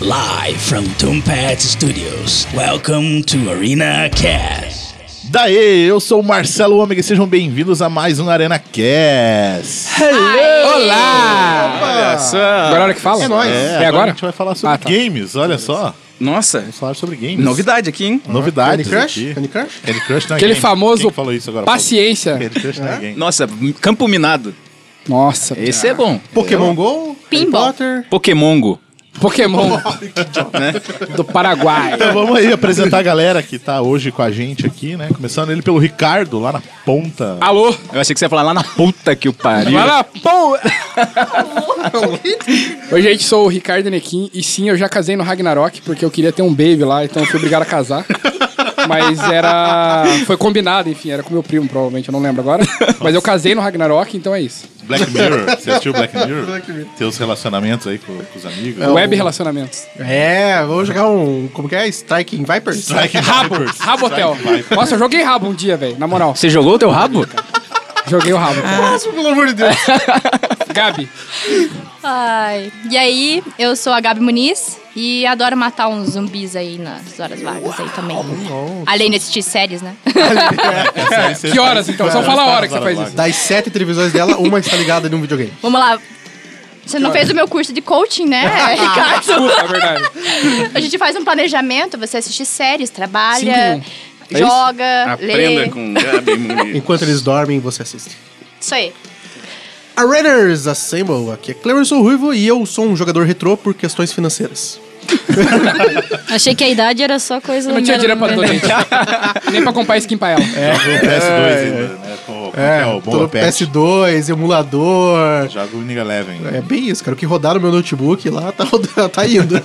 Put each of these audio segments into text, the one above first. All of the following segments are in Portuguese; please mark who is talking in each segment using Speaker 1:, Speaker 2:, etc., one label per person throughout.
Speaker 1: Live from Tombat Studios. Welcome to Arena Cast.
Speaker 2: Daê, eu sou o Marcelo Ômega e sejam bem-vindos a mais um Arena Cast.
Speaker 3: Olá!
Speaker 2: Olha só.
Speaker 3: Agora é a hora que fala?
Speaker 2: É nóis.
Speaker 3: É agora?
Speaker 2: a gente vai falar sobre
Speaker 3: Ah, tá.
Speaker 2: games, olha só.
Speaker 4: Nossa,
Speaker 2: Vamos falar sobre games.
Speaker 4: novidade aqui, hein?
Speaker 2: Novidades
Speaker 5: Candy Crush?
Speaker 2: aqui.
Speaker 5: Candy Crush?
Speaker 2: Candy Crush não é
Speaker 3: Aquele
Speaker 2: game.
Speaker 3: famoso
Speaker 2: Quem que falou isso agora?
Speaker 3: Paciência.
Speaker 2: Candy Crush não é game.
Speaker 4: Nossa, m- campo minado.
Speaker 3: Nossa.
Speaker 4: Esse é bom.
Speaker 5: Pokémon Go?
Speaker 6: Pinball.
Speaker 5: Harry Potter?
Speaker 4: Pokémongo.
Speaker 3: Pokémon
Speaker 4: né?
Speaker 3: do Paraguai.
Speaker 2: Então vamos aí apresentar a galera que tá hoje com a gente aqui, né? Começando ele pelo Ricardo, lá na ponta.
Speaker 3: Alô?
Speaker 4: Eu achei que você ia falar lá na puta que o pariu.
Speaker 3: Fala, pô! Oi, gente, sou o Ricardo Nequim e sim, eu já casei no Ragnarok porque eu queria ter um baby lá, então eu fui obrigado a casar. Mas era. Foi combinado, enfim, era com meu primo, provavelmente, eu não lembro agora. Mas eu casei no Ragnarok, então é isso.
Speaker 2: Black Mirror. Você assistiu Black Mirror? Teus relacionamentos aí com, com os amigos.
Speaker 3: É Web Relacionamentos.
Speaker 5: É, vou jogar um. Como que é? Striking Vipers?
Speaker 2: Strike Vipers.
Speaker 3: Rabotel.
Speaker 2: Strike Vipers.
Speaker 3: Nossa, eu joguei rabo um dia, velho, na moral.
Speaker 4: Você jogou o teu rabo?
Speaker 3: Joguei o rabo.
Speaker 5: Nossa, Ah, pelo amor de Deus.
Speaker 3: Gabi.
Speaker 6: Ai. E aí, eu sou a Gabi Muniz e adoro matar uns zumbis aí nas horas vagas aí também. Além de assistir séries, né?
Speaker 2: Essa aí
Speaker 5: é
Speaker 2: você
Speaker 3: Que horas,
Speaker 2: faz-
Speaker 3: então? Só fala a hora que você
Speaker 2: Horas
Speaker 3: faz isso.
Speaker 2: vagas.
Speaker 5: Das sete televisões dela, uma está ligada num videogame.
Speaker 6: Vamos lá. Você não fez o meu curso de coaching, né,
Speaker 7: Ah.
Speaker 6: Ricardo?
Speaker 3: Desculpa, é verdade.
Speaker 6: A gente faz um planejamento, você assiste séries,
Speaker 3: Cinco em
Speaker 6: trabalha,
Speaker 7: É
Speaker 3: um.
Speaker 6: joga,
Speaker 4: Aprenda
Speaker 6: lê.
Speaker 4: com Gabi Muniz.
Speaker 5: Enquanto eles dormem, você assiste.
Speaker 6: Isso aí.
Speaker 5: Areners Assemble, aqui é Clemerson Ruivo e eu sou um jogador retrô por questões financeiras.
Speaker 7: Achei que a idade era só coisa.
Speaker 3: Eu não tinha dinheiro pra donate. Nem pra comprar skin pra ela.
Speaker 2: Jogo PS2 ainda, né? Com, com é, o
Speaker 5: todo
Speaker 2: Boa Pet.
Speaker 5: PS2, emulador.
Speaker 2: Joga o Nigga Eleven.
Speaker 5: É bem isso, cara. O que rodar no meu notebook lá tá, rodando- tá indo.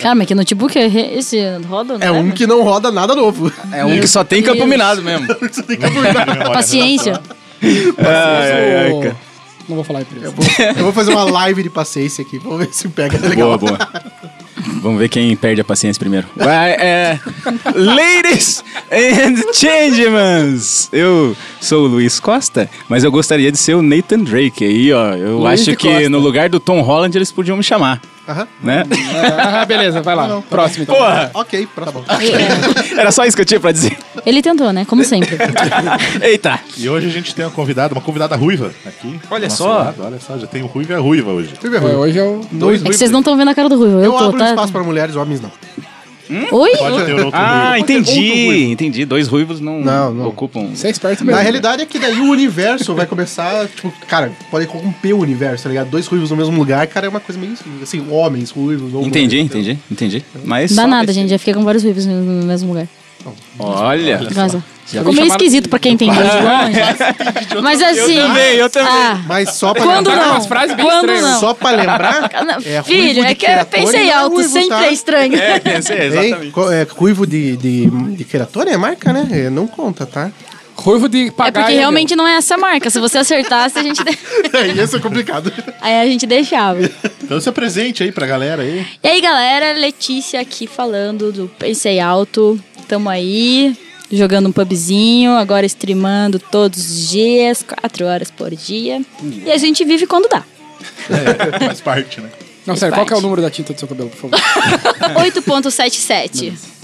Speaker 7: Cara, mas que notebook é re- esse? Roda? não
Speaker 5: É um que não roda nada novo.
Speaker 4: É um que só tem campo
Speaker 7: Deus.
Speaker 4: minado mesmo.
Speaker 7: Paciência.
Speaker 3: Eu sou- Não vou falar a empresa.
Speaker 5: Eu vou fazer uma live de paciência aqui. Vamos ver se pega. Tá legal.
Speaker 4: Boa, boa. Vamos ver quem perde a paciência primeiro. Vai, é... Ladies and Changemans! Eu sou o Luiz Costa, mas eu gostaria de ser o Nathan Drake. Aí, ó, eu
Speaker 3: Luiz de
Speaker 4: acho que
Speaker 3: Costa.
Speaker 4: no lugar do Tom Holland eles podiam me chamar,
Speaker 5: Aham.
Speaker 4: né?
Speaker 3: Ah, beleza, vai lá. Próximo então.
Speaker 4: Porra,
Speaker 5: Ok, próximo.
Speaker 7: Ah,
Speaker 4: era só isso que eu tinha pra dizer.
Speaker 7: Ele tentou, né? Como sempre.
Speaker 4: Eita!
Speaker 2: E hoje a gente tem uma convidada, uma convidada ruiva aqui.
Speaker 4: Olha
Speaker 2: do nosso
Speaker 4: só.
Speaker 2: lado. Olha só, já tem o ruivo e a ruiva hoje.
Speaker 5: Tudo bem,
Speaker 3: Foi,
Speaker 5: Rui?
Speaker 3: hoje eu.
Speaker 7: É que vocês não estão vendo a cara do Ruivo. Eu,
Speaker 5: Eu
Speaker 7: tô,
Speaker 5: abro um
Speaker 7: tá?
Speaker 5: espaço para mulheres, homens não.
Speaker 7: Oi?
Speaker 2: Pode ter outro
Speaker 4: Ah,
Speaker 2: ruivo.
Speaker 4: entendi, entendi. Dois ruivos não,
Speaker 5: Não, não.
Speaker 4: ocupam.
Speaker 3: Você é esperto mesmo.
Speaker 5: Na realidade é que daí o universo vai começar, tipo, cara, pode corromper o universo, tá ligado? Dois ruivos no mesmo lugar, cara, é uma coisa meio assim, homens, ruivos, ou
Speaker 4: Entendi, entendi, entendi. Mas
Speaker 7: Dá
Speaker 4: só
Speaker 7: nada,
Speaker 4: desse-
Speaker 7: gente. é Já fiquei com vários Ruivos no, no mesmo lugar.
Speaker 4: Olha.
Speaker 7: Mas, ó,
Speaker 3: me
Speaker 7: Ficou meio
Speaker 3: chamaram-
Speaker 7: esquisito pra quem entendeu de longe. Mas assim.
Speaker 4: também, eu também.
Speaker 7: Ah,
Speaker 5: Mas só pra
Speaker 7: quando
Speaker 3: Tá com
Speaker 5: lembrar,
Speaker 3: umas
Speaker 7: não?
Speaker 3: frases bem
Speaker 7: Quando
Speaker 3: estranhas.
Speaker 7: não? Ah,
Speaker 5: só pra lembrar, é ruivo
Speaker 7: Filho,
Speaker 5: de
Speaker 7: é que eu
Speaker 5: Keratone
Speaker 7: pensei
Speaker 5: não é
Speaker 7: alto,
Speaker 5: ruivo,
Speaker 7: sempre
Speaker 5: tá?
Speaker 7: é estranho.
Speaker 4: É, pensei,
Speaker 5: Ei,
Speaker 4: exatamente.
Speaker 5: co- é, ruivo de, de, de Keratone é marca, né? É, não conta, tá?
Speaker 3: Ruivo de pagar.
Speaker 7: É porque
Speaker 3: entendeu?
Speaker 7: realmente não é essa marca. Se você acertasse, a gente, de-
Speaker 5: Isso é complicado.
Speaker 7: aí a gente deixava.
Speaker 2: Então se apresente aí pra galera aí.
Speaker 7: E aí, galera, Letícia aqui falando do Pensei Alto. Tamo aí, jogando um pubzinho, agora streamando todos os dias, quatro horas por dia. E a gente vive quando dá.
Speaker 2: É, faz parte, né?
Speaker 3: Não, sério, qual que é o número da tinta do seu cabelo, por favor?
Speaker 7: 8.77.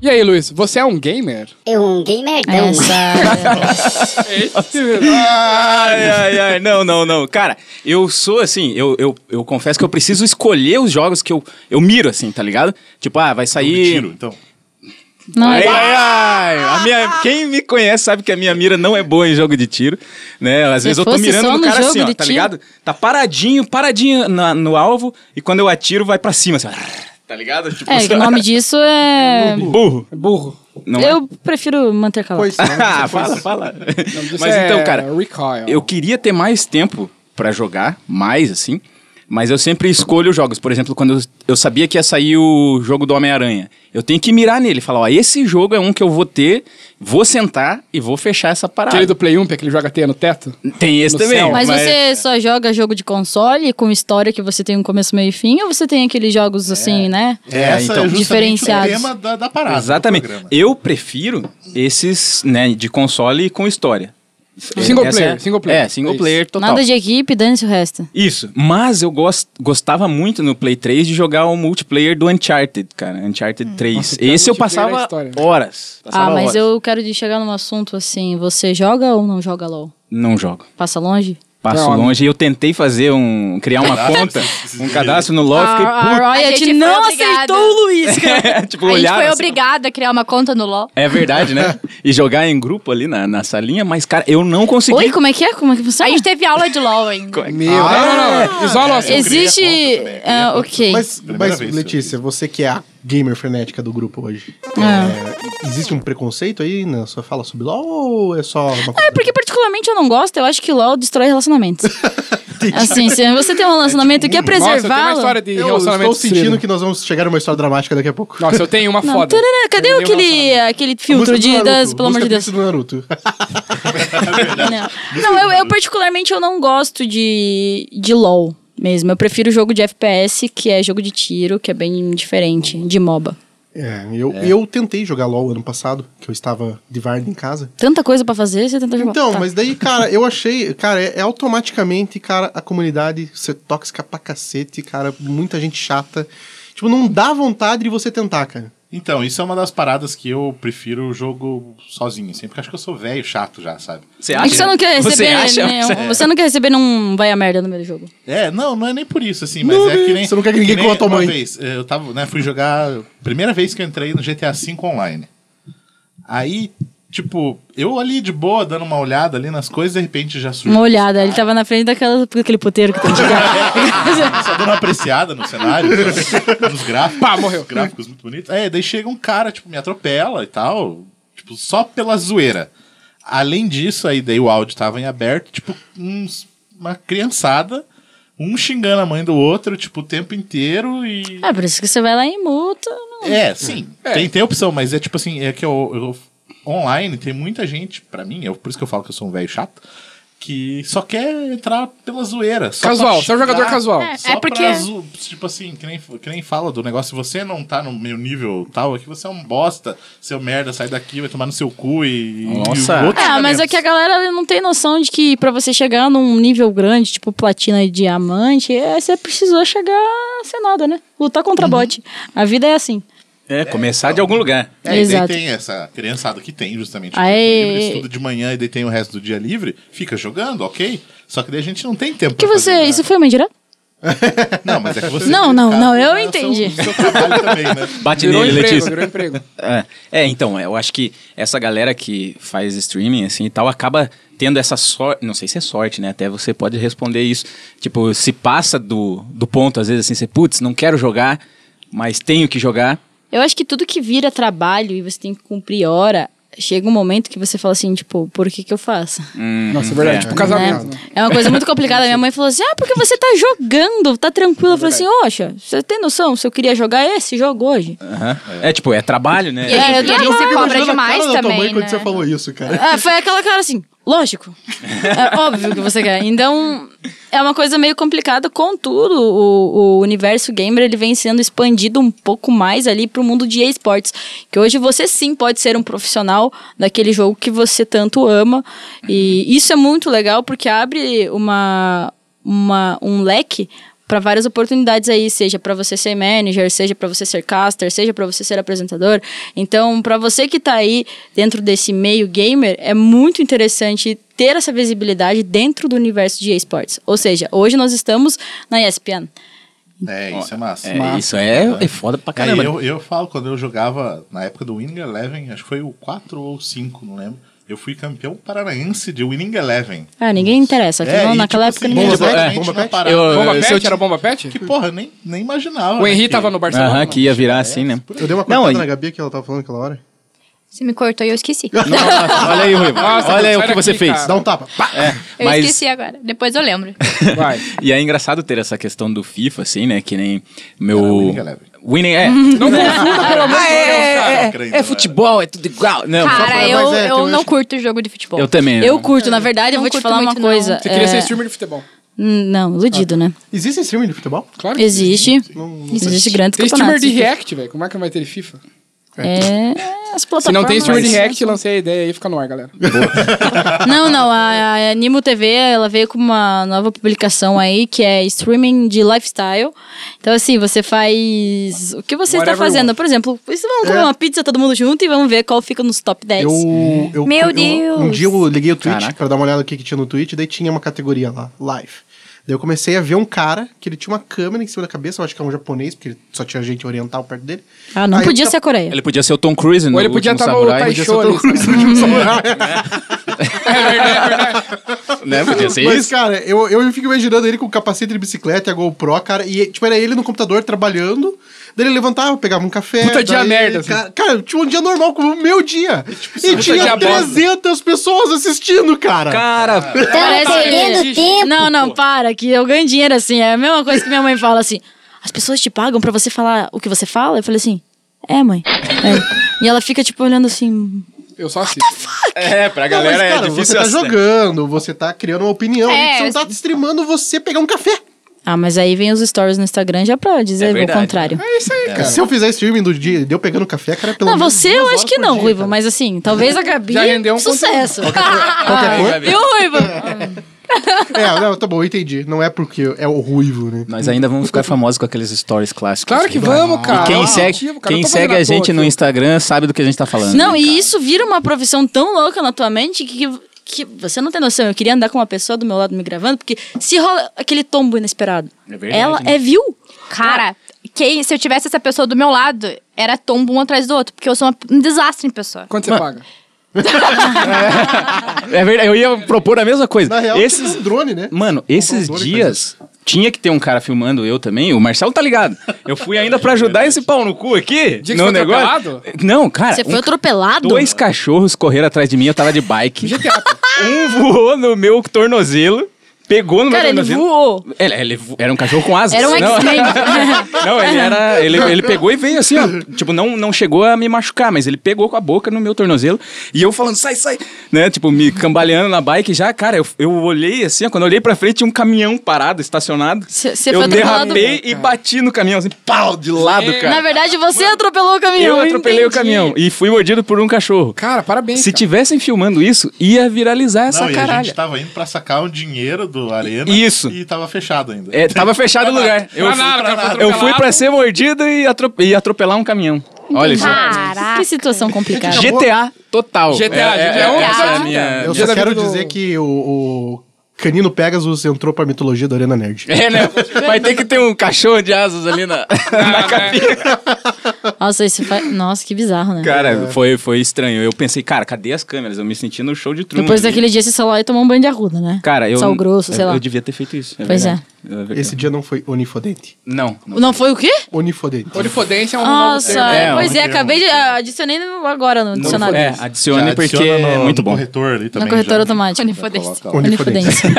Speaker 3: E aí, Luiz, você é um gamer?
Speaker 8: Eu um gamerdão.
Speaker 7: É Essa...
Speaker 4: Ai, ai, ai. Não, não, não. Cara, eu sou assim, eu, eu, eu confesso que eu preciso escolher os jogos que eu, eu miro, assim, tá ligado? Tipo, ah, vai
Speaker 2: Tiro,
Speaker 4: sair.
Speaker 2: então.
Speaker 7: Não é.
Speaker 4: Ai, ai, ai. A minha, quem me conhece sabe que a minha mira não é boa em jogo de tiro, né? Às
Speaker 7: Se
Speaker 4: vezes eu tô
Speaker 7: fosse
Speaker 4: mirando
Speaker 7: só
Speaker 4: no
Speaker 7: no
Speaker 4: cara
Speaker 7: jogo
Speaker 4: assim, ó,
Speaker 7: de
Speaker 4: tá
Speaker 7: tiro.
Speaker 4: ligado? Tá paradinho, paradinho na- no alvo e quando eu atiro vai pra cima, assim, tá ligado? Tipo,
Speaker 7: É, o nome disso é.
Speaker 4: burro.
Speaker 3: Burro.
Speaker 4: Não é?
Speaker 7: Eu prefiro manter calado.
Speaker 5: Pois não,
Speaker 4: Ah, fala, fala.
Speaker 3: Isso
Speaker 4: Mas
Speaker 3: é
Speaker 4: então, cara,
Speaker 3: Recoil.
Speaker 4: eu queria ter mais tempo pra jogar, mais assim, mas eu sempre escolho jogos. Por exemplo, quando eu, eu sabia que ia sair o jogo do Homem-Aranha, eu tenho que mirar nele, falar, ó, esse jogo é um que eu vou ter, vou sentar e vou fechar essa parada.
Speaker 3: Aquele do Play 1, que é aquele joga teia no teto?
Speaker 4: Tem esse
Speaker 3: no
Speaker 4: também.
Speaker 3: céu.
Speaker 7: Mas,
Speaker 4: é-
Speaker 7: você só joga jogo de console com história que você tem um começo, meio e fim? Ou você tem aqueles jogos
Speaker 4: É.
Speaker 7: assim, né?
Speaker 2: Essa
Speaker 4: então,
Speaker 2: é justamente o
Speaker 7: diferenciados.
Speaker 2: tema da, da parada.
Speaker 4: Exatamente.
Speaker 2: do programa.
Speaker 4: Eu prefiro esses, né, de console com história.
Speaker 3: Single
Speaker 4: Essa
Speaker 3: player,
Speaker 4: é,
Speaker 3: single player.
Speaker 4: É, single
Speaker 3: Isso.
Speaker 4: player total.
Speaker 7: Nada de equipe, dane-se o resto.
Speaker 4: Isso, mas eu gost- gostava muito no Play 3 de jogar o multiplayer do Uncharted, cara. Uncharted 3. Esse eu
Speaker 3: Hum. multiplayer é a
Speaker 4: passava
Speaker 3: história, né?
Speaker 4: horas.
Speaker 7: Ah,
Speaker 4: Passava
Speaker 7: mas
Speaker 4: horas.
Speaker 7: eu quero de chegar num assunto assim: você joga ou não joga LOL?
Speaker 4: Não jogo.
Speaker 7: Passa longe?
Speaker 4: Passo
Speaker 3: Não,
Speaker 4: longe. E eu tentei fazer um. criar uma conta, um cadastro no LOL, fiquei
Speaker 7: a,
Speaker 4: puto.
Speaker 7: a
Speaker 6: A gente
Speaker 7: Riot
Speaker 6: foi
Speaker 7: não
Speaker 6: obrigada.
Speaker 7: aceitou o Luiz, cara.
Speaker 4: É, tipo,
Speaker 6: a gente
Speaker 4: olhava
Speaker 6: foi
Speaker 4: assim,
Speaker 6: obrigado a criar uma conta no LOL.
Speaker 4: É verdade, né? E jogar em grupo ali na, na salinha, mas, cara, eu não consegui.
Speaker 7: Oi, como é que é? Como é que
Speaker 6: A
Speaker 7: funciona?
Speaker 6: gente teve aula de LOL ainda.
Speaker 3: Meu, não, não, não. É, Isola o assunto.
Speaker 5: um
Speaker 7: Existe. ah, ok.
Speaker 5: né? Mas,
Speaker 2: Primeira
Speaker 5: mas,
Speaker 2: vez,
Speaker 5: Letícia, você que é a gamer frenética do grupo hoje,
Speaker 7: Ah.
Speaker 5: é, existe um preconceito aí na sua fala sobre LOL ou é só uma coisa?
Speaker 7: É porque particularmente eu não gosto, eu acho que LOL destrói relacionamentos. assim, se você
Speaker 5: É
Speaker 7: tem um relacionamento e
Speaker 5: tipo
Speaker 7: quer
Speaker 3: Nossa, tem uma
Speaker 7: preservá-lo.
Speaker 3: história de
Speaker 5: Eu
Speaker 3: relacionamento
Speaker 5: estou sentindo
Speaker 3: destruído.
Speaker 5: que nós vamos chegar numa história dramática daqui a pouco.
Speaker 3: Nossa, eu tenho uma
Speaker 7: Não,
Speaker 3: foda.
Speaker 7: tarará, cadê
Speaker 3: Eu tenho um
Speaker 7: aquele, aquele filtro
Speaker 5: Música do
Speaker 7: de
Speaker 5: Naruto,
Speaker 7: das, pelo amor de
Speaker 5: música
Speaker 7: Deus?
Speaker 5: triste do tá Naruto.
Speaker 7: Não, Não, eu, eu particularmente eu não gosto de, de LOL mesmo. Eu prefiro jogo de FPS, que é jogo de tiro, que é bem diferente de MOBA.
Speaker 5: É, eu, eu tentei jogar LOL ano passado, que eu estava de Varda em casa.
Speaker 7: Tanta coisa pra fazer, você tenta jogar.
Speaker 5: Então,
Speaker 7: Tá.
Speaker 5: mas daí, cara, eu achei, cara, é, é automaticamente, cara, a comunidade ser tóxica pra cacete, cara, muita gente chata. Tipo, não dá vontade de você tentar, cara.
Speaker 2: Então, isso é uma das paradas que eu prefiro o jogo sozinho, assim, porque acho que eu sou velho, chato já, sabe?
Speaker 4: Você
Speaker 7: É que você não quer receber.
Speaker 4: Você acha?
Speaker 7: né,
Speaker 4: Você-
Speaker 7: um- você não quer receber num vai a merda no meio do jogo.
Speaker 2: É, não, não é nem por isso, assim, mas
Speaker 5: Não, né?
Speaker 2: é que nem.
Speaker 5: você não quer que ninguém
Speaker 2: nem
Speaker 5: coma tua
Speaker 2: uma
Speaker 5: mãe.
Speaker 2: Vez, eh, eu tava, né, fui jogar. Primeira vez que eu entrei no GTA V online. Aí, tipo, eu ali de boa, dando uma olhada ali nas coisas, de repente já surgiu.
Speaker 7: Uma olhada, ele tava na frente daquela, daquele puteiro que tem de graça.
Speaker 2: Só dando uma apreciada no cenário, sabe? nos gráficos.
Speaker 3: Pá, morreu.
Speaker 2: Os gráficos muito bonitos. É, daí chega um cara, tipo, me atropela e tal. Tipo, só pela zoeira. Além disso, aí daí o áudio tava em aberto, tipo, uns- uma criançada, um xingando a mãe do outro, tipo, o tempo inteiro e.
Speaker 7: É, por isso que você vai lá e multa.
Speaker 2: É, sim. Tem, tem opção, mas é tipo assim, é que eu, eu- online tem muita gente, pra mim, é por isso que eu falo que eu sou um velho chato, que só quer entrar pela zoeira. só
Speaker 3: Casual,
Speaker 2: pra
Speaker 3: você é um jogador
Speaker 2: xingar,
Speaker 3: casual.
Speaker 6: É,
Speaker 2: Só
Speaker 6: é porque-
Speaker 2: pra zo- tipo assim, que nem, que nem fala do negócio, se você não tá no meu nível tal, aqui você é um bosta, seu merda, sai daqui, vai tomar no seu cu e.
Speaker 4: Nossa.
Speaker 2: e outros
Speaker 7: Ah, mas é
Speaker 2: xingamentos.
Speaker 7: que a galera não tem noção de que pra você chegar num nível grande, tipo platina e diamante, é, você precisou chegar a ser nada, né? Lutar contra bot. A vida é assim.
Speaker 4: É, começar de algum lugar.
Speaker 2: É, e daí
Speaker 7: Exato.
Speaker 2: tem essa criançada que tem justamente
Speaker 7: Aí-
Speaker 2: tempo livre, estuda de manhã e daí tem o resto do dia livre, fica jogando, ok? Só que daí a gente não tem tempo
Speaker 7: Que
Speaker 2: pra fazer
Speaker 7: você.
Speaker 2: nada.
Speaker 7: Isso foi uma indireta?
Speaker 2: Não, mas é que você.
Speaker 7: Não, não, não, eu
Speaker 2: Cada um tem
Speaker 7: entendi.
Speaker 2: o seu trabalho também, né?
Speaker 4: Bate
Speaker 3: Virou
Speaker 4: nele,
Speaker 3: emprego,
Speaker 4: Letícia.
Speaker 3: virou emprego.
Speaker 4: É, É, então, eu acho que essa galera que faz streaming, assim, e tal, acaba tendo essa sorte, não sei se é sorte, né, até você pode responder isso, tipo, se passa do, do ponto, às vezes, assim, você, putz, não quero jogar, mas tenho que jogar,
Speaker 7: Eu acho que tudo que vira trabalho e você tem que cumprir hora, chega um momento que você fala assim, tipo, por que que eu faço?
Speaker 3: Nossa, é verdade.
Speaker 4: é.
Speaker 3: Tipo casamento.
Speaker 7: né?
Speaker 3: né?
Speaker 7: É uma coisa muito complicada. Minha mãe falou assim: ah, porque você tá jogando, tá tranquilo. Eu falei assim: oxa, você tem noção? Se eu queria jogar esse jogo hoje.
Speaker 4: Aham. é. tipo, é trabalho, né,
Speaker 6: E aí,
Speaker 5: Eu
Speaker 6: e aí
Speaker 5: fico
Speaker 6: você cobra
Speaker 5: imaginando a
Speaker 6: demais
Speaker 5: cara da tua mãe
Speaker 6: também,
Speaker 5: quando
Speaker 6: né?
Speaker 5: você falou isso, cara.
Speaker 7: Ah, foi aquela cara assim: lógico. É óbvio que você quer. Então, é uma coisa meio complicada. Contudo, o, o universo gamer ele vem sendo expandido um pouco mais ali pro mundo de esportes. Que hoje você sim pode ser um profissional daquele jogo que você tanto ama. E isso é muito legal porque abre uma, uma, um leque para várias oportunidades aí, seja para você ser manager, seja para você ser caster, seja para você ser apresentador. Então, para você que tá aí dentro desse meio gamer, é muito interessante ter essa visibilidade dentro do universo de esportes. Ou seja, hoje nós estamos na ESPN.
Speaker 2: É, isso é massa.
Speaker 4: É, isso é, é foda pra
Speaker 2: Aí
Speaker 4: caramba.
Speaker 2: eu, eu falo, quando eu jogava na época do Winning Eleven, acho que foi o 4 ou 5, não lembro. Eu fui campeão paranaense de Winning Eleven.
Speaker 7: Ah, ninguém interessa.
Speaker 2: É,
Speaker 7: Aquela-
Speaker 2: e,
Speaker 7: naquela
Speaker 2: tipo
Speaker 7: época
Speaker 2: assim,
Speaker 7: ninguém.
Speaker 4: bomba-
Speaker 2: exatamente
Speaker 4: é,
Speaker 2: uma
Speaker 5: bomba pet?
Speaker 2: parada.
Speaker 4: Eu-
Speaker 3: Bomba
Speaker 4: se
Speaker 3: Pet?
Speaker 4: ti-
Speaker 3: Era Bomba Pet?
Speaker 2: Que porra, eu nem, nem imaginava.
Speaker 3: O Henri
Speaker 2: né, que-
Speaker 3: tava no
Speaker 4: Aham,
Speaker 3: Barcelona.
Speaker 4: que ia virar assim, né?
Speaker 5: Eu dei uma
Speaker 4: Não,
Speaker 5: cortada
Speaker 4: aí-
Speaker 5: na Gabi que ela tava falando aquela hora.
Speaker 6: Você me cortou e eu esqueci.
Speaker 4: Nossa, olha aí, Ruivo.
Speaker 3: Nossa,
Speaker 4: olha aí
Speaker 3: sai
Speaker 4: o que
Speaker 3: daqui,
Speaker 4: você fez.
Speaker 3: cara.
Speaker 5: Dá um tapa. Pá!
Speaker 6: Eu
Speaker 4: Mas-
Speaker 6: esqueci agora. Depois eu lembro.
Speaker 3: Vai.
Speaker 4: E é engraçado ter essa questão do FIFA, assim, né? Que nem meu.
Speaker 2: Era Winning Eleven.
Speaker 4: Winning, é.
Speaker 3: Não confunda, pelo amor de Deus, cara.
Speaker 4: É,
Speaker 2: crente,
Speaker 4: é
Speaker 2: né?
Speaker 4: futebol, é tudo igual. Não,
Speaker 5: pra-
Speaker 6: Cara,
Speaker 5: mas
Speaker 6: eu,
Speaker 5: é,
Speaker 6: eu
Speaker 3: um
Speaker 5: tem
Speaker 6: não
Speaker 5: uns-
Speaker 6: curto jogo de futebol.
Speaker 4: Eu também,
Speaker 7: Eu
Speaker 4: não.
Speaker 3: né?
Speaker 7: curto, na verdade, eu
Speaker 6: Não
Speaker 7: vou te
Speaker 6: curto
Speaker 7: falar uma
Speaker 6: muito, não.
Speaker 7: coisa.
Speaker 3: Você queria
Speaker 7: é,
Speaker 3: ser streamer de futebol.
Speaker 7: Não, iludido, né?
Speaker 5: Existe streaming de futebol?
Speaker 3: Claro que
Speaker 7: Existe. Existe grandes
Speaker 3: Tem streamer
Speaker 7: campeonatos.
Speaker 3: de React, velho. Como é que vai ter FIFA?
Speaker 7: É, as plataformas.
Speaker 3: Se não tem streamer de React, lancei a ideia aí, fica no ar, galera.
Speaker 7: Não, não, a, a Animo TV, ela veio com uma nova publicação aí, que é streaming de lifestyle. Então, assim, você faz o que você está
Speaker 3: Whatever
Speaker 7: fazendo. Por exemplo, isso, vamos comer
Speaker 5: É.
Speaker 7: uma pizza todo mundo junto e vamos ver qual fica nos top 10.
Speaker 5: Eu, eu,
Speaker 6: Meu
Speaker 5: eu-
Speaker 6: Deus!
Speaker 5: Um dia eu liguei o Twitch
Speaker 4: Caraca.
Speaker 5: pra dar uma olhada no que, que tinha no Twitch, daí tinha uma categoria lá, live. Daí eu comecei a ver um cara que ele tinha uma câmera em cima da cabeça, eu acho que é um japonês, porque só tinha gente oriental perto dele.
Speaker 7: Ah, não
Speaker 5: Aí tá
Speaker 7: podia
Speaker 5: eu
Speaker 7: ser a Coreia.
Speaker 4: Ele podia ser o Tom Cruise no
Speaker 3: Ou ele podia
Speaker 4: Último
Speaker 3: estar no
Speaker 4: Samurai.
Speaker 3: Tai
Speaker 5: Podia ser
Speaker 3: Show
Speaker 5: o Tom
Speaker 3: ali.
Speaker 5: Cruise no último samurai.
Speaker 4: Né? Podia ser
Speaker 5: Mas,
Speaker 4: isso.
Speaker 5: cara, eu, eu fico imaginando ele com capacete de bicicleta e a GoPro, cara. E, tipo, era ele no computador trabalhando. Daí ele levantava, pegava um café.
Speaker 3: Puta
Speaker 5: daí-
Speaker 3: dia merda, assim.
Speaker 5: Cara, cara, tipo, um dia normal, como o meu dia. E
Speaker 3: dia
Speaker 5: tinha
Speaker 3: bosta.
Speaker 5: 300 pessoas assistindo, cara.
Speaker 4: Cara,
Speaker 7: Parece-
Speaker 8: perdendo tempo.
Speaker 7: Não, não, para, que eu ganho dinheiro assim. É a mesma coisa que minha mãe fala assim: as pessoas te pagam pra você falar o que você fala? Eu falei assim: é, mãe. É. E ela fica, tipo, olhando assim.
Speaker 3: Eu só assisto.
Speaker 4: é, pra
Speaker 5: Não,
Speaker 4: galera
Speaker 5: mas, cara,
Speaker 4: é
Speaker 5: você
Speaker 4: difícil
Speaker 5: tá
Speaker 4: assim, né?
Speaker 5: jogando, você tá criando uma opinião.
Speaker 6: É,
Speaker 5: ali, você não tá streamando você pegar um café.
Speaker 7: Ah, mas aí vem os stories no Instagram já pra
Speaker 4: É
Speaker 7: dizer o
Speaker 4: verdade.
Speaker 7: contrário.
Speaker 3: É isso aí, cara.
Speaker 5: Se eu fizer streaming do dia de eu pegando café, cara, pelo
Speaker 7: Não,
Speaker 5: menos
Speaker 7: você
Speaker 5: duas
Speaker 7: eu
Speaker 5: horas
Speaker 7: acho que
Speaker 5: por
Speaker 7: não,
Speaker 5: dia,
Speaker 7: Ruiva,
Speaker 5: cara.
Speaker 7: mas assim, talvez a Gabi.
Speaker 3: Já rendeu um
Speaker 7: sucesso.
Speaker 5: Qualquer coisa.
Speaker 7: Viu, Ruiva?
Speaker 5: É, não, tá bom, eu entendi. Não é porque é o ruivo, né?
Speaker 4: Nós ainda vamos ficar famosos com aqueles stories clássicos.
Speaker 3: Claro que
Speaker 4: né?
Speaker 3: vamos, cara.
Speaker 4: E quem
Speaker 3: Ah,
Speaker 4: segue,
Speaker 3: motivo, cara. Eu
Speaker 4: quem
Speaker 3: tô fazendo
Speaker 4: segue
Speaker 3: à
Speaker 4: a
Speaker 3: toa
Speaker 4: gente no
Speaker 3: aqui.
Speaker 4: Instagram sabe do que a gente tá falando.
Speaker 7: Não, e isso vira uma profissão tão louca na tua mente que, que você não tem noção. Eu queria andar com uma pessoa do meu lado me gravando, porque se rola aquele tombo inesperado,
Speaker 4: É verdade,
Speaker 7: ela
Speaker 4: né?
Speaker 7: é view.
Speaker 6: Cara, quem, se eu tivesse essa pessoa do meu lado, era tombo um atrás do outro, porque eu sou uma- um desastre em pessoa.
Speaker 3: Quanto você paga?
Speaker 4: É verdade, eu ia propor a mesma coisa.
Speaker 5: Na real,
Speaker 4: Esses
Speaker 5: tem um drone, né?
Speaker 4: Mano, esses
Speaker 5: controle,
Speaker 4: dias tinha que ter um cara filmando eu também. O Marcelo tá ligado. Eu fui ainda pra ajudar esse pau no cu aqui.
Speaker 3: Dia que
Speaker 4: no
Speaker 3: foi
Speaker 4: negócio.
Speaker 3: atropelado?
Speaker 4: Não, cara.
Speaker 7: Você
Speaker 4: um
Speaker 7: foi
Speaker 4: ca-
Speaker 7: atropelado?
Speaker 4: Dois cachorros correram atrás de mim, eu tava de bike. um voou no meu tornozelo, pegou no
Speaker 3: é
Speaker 7: Cara,
Speaker 4: meu
Speaker 7: ele
Speaker 4: tornozelo.
Speaker 7: voou.
Speaker 4: Ele, ele vo- era um cachorro com asas.
Speaker 7: Era um
Speaker 4: não,
Speaker 7: X-Men.
Speaker 4: não, ele era. Ele, ele pegou e veio assim, ó. Tipo, não, não chegou a me machucar, mas ele pegou com a boca no meu tornozelo e eu falando, sai, sai, né? Tipo, me cambaleando na bike já, cara, eu, eu olhei assim, ó, quando eu olhei pra frente, tinha um caminhão parado, estacionado.
Speaker 7: Cê- cê foi
Speaker 4: Eu
Speaker 7: atropelado?
Speaker 4: derrapei e bati no caminhão, assim, pau, de lado,
Speaker 7: Na
Speaker 4: cara.
Speaker 7: verdade, você atropelou o caminhão.
Speaker 4: Eu atropelei o
Speaker 7: entendi.
Speaker 4: caminhão e fui mordido por um cachorro.
Speaker 3: Cara, parabéns.
Speaker 4: Se
Speaker 3: cara.
Speaker 4: tivessem filmando isso, ia viralizar essa
Speaker 2: Não, e a
Speaker 4: caralho.
Speaker 2: gente tava indo pra sacar um dinheiro do Arena.
Speaker 4: Isso.
Speaker 2: E tava fechado ainda.
Speaker 4: É, tava fechado o lugar. Eu,
Speaker 3: Pra nada, cara, foi
Speaker 4: eu fui pra
Speaker 3: atropelado.
Speaker 4: ser mordido e, atrop- e atropelar um caminhão. Olha isso.
Speaker 7: Que situação
Speaker 4: É,
Speaker 7: complicada.
Speaker 4: GTA total.
Speaker 3: GTA,
Speaker 4: é,
Speaker 3: GTA,
Speaker 4: é, essa é a
Speaker 3: cara.
Speaker 4: minha...
Speaker 5: Eu
Speaker 3: Dia
Speaker 5: só
Speaker 3: da
Speaker 5: quero
Speaker 3: vida do-
Speaker 5: dizer que o, o Canino Pegasus entrou pra mitologia da Arena Nerd.
Speaker 4: É, né? Vai ter que ter um cachorro de asas ali na, na cabine.
Speaker 7: Nossa, isso faz... Nossa, que bizarro, né?
Speaker 4: Cara, foi, foi estranho. Eu pensei, cara, cadê as câmeras? Eu me senti no show de truque.
Speaker 7: Depois daquele dia, esse celular ia tomar um banho de arruda, né?
Speaker 4: Cara, eu...
Speaker 7: Sal grosso,
Speaker 4: eu-
Speaker 7: sei lá.
Speaker 4: Eu devia ter feito isso. é
Speaker 7: Pois
Speaker 4: verdade. verdade.
Speaker 5: Esse dia não foi onifodente.
Speaker 4: Não. não.
Speaker 7: Não foi o quê?
Speaker 5: Onifodente.
Speaker 3: Onifodência é um novo
Speaker 7: Nossa,
Speaker 3: termo.
Speaker 4: É,
Speaker 7: pois
Speaker 4: um
Speaker 7: é, acabei de. ah, Adicionei no- agora no dicionário.
Speaker 4: É, adicione porque é muito
Speaker 2: no
Speaker 4: bom.
Speaker 2: corretor ali também.
Speaker 7: Na corretora
Speaker 2: já.
Speaker 7: automática.
Speaker 2: Onifodência.
Speaker 7: Onifodência.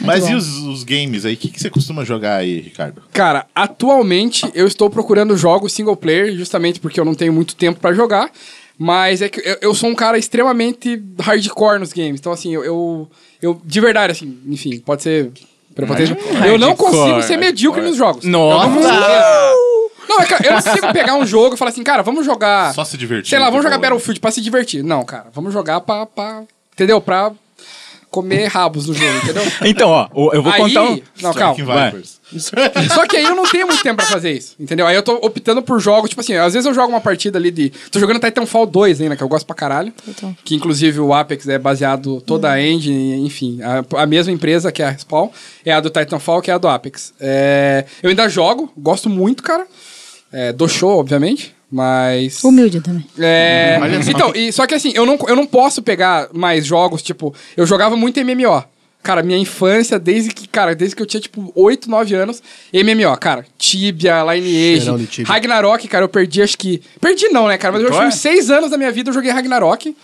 Speaker 2: Mas
Speaker 7: bom.
Speaker 2: e os, os games aí? O que, que você costuma jogar aí, Ricardo?
Speaker 3: Cara, atualmente eu estou procurando jogos single player, justamente porque eu não tenho muito tempo pra jogar. Mas é que eu, eu sou um cara extremamente hardcore nos games. Então, assim, eu. eu, eu- de verdade, assim, enfim, pode ser. prepotência. Eu não
Speaker 4: Hardcore,
Speaker 3: consigo ser medíocre nos jogos.
Speaker 4: Nossa!
Speaker 3: Eu não consigo. Não, é que eu não consigo pegar um jogo e falar assim, cara, vamos jogar.
Speaker 2: Só se divertir.
Speaker 3: Sei lá, vamos jogar
Speaker 2: Tipo,
Speaker 3: Battlefield pra se divertir. Não, cara, vamos jogar pra. pra entendeu? Pra comer rabos no jogo, entendeu?
Speaker 4: Então, ó, o- eu vou
Speaker 3: aí,
Speaker 4: contar um...
Speaker 3: Não, calma.
Speaker 2: Strike
Speaker 4: vai.
Speaker 2: Vipers.
Speaker 3: Só que aí eu não tenho muito tempo pra fazer isso, entendeu? Aí eu tô optando por jogos, tipo assim, às vezes eu jogo uma partida ali de. Tô jogando Titanfall 2 ainda, que eu gosto pra caralho. Que inclusive o Apex é baseado toda a engine, enfim. A, a mesma empresa que é a Spawn é a do Titanfall, que é a do Apex. É, eu ainda jogo, gosto muito, cara. É, do show, obviamente, mas.
Speaker 7: Humilde também.
Speaker 3: É, então, e, só que assim, eu não, eu não posso pegar mais jogos, tipo, eu jogava muito MMO. Cara, minha infância, desde que, cara, desde que eu tinha, tipo, 8, 9 anos, MMO, cara, Tibia,
Speaker 5: Cheirão de
Speaker 3: Lineage,
Speaker 5: Tibia.
Speaker 3: Ragnarok, cara, eu perdi, acho que... Perdi não, né, cara, mas eu
Speaker 2: é?
Speaker 3: acho que uns 6 anos da minha vida eu joguei Ragnarok.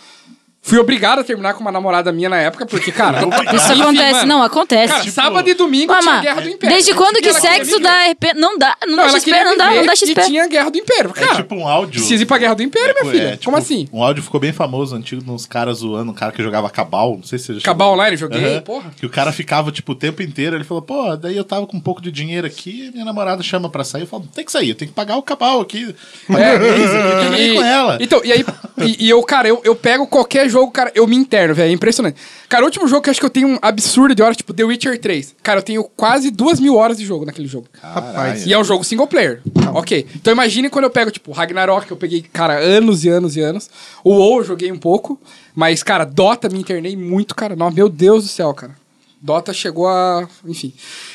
Speaker 3: Fui obrigado a terminar com uma namorada minha na época, porque, cara...
Speaker 7: Isso
Speaker 3: enfim,
Speaker 7: acontece,
Speaker 3: mano,
Speaker 7: não, acontece.
Speaker 2: Tipo,
Speaker 3: Cara, sábado e domingo
Speaker 7: Mama,
Speaker 3: tinha Guerra do Império.
Speaker 7: desde quando que
Speaker 3: Ela queria
Speaker 7: sexo
Speaker 3: viver.
Speaker 7: dá RP? Não dá, não,
Speaker 3: Não,
Speaker 7: dá
Speaker 3: ela
Speaker 7: XP,
Speaker 3: queria
Speaker 7: não dá, não dá
Speaker 3: viver
Speaker 7: XP.
Speaker 3: e tinha Guerra do Império,
Speaker 2: É
Speaker 3: cara.
Speaker 2: tipo um áudio.
Speaker 3: Ah, Precisa ir pra Guerra do Império, minha
Speaker 2: É,
Speaker 3: filha.
Speaker 2: é, tipo,
Speaker 3: Como assim?
Speaker 2: Um áudio ficou bem famoso antigo, uns caras zoando, um cara que jogava Cabal, não sei se você já
Speaker 3: Cabal
Speaker 2: jogou.
Speaker 3: Online, joguei,
Speaker 2: Aham.
Speaker 3: porra.
Speaker 2: Que o cara ficava, tipo, o tempo inteiro, ele falou, pô, daí eu tava com um pouco de dinheiro aqui, minha namorada chama pra sair, eu falo, tem que sair, eu tenho que pagar o Cabal aqui. Pagar o mês aqui, eu tenho que ir com ela.
Speaker 3: Então, É, e aí, e, e eu, cara, eu, eu pego qualquer jogo, cara, eu me interno, velho, é impressionante. Cara, o último jogo que eu acho que eu tenho um absurdo de horas, tipo The Witcher 3. Cara, eu tenho quase duas mil horas de jogo naquele jogo.
Speaker 5: Rapaz.
Speaker 3: E é um jogo single player. Ok. Então imagine quando eu pego, tipo, Ragnarok, que eu peguei, cara, anos e anos e anos. O WoW eu joguei um pouco. Mas, cara, Dota me internei muito, cara. Nossa, meu Deus do céu, cara. Dota chegou a. Enfim.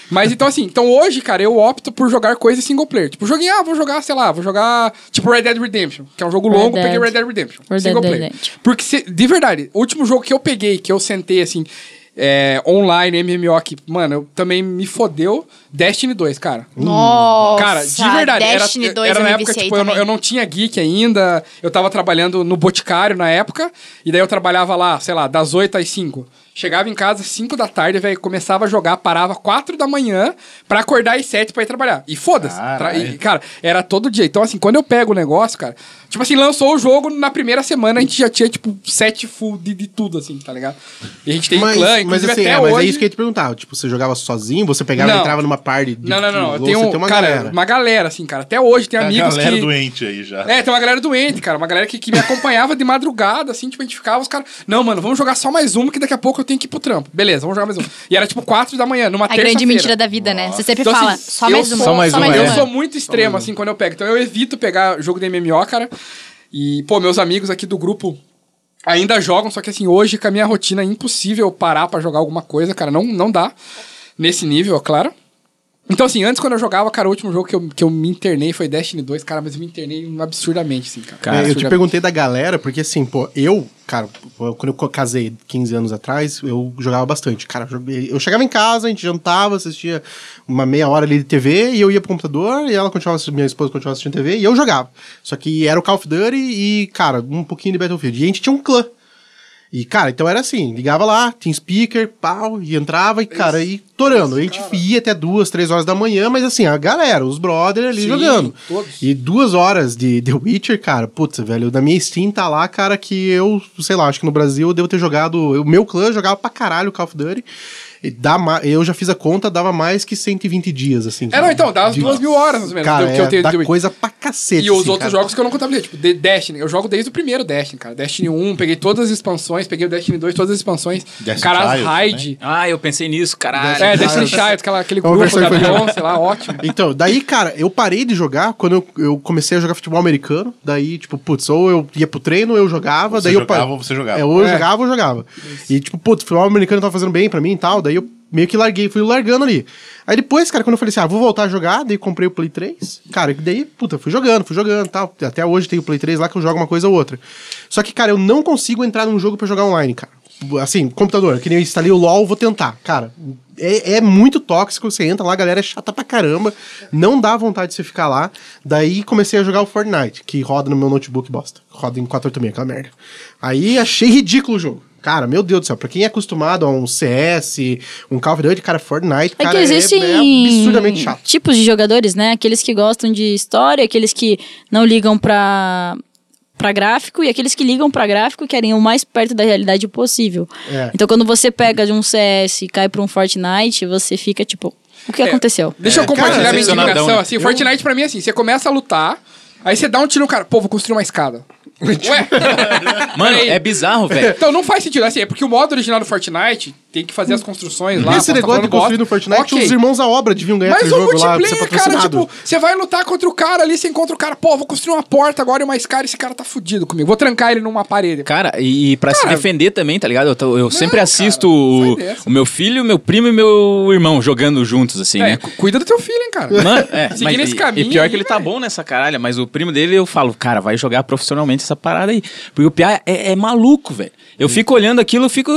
Speaker 3: Mas então, assim, então hoje, cara, eu opto por jogar coisa single player. Tipo, joguei, ah, vou jogar, sei lá, vou jogar. Tipo, Red Dead Redemption, que é um jogo
Speaker 7: Red
Speaker 3: longo, peguei
Speaker 7: Dead.
Speaker 3: Red Dead Redemption.
Speaker 7: Red
Speaker 3: single
Speaker 7: Dead
Speaker 3: player.
Speaker 7: Redemption.
Speaker 3: Porque, se- de verdade, o último jogo que eu peguei, que eu sentei assim, é, online, MMO, que, mano, eu também me fodeu. Destiny 2, cara.
Speaker 6: Nossa,
Speaker 3: Cara, de verdade, era-
Speaker 6: Destiny 2
Speaker 3: era,
Speaker 6: eu
Speaker 3: na
Speaker 6: me
Speaker 3: época,
Speaker 6: viciei
Speaker 3: tipo, eu não,
Speaker 6: também.
Speaker 3: eu não tinha geek ainda, eu tava trabalhando no Boticário na época, e daí eu trabalhava lá, sei lá, das 8 às 5. Chegava em casa às 5 da tarde, velho, começava a jogar, parava 4 da manhã pra acordar às 7 pra ir trabalhar. E foda-se. Tra-
Speaker 2: Caralho.
Speaker 3: e, cara, era todo dia. Então, assim, quando eu pego o negócio, cara, tipo assim, lançou o jogo, na primeira semana a gente já tinha, tipo, 7 full de, de tudo, assim, tá ligado? E a gente tem
Speaker 5: mas,
Speaker 3: clã,
Speaker 5: mas
Speaker 3: inclusive
Speaker 5: assim,
Speaker 3: até
Speaker 5: é,
Speaker 3: hoje...
Speaker 5: mas é isso que eu ia te perguntar. Tipo, você jogava sozinho, você pegava
Speaker 3: Não.
Speaker 5: e entrava numa party de
Speaker 3: Não, não, não.
Speaker 5: ou
Speaker 3: Eu tenho,
Speaker 5: você tem uma
Speaker 3: cara,
Speaker 5: galera.
Speaker 3: uma galera, assim, cara. Até hoje tem
Speaker 2: a
Speaker 3: amigos
Speaker 2: galera
Speaker 3: que...
Speaker 2: doente aí já.
Speaker 3: É, tem uma galera doente, cara. Uma galera que, que me acompanhava de madrugada, assim, tipo, a gente ficava, os caras. Não, mano, vamos jogar só mais uma, que daqui a pouco eu tenho que ir pro trampo. Beleza, vamos jogar mais uma. E era tipo quatro da manhã, numa
Speaker 6: A grande
Speaker 3: terça-feira.
Speaker 6: mentira da vida, né? Você sempre
Speaker 3: Então,
Speaker 6: fala,
Speaker 3: assim,
Speaker 6: só
Speaker 3: eu
Speaker 6: mais
Speaker 3: sou-
Speaker 6: um,
Speaker 3: um,
Speaker 6: uma.
Speaker 4: só mais uma,
Speaker 3: Eu
Speaker 4: é.
Speaker 3: sou muito extremo, assim, quando eu pego. Então eu evito pegar jogo de MMO, cara. E, pô, meus amigos aqui do grupo ainda jogam, só que assim, hoje com a minha rotina é impossível eu parar pra jogar alguma coisa, cara. Não, não dá. Nesse nível, é claro. Então, assim, antes quando eu jogava, cara, o último jogo que eu, que eu me internei foi Destiny 2, cara, mas eu me internei absurdamente, assim, cara.
Speaker 5: É, eu te
Speaker 3: Absurdamente.
Speaker 5: perguntei da galera, porque assim, pô, eu, cara, pô, quando eu co- casei 15 anos atrás, eu jogava bastante. Cara, eu joguei- eu chegava em casa, a gente jantava, assistia uma meia hora ali de TV, e eu ia pro computador, e ela continuava, assi- minha esposa continuava assistindo TV, e eu jogava. Só que era o Call of Duty e, cara, um pouquinho de Battlefield. E a gente tinha um clã. E, cara, então era assim, ligava lá, tinha speaker, pau, e entrava, e, cara, e torando. A gente ia até duas, três horas da manhã, mas assim, a galera, os brothers ali
Speaker 3: Sim,
Speaker 5: jogando.
Speaker 3: todos.
Speaker 5: E duas horas de The Witcher, cara, putz, velho, da minha Steam tá lá, cara, que eu, sei lá, acho que no Brasil eu devo ter jogado. O meu clã jogava pra caralho Call of Duty. E dá ma- eu já fiz a conta, dava mais que 120 dias, assim.
Speaker 3: É, não, então, dá as duas mil horas, mais ou menos,
Speaker 5: Cara,
Speaker 3: do que eu
Speaker 5: é,
Speaker 3: tenho
Speaker 5: dá
Speaker 3: de Witcher.
Speaker 5: coisa pra cacete.
Speaker 3: E os
Speaker 5: assim,
Speaker 3: outros
Speaker 5: cara.
Speaker 3: jogos que eu não contabilizei, tipo The Destiny. Eu jogo desde o primeiro Destiny, cara. Destiny 1, peguei todas as expansões, peguei o Destiny 2, todas as expansões.
Speaker 2: Destiny
Speaker 3: cara, as
Speaker 2: Trials,
Speaker 3: raid.
Speaker 4: Ah, eu pensei nisso, caralho.
Speaker 3: É, Destiny Child, aquela, aquele
Speaker 5: Uma
Speaker 3: grupo
Speaker 5: versão
Speaker 3: da
Speaker 5: infantil.
Speaker 3: Beyoncé lá, ótimo.
Speaker 5: Então, daí, cara, eu parei de jogar quando eu, eu comecei a jogar futebol americano. Daí, tipo, putz, ou eu ia pro treino, ou eu jogava,
Speaker 2: Você
Speaker 5: daí eu
Speaker 2: jogava
Speaker 5: pa-
Speaker 2: ou você jogava?
Speaker 5: É, ou eu
Speaker 3: É.
Speaker 5: jogava ou eu jogava. E, tipo, putz, futebol americano tava fazendo bem pra mim e tal. Daí eu meio que larguei, fui largando ali. Aí depois, cara, quando eu falei assim, ah, vou voltar a jogar, daí eu comprei o Play 3. Cara, e daí, puta, fui jogando, fui jogando e tal. Até hoje tem o Play 3 lá que eu jogo uma coisa ou outra. Só que, cara, eu não consigo entrar num jogo pra jogar online, cara. Assim, computador, que nem eu instalei o LOL, vou tentar. Cara, é, é muito tóxico, você entra lá, a galera é chata pra caramba, não dá vontade de você ficar lá. Daí comecei a jogar o Fortnite, que roda no meu notebook bosta. Roda em 486, aquela merda. Aí achei ridículo o jogo. Cara, meu Deus do céu, pra quem é acostumado a um CS, um Call of Duty, cara, Fortnite,
Speaker 7: É
Speaker 5: cara,
Speaker 7: que existem
Speaker 5: é, absurdamente chato.
Speaker 7: tipos de jogadores, né? Aqueles que gostam de história, aqueles que não ligam pra, pra gráfico e aqueles que ligam pra gráfico e querem o mais perto da realidade possível.
Speaker 5: É.
Speaker 7: Então, quando você pega de um CS e cai pra um Fortnite, você fica tipo, o
Speaker 3: É.
Speaker 7: que aconteceu?
Speaker 3: Deixa eu compartilhar
Speaker 4: É. cara,
Speaker 3: minha
Speaker 4: sensacional,
Speaker 3: indignação,
Speaker 4: né?
Speaker 3: assim. Fortnite pra mim é assim, você começa a lutar, aí você dá um tiro no cara, pô, vou construir uma escada. Ué,
Speaker 4: Mano,
Speaker 3: Peraí.
Speaker 4: é bizarro, velho.
Speaker 3: então não faz sentido. Assim, é porque o modo original do Fortnite tem que fazer as construções lá.
Speaker 5: Esse
Speaker 3: mostra
Speaker 5: negócio de
Speaker 3: falando bosta.
Speaker 5: construir no Fortnite,
Speaker 3: Ok.
Speaker 5: os irmãos à obra deviam ganhar
Speaker 3: Mas
Speaker 5: aquele
Speaker 3: o
Speaker 5: jogo
Speaker 4: é
Speaker 5: lá pra ser
Speaker 3: multiplayer, cara,
Speaker 5: patrocinado.
Speaker 3: tipo, você vai lutar contra o cara ali, você encontra o cara, pô, vou construir uma porta agora e uma escada, esse cara tá fudido comigo. Vou trancar ele numa parede.
Speaker 4: Cara, e, e pra se
Speaker 3: Cara. É,
Speaker 4: defender também, tá ligado? Eu, tô- eu sempre
Speaker 3: cara,
Speaker 4: assisto
Speaker 3: sai
Speaker 4: o,
Speaker 3: dessa.
Speaker 4: o meu filho, meu primo e meu irmão jogando juntos, assim,
Speaker 3: É,
Speaker 4: né?
Speaker 3: cu- cuida do teu filho, hein, cara.
Speaker 4: Mano, é,
Speaker 3: Seguir
Speaker 4: mas
Speaker 3: nesse
Speaker 4: e-
Speaker 3: caminho
Speaker 4: E pior
Speaker 3: aí,
Speaker 4: que ele tá
Speaker 3: velho.
Speaker 4: bom nessa caralha, mas o primo dele eu falo, cara, vai jogar profissionalmente essa parada aí. Porque o Piá é, é maluco, velho. Eu fico olhando aquilo, eu fico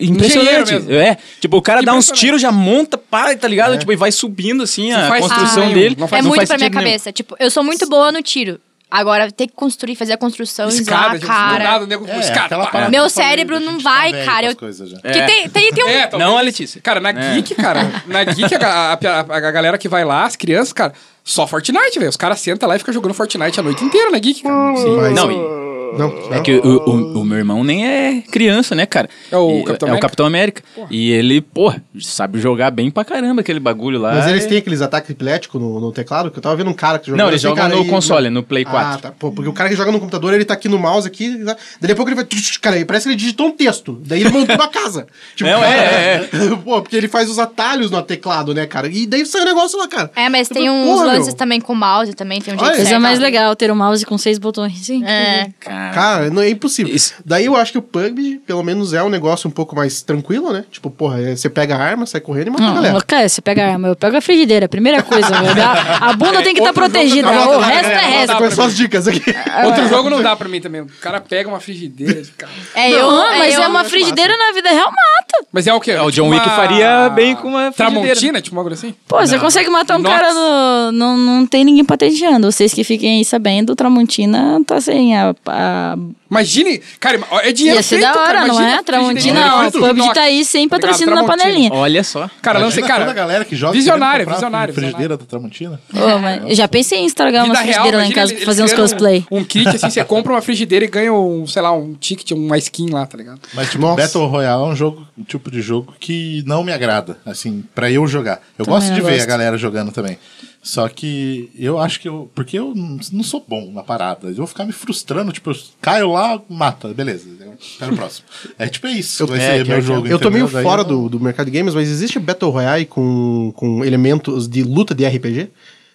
Speaker 4: impressionante.
Speaker 3: mesmo.
Speaker 4: É, tipo, o cara dá uns
Speaker 3: Impressionante. É.
Speaker 4: tiros, já monta, para, tá ligado? Tipo, e vai subindo assim a
Speaker 3: faz né?
Speaker 4: construção
Speaker 3: sentido
Speaker 4: dele.
Speaker 3: nenhum, não
Speaker 6: é
Speaker 3: faz-
Speaker 6: muito
Speaker 4: faz
Speaker 6: pra minha
Speaker 4: sentido nenhum.
Speaker 6: cabeça. Tipo, eu sou muito boa no tiro. Agora, ter que construir, fazer a construção,
Speaker 3: Escada,
Speaker 6: isolar a
Speaker 3: tipo,
Speaker 6: cara.
Speaker 3: do nada, o nego com
Speaker 2: É,
Speaker 3: escada.
Speaker 2: aquela
Speaker 3: pá.
Speaker 2: parada
Speaker 6: Meu
Speaker 2: que eu falei,
Speaker 6: cérebro
Speaker 2: da
Speaker 6: não
Speaker 2: gente tá
Speaker 6: vai,
Speaker 2: velho
Speaker 6: cara,
Speaker 2: com as
Speaker 6: eu-
Speaker 2: coisas já.
Speaker 6: Que tem, tem, tem um.
Speaker 3: É, talvez.
Speaker 4: Não a Letícia.
Speaker 3: Cara, na
Speaker 7: É.
Speaker 3: Geek, cara, na Geek, a, a- a- a galera que vai lá, as crianças, cara, só Fortnite, velho. Os caras sentam lá e ficam jogando Fortnite a noite inteira na Geek, cara.
Speaker 2: Hum,
Speaker 5: Mas-
Speaker 4: Não, e-
Speaker 5: Não,
Speaker 4: é
Speaker 5: não.
Speaker 4: que o, o- o meu irmão nem é criança, né, cara?
Speaker 3: Ah. É o
Speaker 4: E-
Speaker 3: Capitão
Speaker 4: é o
Speaker 3: América?
Speaker 4: Capitão América. E ele, porra, sabe jogar bem pra caramba aquele bagulho lá.
Speaker 5: Mas eles
Speaker 4: E-
Speaker 5: têm aqueles ataques epiléticos no, no teclado, que eu tava vendo um cara que jogava.
Speaker 4: Não, eles
Speaker 5: assim,
Speaker 4: jogam
Speaker 5: cara,
Speaker 4: no
Speaker 5: e-
Speaker 4: console, no Play
Speaker 5: Ah,
Speaker 4: 4.
Speaker 5: tá. Pô, porque o cara que joga no computador, ele tá aqui no mouse aqui, né? daí a pouco ele vai. Cara, aí parece que ele digitou um texto. Daí ele montou uma casa. Tipo,
Speaker 4: Não, é,
Speaker 5: cara,
Speaker 4: é,
Speaker 5: Pô, porque ele faz os atalhos no teclado, né, cara? E daí sai o negócio lá, cara.
Speaker 6: É, mas
Speaker 5: Eu
Speaker 6: tem
Speaker 5: falei,
Speaker 6: uns
Speaker 5: "Porra,
Speaker 6: lances
Speaker 5: meu."
Speaker 6: também com mouse também, tem um
Speaker 5: Olha,
Speaker 6: jeito
Speaker 7: Coisa
Speaker 6: certo.
Speaker 7: mais legal ter um mouse com seis botões. assim. Sim.
Speaker 6: É.
Speaker 4: Cara,
Speaker 5: Cara, não é impossível.
Speaker 4: Isso.
Speaker 5: Daí eu acho que o PUBG, pelo menos, é um negócio um pouco mais tranquilo, né? Tipo, porra, é, você pega a arma, sai correndo e mata a
Speaker 7: Não,
Speaker 5: galera.
Speaker 7: cara, você pega a arma, eu pego a frigideira, primeira coisa. velho. A, a bunda tem que estar
Speaker 3: Outro jogo
Speaker 7: protegida,
Speaker 3: que eu tava
Speaker 7: o
Speaker 3: jogando,
Speaker 7: resto é
Speaker 3: galera,
Speaker 7: resto.
Speaker 3: não
Speaker 5: Com as suas dicas aqui.
Speaker 2: é.
Speaker 3: Outro jogo não dá pra mim também. O cara pega uma frigideira de cara.
Speaker 6: É, eu,
Speaker 7: Não, mas
Speaker 6: eu-
Speaker 7: é uma frigideira na vida real, mata.
Speaker 3: Mas é o quê? É
Speaker 4: o John Wick faria bem com uma frigideira.
Speaker 3: Tramontina, tipo, uma coisa assim?
Speaker 7: Pô, você consegue matar um
Speaker 3: Nossa.
Speaker 7: cara no. Não, não tem ninguém patenteando. Vocês que fiquem aí sabendo, Tramontina tá sem a. a-
Speaker 3: Imagine, cara, ó, é dinheiro
Speaker 7: Ia ser
Speaker 3: feito,
Speaker 7: da hora,
Speaker 3: cara,
Speaker 7: não
Speaker 3: imagina
Speaker 7: é?
Speaker 3: a
Speaker 7: Tramontina,
Speaker 3: frigideira
Speaker 7: ó, o
Speaker 3: feita de
Speaker 7: PUBG tá aí
Speaker 3: inox, tá
Speaker 7: sem
Speaker 3: ligado?
Speaker 7: patrocínio na
Speaker 3: Tramontina.
Speaker 7: panelinha.
Speaker 4: olha só.
Speaker 3: Cara,
Speaker 2: Imagina
Speaker 3: lance,
Speaker 2: toda a
Speaker 3: cara,
Speaker 2: galera que joga
Speaker 3: visionário,
Speaker 2: querendo comprar uma
Speaker 3: visionário,
Speaker 2: frigideira da Tramontina. É.
Speaker 7: Ô, mas já pensei em instalar uma
Speaker 3: Vida real,
Speaker 7: frigideira lá em
Speaker 3: imagina
Speaker 7: casa pra
Speaker 3: eles
Speaker 7: fazer uns
Speaker 3: criando
Speaker 7: cosplay.
Speaker 3: Um, um kit, assim, você compra uma frigideira e ganha um, sei lá, um ticket, uma skin lá, tá ligado?
Speaker 2: Mas, tipo,
Speaker 5: Nossa.
Speaker 2: Battle Royale é um jogo, um tipo de jogo que não me agrada, assim, pra eu jogar. Eu gosto
Speaker 7: eu
Speaker 2: de ver
Speaker 7: gosto.
Speaker 2: a galera jogando também. Só que eu acho que eu. Porque eu n- não sou bom na parada. Eu vou ficar me frustrando, tipo, eu caio lá, mata, beleza. eu Quero o próximo. É tipo é isso. vai ser meu jogo.
Speaker 5: Eu tô meio
Speaker 2: entendeu? Daí
Speaker 5: fora
Speaker 2: eu não-
Speaker 5: do, do mercado de games, mas existe Battle Royale com, com elementos de luta de RPG?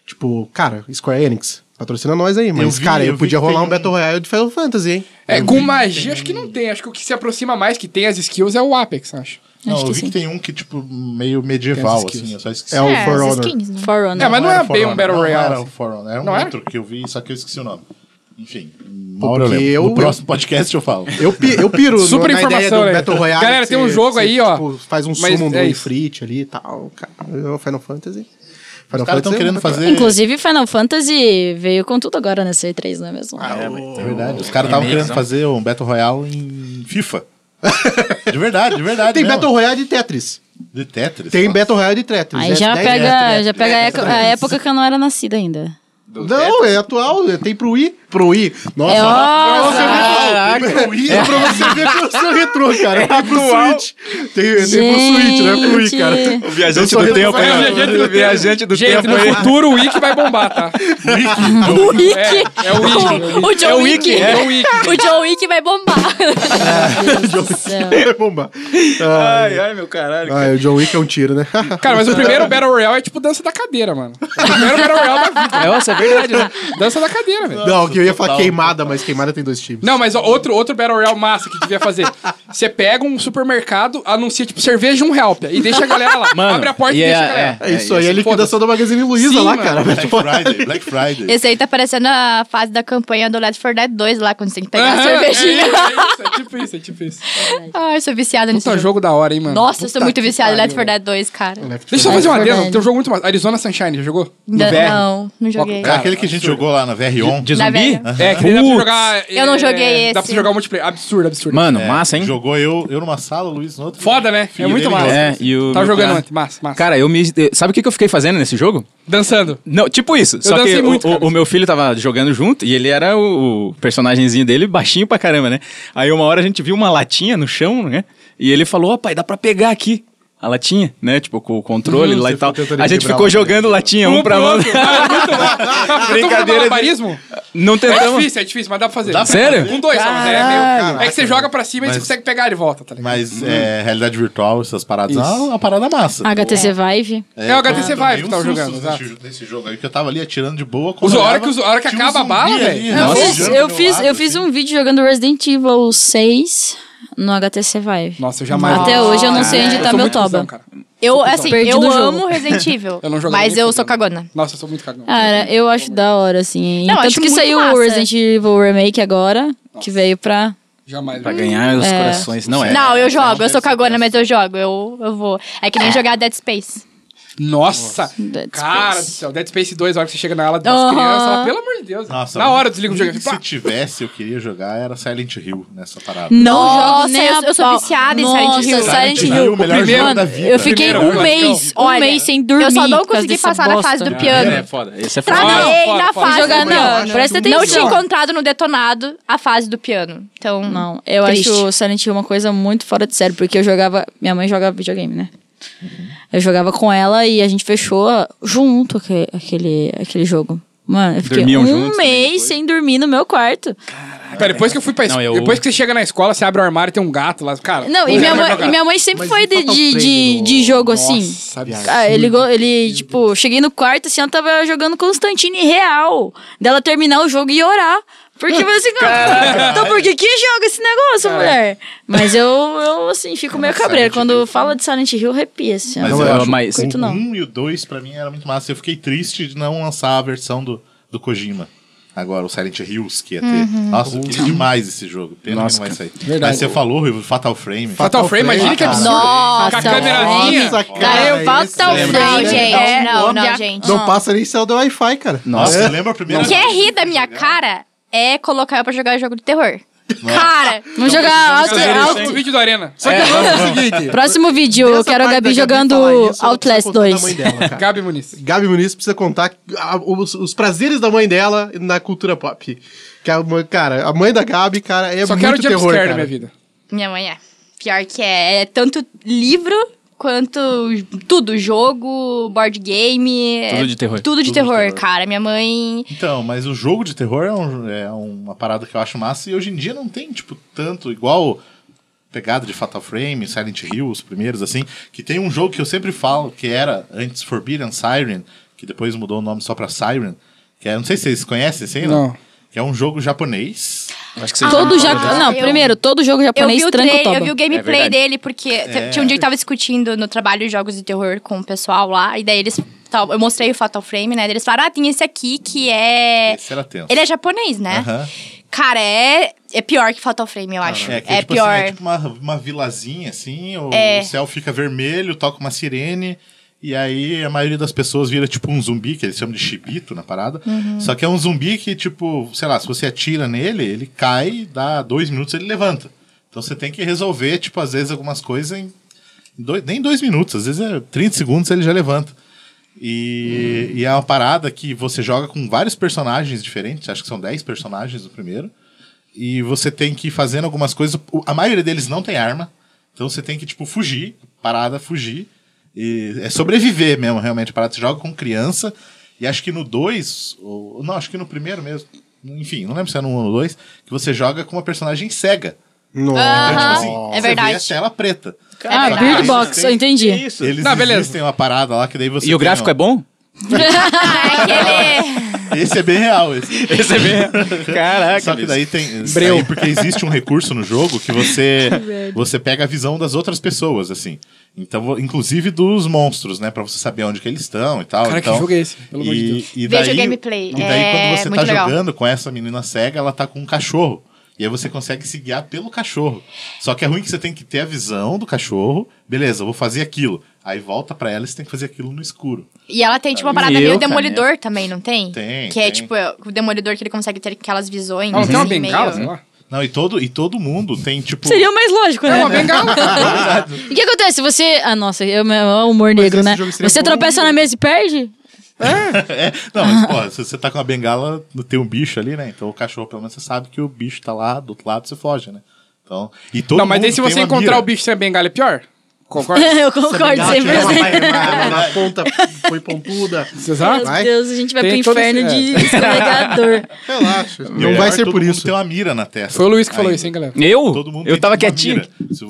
Speaker 5: Tipo, cara, Square Enix, patrocina nós aí, mas,
Speaker 2: vi,
Speaker 5: cara,
Speaker 2: eu
Speaker 5: eu
Speaker 2: vi
Speaker 5: podia
Speaker 2: que
Speaker 5: rolar
Speaker 2: tem
Speaker 5: um Battle Royale de Final Fantasy, hein?
Speaker 3: É, com magia acho que não tem. Acho que o que se aproxima mais, que tem as skills, é o Apex, acho.
Speaker 2: Não,
Speaker 7: Acho
Speaker 2: eu
Speaker 7: que
Speaker 2: vi
Speaker 7: sim.
Speaker 2: que tem um que, tipo, meio medieval,
Speaker 3: Tem essas
Speaker 2: assim. Eu só esqueci.
Speaker 5: É o
Speaker 6: É,
Speaker 5: For
Speaker 6: as
Speaker 5: Honor.
Speaker 6: skins, né?
Speaker 3: É,
Speaker 7: Forerunner.
Speaker 3: mas não
Speaker 2: era
Speaker 3: é bem
Speaker 2: For
Speaker 3: um
Speaker 2: Honor,
Speaker 3: Battle
Speaker 2: não
Speaker 3: Royale.
Speaker 2: Era o For Honor, era um
Speaker 3: Não é?
Speaker 2: outro que eu vi, só que eu esqueci o nome. Enfim, uma
Speaker 5: Porque
Speaker 2: hora eu lembro.
Speaker 5: eu-
Speaker 2: No próximo podcast eu falo.
Speaker 5: Eu, pi- eu piro no-
Speaker 3: Super
Speaker 5: na ideia do
Speaker 3: informação, né?
Speaker 5: Battle Royale.
Speaker 3: Galera,
Speaker 5: que
Speaker 3: tem um jogo aí, ó.
Speaker 5: tipo, faz um
Speaker 3: Mas
Speaker 5: summon do
Speaker 3: é isso.
Speaker 5: Ifrit ali e tal, cara. É o Final Fantasy. Final
Speaker 2: Os caras estão
Speaker 5: Fantasy é
Speaker 2: querendo
Speaker 5: um Battle
Speaker 2: fazer.
Speaker 7: Inclusive, Final Fantasy veio com tudo agora nessa E3, não é mesmo?
Speaker 3: Ah,
Speaker 2: É verdade. Os caras estavam querendo fazer um Battle Royale em FIFA. De verdade, de verdade.
Speaker 5: Tem
Speaker 2: mesmo.
Speaker 5: Battle Royale de Tetris.
Speaker 2: De Tetris.
Speaker 5: Tem Battle Royale de Tetris.
Speaker 7: Aí
Speaker 5: É
Speaker 7: já
Speaker 5: 10,
Speaker 7: pega,
Speaker 2: dez,
Speaker 7: já
Speaker 2: dez,
Speaker 7: pega a
Speaker 2: dez,
Speaker 7: época-
Speaker 2: dez.
Speaker 7: a época que eu não era nascida ainda.
Speaker 5: Não, é atual. é- Tem pro Wii. Pro Wii. Nossa.
Speaker 7: É,
Speaker 5: pra
Speaker 7: ó,
Speaker 5: você ver- Pro Wii é pra você ver que eu sou retrô, cara. tem pro Switch. Tem, tem pro Switch, não é pro Wii, cara.
Speaker 7: Gente.
Speaker 4: O viajante
Speaker 5: do tempo,
Speaker 3: né?
Speaker 4: O viajante do
Speaker 3: Gente, no futuro o Wiki vai bombar, tá?
Speaker 7: O Wiki.
Speaker 3: É, é o Wiki.
Speaker 7: O John Wick.
Speaker 3: É o Wiki.
Speaker 7: O John Wick vai bombar.
Speaker 5: É bomba.
Speaker 4: Ai, ai, meu caralho.
Speaker 5: Ah, o John Wick é um tiro, né?
Speaker 3: Cara, mas o primeiro Battle Royale é tipo dança da cadeira, mano. O primeiro Battle Royale da vida.
Speaker 4: Nossa, é verdade, né?
Speaker 3: Dança da cadeira, velho.
Speaker 5: não, que eu ia falar
Speaker 2: total,
Speaker 5: queimada, mas queimada tem dois times.
Speaker 3: Não, mas ó, outro, outro Battle Royale massa que devia fazer. Você pega um supermercado, anuncia, tipo, cerveja um real, pia, e deixa a galera lá.
Speaker 4: Mano,
Speaker 3: Abre a porta
Speaker 4: e
Speaker 3: e
Speaker 4: é-
Speaker 3: deixa a galera.
Speaker 5: É isso
Speaker 4: É,
Speaker 5: aí,
Speaker 4: isso,
Speaker 5: é a liquidação da Magazine Luiza
Speaker 3: Sim,
Speaker 5: lá,
Speaker 3: mano.
Speaker 5: cara.
Speaker 2: Black Friday, Black Friday.
Speaker 6: Esse aí tá parecendo a fase da campanha do Left 4 Dead 2 lá, quando você tem que pegar
Speaker 3: Aham,
Speaker 6: a
Speaker 3: é
Speaker 6: cervejinha.
Speaker 3: isso, é isso, é tipo isso, é tipo isso.
Speaker 6: Ai, eu sou viciada nisso.
Speaker 3: Puta jogo da hora, hein, mano.
Speaker 6: Nossa, eu sou muito
Speaker 3: que
Speaker 6: viciada em Left
Speaker 3: pariu,
Speaker 6: 4 Dead 2, cara.
Speaker 3: Deixa eu só fazer uma adendo.
Speaker 7: Verdade.
Speaker 3: Tem um jogo muito massa. Arizona Sunshine, já jogou? No
Speaker 6: Ainda
Speaker 3: VR?
Speaker 6: Não, não joguei.
Speaker 2: É aquele que a gente jogou lá na VR1.
Speaker 4: De
Speaker 6: Da
Speaker 4: zumbi?
Speaker 5: um.
Speaker 6: velha.
Speaker 3: É, que daí dá pra
Speaker 4: Putz.
Speaker 3: jogar.
Speaker 6: Eu não joguei
Speaker 3: é, Dá pra
Speaker 6: esse.
Speaker 3: jogar o multiplayer. Absurdo, absurdo.
Speaker 4: Mano,
Speaker 2: É,
Speaker 4: massa, hein?
Speaker 2: Jogou eu, eu numa sala, o Luiz no outro.
Speaker 3: Foda, né?
Speaker 2: Filho
Speaker 3: é muito
Speaker 2: dele
Speaker 3: massa.
Speaker 2: gosta.
Speaker 4: É, e o
Speaker 3: Tava
Speaker 4: meu
Speaker 3: Tá jogando
Speaker 4: cara-
Speaker 3: antes, massa, massa.
Speaker 4: Cara, eu me. eh, Sabe o que que eu fiquei fazendo nesse jogo?
Speaker 3: Dançando.
Speaker 4: Não, tipo isso. só
Speaker 3: dancei
Speaker 4: que o-
Speaker 3: muito,
Speaker 4: o,
Speaker 3: cara.
Speaker 4: o meu filho tava jogando junto e ele era o, o personagemzinho dele, baixinho pra caramba, né? Aí uma hora a gente viu uma latinha no chão, né? E ele falou: Ó, pai, dá pra pegar aqui. A latinha, né? Tipo, com o controle lá e tal.
Speaker 5: ficou tentando
Speaker 4: A gente
Speaker 5: equilibrar
Speaker 4: ficou
Speaker 5: lá, né?
Speaker 4: jogando latinha um pra
Speaker 3: pro
Speaker 4: mão.
Speaker 3: outro. Ah, é muito massa. Você toca
Speaker 4: Brincadeira de-
Speaker 3: malabarismo?
Speaker 4: Não
Speaker 3: É
Speaker 4: tentamos.
Speaker 3: difícil, é difícil, mas dá pra fazer.
Speaker 2: Dá pra
Speaker 4: Sério?
Speaker 3: Um, dois, só, mas é, meio, é que você joga pra cima e você
Speaker 2: Mas-
Speaker 3: consegue pegar ele e volta, tá ligado?
Speaker 2: Mas é, realidade virtual, essas paradas,
Speaker 3: Isso.
Speaker 2: é uma parada massa.
Speaker 7: HTC Vive.
Speaker 3: É, o HTC
Speaker 2: eu
Speaker 3: Vive
Speaker 2: tomei
Speaker 3: que
Speaker 2: uns
Speaker 3: tava jogando,
Speaker 2: sustos
Speaker 3: exato.
Speaker 2: Nesse, nesse jogo aí, que eu tava ali atirando de boa. quando
Speaker 3: Os- a hora
Speaker 2: olhava,
Speaker 3: que os- a hora que
Speaker 2: tinha um
Speaker 3: acaba a
Speaker 2: zumbi
Speaker 3: bala,
Speaker 2: ali,
Speaker 3: velho.
Speaker 2: né,
Speaker 7: Eu
Speaker 4: Nossa.
Speaker 7: fiz,
Speaker 2: mijando
Speaker 7: eu
Speaker 2: do
Speaker 7: fiz,
Speaker 2: lado,
Speaker 7: eu fiz
Speaker 2: assim.
Speaker 7: um vídeo jogando Resident Evil 6 no HTC Vive.
Speaker 3: Nossa, eu jamais.
Speaker 7: Até hoje eu não sei onde
Speaker 3: Eu
Speaker 7: tá
Speaker 3: sou
Speaker 7: meu
Speaker 3: muito
Speaker 7: toba.
Speaker 3: cuzão, cara.
Speaker 6: Eu, assim,
Speaker 7: Perdi
Speaker 6: eu
Speaker 7: no jogo.
Speaker 6: amo Resident Evil,
Speaker 3: Eu não jogava
Speaker 6: mas
Speaker 3: nem
Speaker 6: eu
Speaker 3: fudendo.
Speaker 6: sou cagona.
Speaker 3: Nossa, eu sou muito cagão.
Speaker 7: Cara, eu acho da hora, assim. hein?
Speaker 6: Não,
Speaker 7: Tanto
Speaker 6: acho
Speaker 7: que
Speaker 6: muito
Speaker 7: saiu o
Speaker 6: massa.
Speaker 7: Resident Evil Remake agora, que veio pra.
Speaker 3: Jamais.
Speaker 4: Pra ganhar os corações. Não é.
Speaker 6: Não, eu jogo, eu sou cagona, mas eu jogo, eu, eu vou. É que nem jogar Dead Space.
Speaker 3: Nossa!
Speaker 7: Dead
Speaker 3: Cara do
Speaker 7: Space.
Speaker 3: céu, Dead Space 2, a hora que você chega na ala das
Speaker 7: Aham.
Speaker 3: crianças, ela, pelo amor de Deus.
Speaker 2: Nossa,
Speaker 3: na
Speaker 2: mas
Speaker 3: hora eu "Ah, desligo o jogo.
Speaker 2: Se
Speaker 3: Pá.
Speaker 2: tivesse, eu queria jogar, era Silent Hill nessa parada.
Speaker 7: Não
Speaker 6: Nossa,
Speaker 7: jogo nem
Speaker 6: eu-
Speaker 7: a
Speaker 6: eu sou
Speaker 7: pau.
Speaker 6: viciada em
Speaker 7: Nossa,
Speaker 6: Silent Hill.
Speaker 7: Silent
Speaker 2: Silent Hill,
Speaker 7: Hill.
Speaker 2: o melhor
Speaker 7: primeiro-
Speaker 2: jogo da vida.
Speaker 7: Eu fiquei
Speaker 3: Primeiro,
Speaker 7: um
Speaker 3: Gladão.
Speaker 7: mês, um
Speaker 6: Olha,
Speaker 7: mês sem dormir.
Speaker 6: eu só não
Speaker 7: por causa
Speaker 6: consegui
Speaker 7: dessa
Speaker 6: passar na
Speaker 7: bosta.
Speaker 6: fase do piano.
Speaker 4: É foda. Esse é foda.
Speaker 3: Fora,
Speaker 6: Travei
Speaker 3: fora,
Speaker 6: na
Speaker 3: fora.
Speaker 6: fase
Speaker 7: Jogar
Speaker 6: do piano.
Speaker 7: não, presta atenção.
Speaker 6: Não tinha encontrado no detonado a fase do piano. Então,
Speaker 7: Não, eu
Speaker 6: Triste.
Speaker 7: acho Silent Hill uma coisa muito fora de série, porque eu jogava. Minha mãe joga videogame, né? Eu jogava com ela e a gente fechou junto aque- aquele, aquele jogo. Mano, eu fiquei
Speaker 4: Dormiam
Speaker 7: um
Speaker 4: juntos, né,
Speaker 7: mês
Speaker 4: depois?
Speaker 7: sem dormir no meu quarto.
Speaker 3: Cara, depois que eu fui pra
Speaker 4: Não,
Speaker 3: escola.
Speaker 4: eu-
Speaker 3: Depois que você chega na escola, você abre o armário e tem um gato lá. Cara,
Speaker 7: Não, e
Speaker 3: eu
Speaker 7: minha,
Speaker 3: quero
Speaker 7: mãe,
Speaker 3: jogar.
Speaker 7: e minha mãe sempre
Speaker 5: Mas
Speaker 7: foi
Speaker 5: e
Speaker 7: de,
Speaker 5: Fatal
Speaker 7: de, de,
Speaker 5: Frame
Speaker 7: de jogo
Speaker 3: Nossa,
Speaker 7: assim.
Speaker 3: absurdo.
Speaker 7: Ah, ele, go- ele, tipo, cheguei no quarto, assim, ela tava jogando Constantine real. Dela terminar o jogo e orar. Porque você assim, então por que que joga esse negócio, mulher? Mas eu, eu, assim, fico meio cabreiro.
Speaker 2: Silent
Speaker 7: Quando
Speaker 2: Hill.
Speaker 7: fala de Silent Hill, arrepia, assim.
Speaker 2: Mas
Speaker 7: ó.
Speaker 4: Não,
Speaker 2: eu
Speaker 4: eu-
Speaker 2: acho
Speaker 4: mas-
Speaker 2: que o
Speaker 7: Curto não.
Speaker 2: 1 e o 2 pra mim era muito massa. Eu fiquei triste de não lançar a versão do, do Kojima. Agora, o Silent Hills que ia ter. Nossa, eu queria demais esse jogo. Pena
Speaker 4: Nossa,
Speaker 2: que não vai sair.
Speaker 3: Verdade.
Speaker 2: Mas você falou, Rivo, Fatal Frame.
Speaker 3: Fatal Frame, imagina que
Speaker 2: Cara,
Speaker 3: absurdo.
Speaker 6: Nossa,
Speaker 3: Com a câmerazinha.
Speaker 6: olha. Cara, eu volto ao
Speaker 5: esse
Speaker 6: Não,
Speaker 5: lembra?
Speaker 6: gente.
Speaker 5: É,
Speaker 6: não, não,
Speaker 7: óbvia-
Speaker 6: gente.
Speaker 5: Não passa nem céu do Wi-Fi, cara.
Speaker 2: Nossa, você lembra a primeira
Speaker 6: O que é
Speaker 2: vez?
Speaker 6: rir da minha cara é colocar eu pra jogar jogo de terror. Cara,
Speaker 7: Vamos jogar Out-
Speaker 3: Galera,
Speaker 7: Out-
Speaker 3: último um vídeo da arena.
Speaker 5: Só que agora é o seguinte.
Speaker 7: Próximo vídeo, eu
Speaker 5: essa
Speaker 7: quero a
Speaker 5: parte
Speaker 7: Gabi
Speaker 5: da
Speaker 7: jogando
Speaker 5: falar isso, ela precisa
Speaker 7: Outlast
Speaker 5: contar da
Speaker 7: 2.
Speaker 5: mãe dela, cara.
Speaker 3: Gabi Muniz.
Speaker 5: Gabi Muniz precisa contar a- os, os prazeres da mãe dela na cultura pop. Que a, mãe- cara, a mãe da Gabi, cara, é
Speaker 3: Só quero
Speaker 5: muito terror,
Speaker 3: jumpscare
Speaker 5: cara.
Speaker 3: na minha vida.
Speaker 6: minha mãe é. Pior que é. É tanto livro quanto tudo. Jogo, board game. é
Speaker 4: Tudo de terror.
Speaker 2: Tudo
Speaker 6: Tudo de
Speaker 2: de
Speaker 6: terror,
Speaker 2: terror.
Speaker 6: cara. Minha mãe.
Speaker 2: Então, mas o jogo de terror é, um- é uma parada que eu acho massa e hoje em dia não tem, tipo, tanto igual pegada de Fatal Frame, Silent Hill, os primeiros, assim, que tem um jogo que eu sempre falo que era antes Forbidden Siren, que depois mudou o nome só pra Siren, que é, não sei se vocês conhecem, sei não.
Speaker 3: Não.
Speaker 2: Que é um jogo japonês.
Speaker 4: Acho que você
Speaker 7: Todo
Speaker 4: já...
Speaker 7: ja... Não,
Speaker 6: eu-
Speaker 7: primeiro, todo jogo
Speaker 6: Eu
Speaker 7: japonês
Speaker 6: vi, o
Speaker 7: tranca é o
Speaker 6: trailer-
Speaker 7: toba.
Speaker 6: eu vi o gameplay
Speaker 2: É
Speaker 4: verdade.
Speaker 6: dele, porque t- tinha um dia que tava discutindo no trabalho jogos de terror com o pessoal lá, e daí eles. tal- Eu mostrei o Fatal Frame, né? daí Eles falaram, ah, tem esse aqui que é.
Speaker 2: Esse era tenso.
Speaker 6: Ele é japonês, né?
Speaker 2: Aham.
Speaker 6: Cara, é, é pior que Fatal Frame, eu acho. É,
Speaker 2: que tipo
Speaker 6: pior.
Speaker 2: Assim, é tipo uma, uma vilazinha, assim, o,
Speaker 6: É.
Speaker 2: o céu fica vermelho, toca uma sirene, e aí a maioria das pessoas vira tipo um zumbi, que eles chamam de chibito na parada.
Speaker 6: Uhum.
Speaker 2: Só que é um zumbi que, tipo, sei lá, se você atira nele, ele cai, dá dois minutos ele levanta. Então você tem que resolver, tipo, às vezes algumas coisas em dois- nem dois minutos, às vezes é 30 segundos ele já levanta. E,
Speaker 6: Hum.
Speaker 2: e é uma parada que você joga com vários personagens diferentes, acho que são 10 personagens no primeiro. E você tem que ir fazendo algumas coisas. o- A maioria deles não tem arma. Então você tem que, tipo, fugir. Parada, fugir. E é sobreviver mesmo, realmente. Parada, você joga com criança. E acho que no 2. ou- Não, acho que no primeiro mesmo. Enfim, não lembro se é no 1 ou no 2. Que você joga com uma personagem cega.
Speaker 5: Nossa.
Speaker 2: Então,
Speaker 6: Aham,
Speaker 2: tipo assim,
Speaker 6: é
Speaker 2: você
Speaker 6: verdade.
Speaker 2: vê a tela preta.
Speaker 7: Ah,
Speaker 6: verdade.
Speaker 7: Bird Box, eu entendi.
Speaker 4: Isso.
Speaker 2: Eles
Speaker 3: Não, beleza.
Speaker 2: existem uma parada lá que daí você.
Speaker 4: E o
Speaker 2: tem,
Speaker 4: gráfico
Speaker 2: ó,
Speaker 4: é bom?
Speaker 6: É aquele.
Speaker 2: Esse é bem real. Esse.
Speaker 4: Esse é bem... Caraca.
Speaker 2: Só que
Speaker 4: bicho.
Speaker 2: daí tem. isso
Speaker 3: Breu.
Speaker 2: aí, porque existe um recurso no jogo que você você pega a visão das outras pessoas, assim. Então, vo- inclusive dos monstros, né? Pra você saber onde que eles estão e tal.
Speaker 3: Cara, que
Speaker 2: então,
Speaker 3: jogo é esse? Pelo
Speaker 2: e,
Speaker 3: amor de Deus.
Speaker 2: E daí,
Speaker 6: Veja o gameplay,
Speaker 2: E daí,
Speaker 6: é
Speaker 2: quando você
Speaker 6: muito
Speaker 2: tá
Speaker 6: legal.
Speaker 2: jogando com essa menina cega, ela tá com um cachorro. E aí você consegue se guiar pelo cachorro. Só que é ruim que você tem que ter a visão do cachorro. Beleza, eu vou fazer aquilo. Aí volta pra ela e você tem que fazer aquilo no escuro.
Speaker 6: E ela tem, tipo, uma
Speaker 4: E
Speaker 6: parada
Speaker 4: eu, cara,
Speaker 6: meio demolidor também, não tem?
Speaker 2: Tem,
Speaker 6: Que é,
Speaker 2: tem.
Speaker 6: tipo, o demolidor que ele consegue ter aquelas visões.
Speaker 3: Não, tem uma
Speaker 6: assim,
Speaker 3: bengala, sei
Speaker 6: meio...
Speaker 3: lá.
Speaker 2: Não, e todo, e todo mundo tem, tipo.
Speaker 7: Seria o mais lógico, né?
Speaker 3: É uma bengala.
Speaker 7: E o que acontece? Você. Ah, nossa, eu, meu, é o humor negro,
Speaker 5: esse
Speaker 7: né?
Speaker 5: jogo seria
Speaker 7: Você
Speaker 5: bom.
Speaker 7: tropeça na mesa e perde?
Speaker 2: É, não, mas, pô, se você tá com uma bengala, tem um bicho ali, né? Então o cachorro, pelo menos, você sabe que o bicho tá lá do outro lado, você foge, né? Então, e todo
Speaker 3: Não, mas
Speaker 2: mundo
Speaker 3: daí se
Speaker 2: tem
Speaker 3: você
Speaker 2: uma
Speaker 3: encontrar
Speaker 2: mira.
Speaker 3: o bicho sem a bengala é pior? Concorda?
Speaker 7: Eu concordo
Speaker 5: Ela tirou uma
Speaker 7: 100%.
Speaker 5: barba na ponta, foi pontuda.
Speaker 3: Exato.
Speaker 5: Vai.
Speaker 7: Meu Deus, a gente vai
Speaker 3: Tem
Speaker 7: pro
Speaker 3: todo
Speaker 7: inferno
Speaker 3: esse-
Speaker 7: de escorregador.
Speaker 5: Relaxa. Não
Speaker 2: Melhor,
Speaker 5: vai ser
Speaker 2: é todo
Speaker 5: por
Speaker 2: mundo
Speaker 5: isso.
Speaker 2: Tem uma mira na testa.
Speaker 3: Foi o Luiz que falou
Speaker 2: Ainda.
Speaker 3: isso, hein, galera?
Speaker 4: Eu?
Speaker 2: Todo mundo
Speaker 4: eu
Speaker 2: tem
Speaker 4: tava
Speaker 2: tipo uma
Speaker 4: quietinho.
Speaker 2: mira. Se o,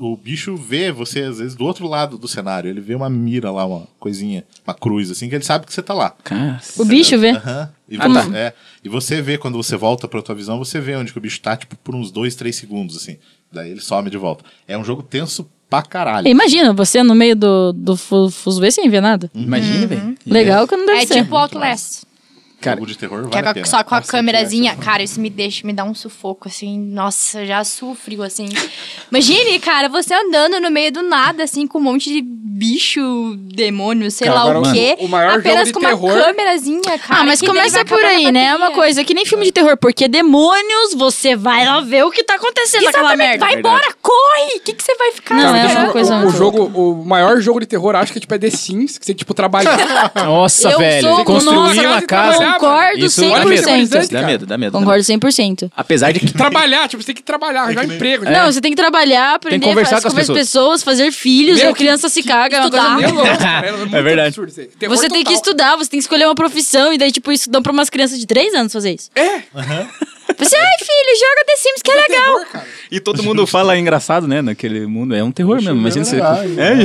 Speaker 2: o- o bicho vê você, às vezes, do outro lado do cenário. Ele vê uma mira lá, uma coisinha, uma cruz, assim, que ele sabe que você tá lá.
Speaker 4: Cacete.
Speaker 7: O bicho vê.
Speaker 2: Aham. E,
Speaker 4: Ah,
Speaker 2: você,
Speaker 4: tá.
Speaker 2: é, e você vê, quando você volta pra tua visão, você vê onde que o bicho tá, tipo, por uns dois, três segundos, assim. Daí ele some de volta. É um jogo tenso pra caralho.
Speaker 7: Imagina, você no meio do, do fu- fuzuê sem ver nada.
Speaker 4: Imagina, velho.
Speaker 7: Legal que Uhum. não deve
Speaker 6: É
Speaker 7: ser.
Speaker 6: tipo Outlast.
Speaker 4: Cara,
Speaker 2: jogo de terror vale
Speaker 6: Que é
Speaker 2: a
Speaker 6: com a-
Speaker 2: pena.
Speaker 6: só com a câmerazinha. Cara, isso me deixa, me dá um sufoco, assim. Nossa, já sofrio, assim. Imagine, cara, você andando no meio do nada, assim, com um monte de bicho, demônio, sei
Speaker 3: Cara,
Speaker 6: lá
Speaker 3: agora,
Speaker 6: o
Speaker 3: mano,
Speaker 6: quê.
Speaker 3: o maior jogo
Speaker 6: Apenas
Speaker 3: de
Speaker 6: com uma
Speaker 3: terror-
Speaker 6: câmerazinha, cara.
Speaker 7: Ah, mas
Speaker 6: que daí vai
Speaker 7: começa por
Speaker 6: acabando a
Speaker 7: aí, né? É uma
Speaker 6: bateria.
Speaker 7: coisa que nem filme de terror, porque demônios, você vai lá ver o que tá acontecendo naquela
Speaker 6: Exatamente,
Speaker 7: merda.
Speaker 6: vai embora, corre! O que, que você vai ficar
Speaker 7: Não, é
Speaker 3: Cara,
Speaker 7: uma
Speaker 3: deixa eu-
Speaker 7: coisa
Speaker 3: o, o
Speaker 7: muito
Speaker 3: jogo, o maior jogo de terror, acho que é tipo é The Sims, que você tem que, tipo trabalhar.
Speaker 4: nossa,
Speaker 7: Eu
Speaker 4: velho.
Speaker 7: sou-
Speaker 4: Construir
Speaker 7: nossa, tá
Speaker 4: uma
Speaker 3: eu
Speaker 4: casa.
Speaker 7: Concordo
Speaker 3: é
Speaker 4: Isso dá medo.
Speaker 7: 100%.
Speaker 4: Isso dá medo, dá medo.
Speaker 7: Concordo 100%.
Speaker 4: Apesar de que
Speaker 3: trabalhar, tipo, você tem que trabalhar, arranjar emprego. né?
Speaker 7: Não, você tem que É, trabalhar, aprender,
Speaker 4: que conversar
Speaker 7: faz-
Speaker 4: com as
Speaker 7: conversar
Speaker 4: pessoas.
Speaker 7: fazer filhos,
Speaker 3: Meu,
Speaker 7: a criança se caga, é uma coisa
Speaker 6: estudar.
Speaker 7: muito-
Speaker 3: Meu Deus, cara, é muito
Speaker 4: verdade.
Speaker 3: absurdo isso aí. Terror
Speaker 7: Você tem que
Speaker 3: total.
Speaker 7: estudar, você tem que escolher uma profissão, e daí, tipo, isso dão pra umas crianças de 3 anos fazer isso. É? Você, ai, filho, joga The Sims, que é legal.
Speaker 3: Terror, cara.
Speaker 4: E todo mundo fala engraçado, né? Naquele mundo. É um terror mesmo. Imagina você.
Speaker 6: né?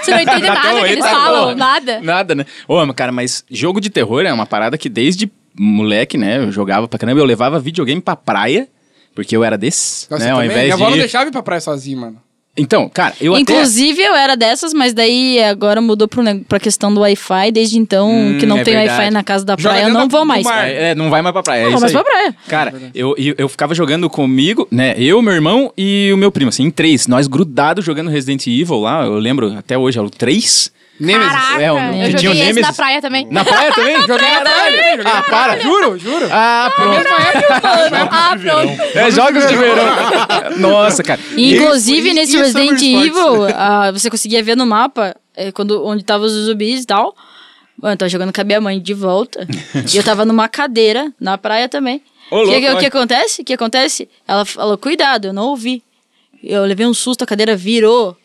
Speaker 6: Você não entende
Speaker 4: Tá
Speaker 6: nada
Speaker 4: bom,
Speaker 6: que
Speaker 4: aí
Speaker 6: eles
Speaker 4: tá
Speaker 6: falam,
Speaker 4: bom.
Speaker 6: nada.
Speaker 4: Nada, né? Ô, mas, cara, mas jogo de terror é uma parada que desde moleque, né? Eu jogava pra caramba. Eu levava videogame pra praia, porque eu era desse.
Speaker 3: Nossa,
Speaker 4: né,
Speaker 3: eu
Speaker 4: ao
Speaker 3: também- minha
Speaker 4: invés
Speaker 3: avó não
Speaker 4: de.
Speaker 3: deixava ir pra praia sozinha, mano.
Speaker 4: Então, cara, eu
Speaker 7: Inclusive, eu era dessas, mas daí agora mudou pro, ne- pra questão do Wi-Fi. Desde então,
Speaker 4: Hum,
Speaker 7: que não
Speaker 4: é
Speaker 7: tem Wi-Fi
Speaker 4: verdade.
Speaker 7: na casa da
Speaker 3: Joga
Speaker 7: praia, eu
Speaker 3: dentro
Speaker 7: não
Speaker 3: da-
Speaker 7: vou
Speaker 3: do
Speaker 7: mais.
Speaker 3: mar.
Speaker 4: até. É, é, não vai mais pra praia. é
Speaker 7: Não,
Speaker 4: isso
Speaker 7: mas
Speaker 4: aí.
Speaker 7: pra praia.
Speaker 4: Cara, eu, eu, eu ficava jogando comigo, né? Eu, meu irmão e o meu primo, assim, em três. Nós grudados jogando Resident Evil lá. Eu lembro até hoje, é o três.
Speaker 6: Caraca,
Speaker 4: É, um-
Speaker 7: né?
Speaker 6: eu
Speaker 4: tinha o
Speaker 6: joguei esse
Speaker 4: Nemesis.
Speaker 6: na praia também.
Speaker 4: Na praia também?
Speaker 3: Joguei na praia, também, joguei na
Speaker 4: Ah,
Speaker 3: praia.
Speaker 4: para.
Speaker 3: Juro, juro.
Speaker 4: Ah, pronto.
Speaker 6: ah, pronto.
Speaker 4: É jogos de verão. Nossa, cara.
Speaker 7: E, Inclusive,
Speaker 5: isso-
Speaker 7: nesse
Speaker 5: isso é
Speaker 7: Resident
Speaker 5: Summer Sports.
Speaker 7: Evil, ah, você conseguia ver no mapa eh, quando, onde estavam os zumbis e tal. Bom, eu tava jogando com a minha mãe de volta. e eu tava numa cadeira, na praia também.
Speaker 4: Ô,
Speaker 7: O
Speaker 4: louco,
Speaker 7: que, que- o
Speaker 4: olha.
Speaker 7: que acontece? O que acontece? Ela falou, cuidado, eu não ouvi. Eu levei um susto, a cadeira virou.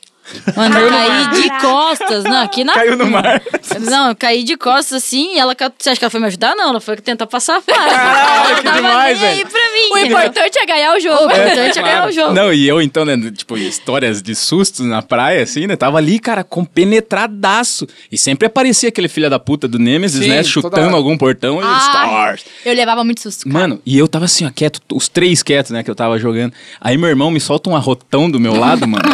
Speaker 7: Mano, eu caí de costas. Não, aqui na...
Speaker 4: Caiu no mar.
Speaker 7: Não, eu caí de costas assim e ela. cat- Você acha que ela foi me ajudar? Não, ela foi tentar passar a fase.
Speaker 4: Caralho,
Speaker 7: Ela
Speaker 4: que
Speaker 7: tava
Speaker 4: demais,
Speaker 7: nem aí
Speaker 4: velho.
Speaker 7: pra mim.
Speaker 6: O
Speaker 7: entendeu?
Speaker 6: importante é ganhar o
Speaker 7: O
Speaker 6: jogo.
Speaker 7: importante é ganhar o jogo.
Speaker 4: Não, e eu então, né, tipo, histórias de sustos na praia, assim, né, tava ali, cara, compenetradaço. E sempre aparecia aquele filho da puta do Nemesis,
Speaker 3: Sim,
Speaker 4: né,
Speaker 3: toda
Speaker 4: chutando
Speaker 3: hora.
Speaker 4: algum portão e
Speaker 6: Ah,
Speaker 4: stars.
Speaker 6: eu levava muito susto. cara.
Speaker 4: Mano, e eu tava assim, ó, quieto, os três quietos, né, que eu tava jogando. Aí meu irmão me solta um arrotão do meu lado, mano.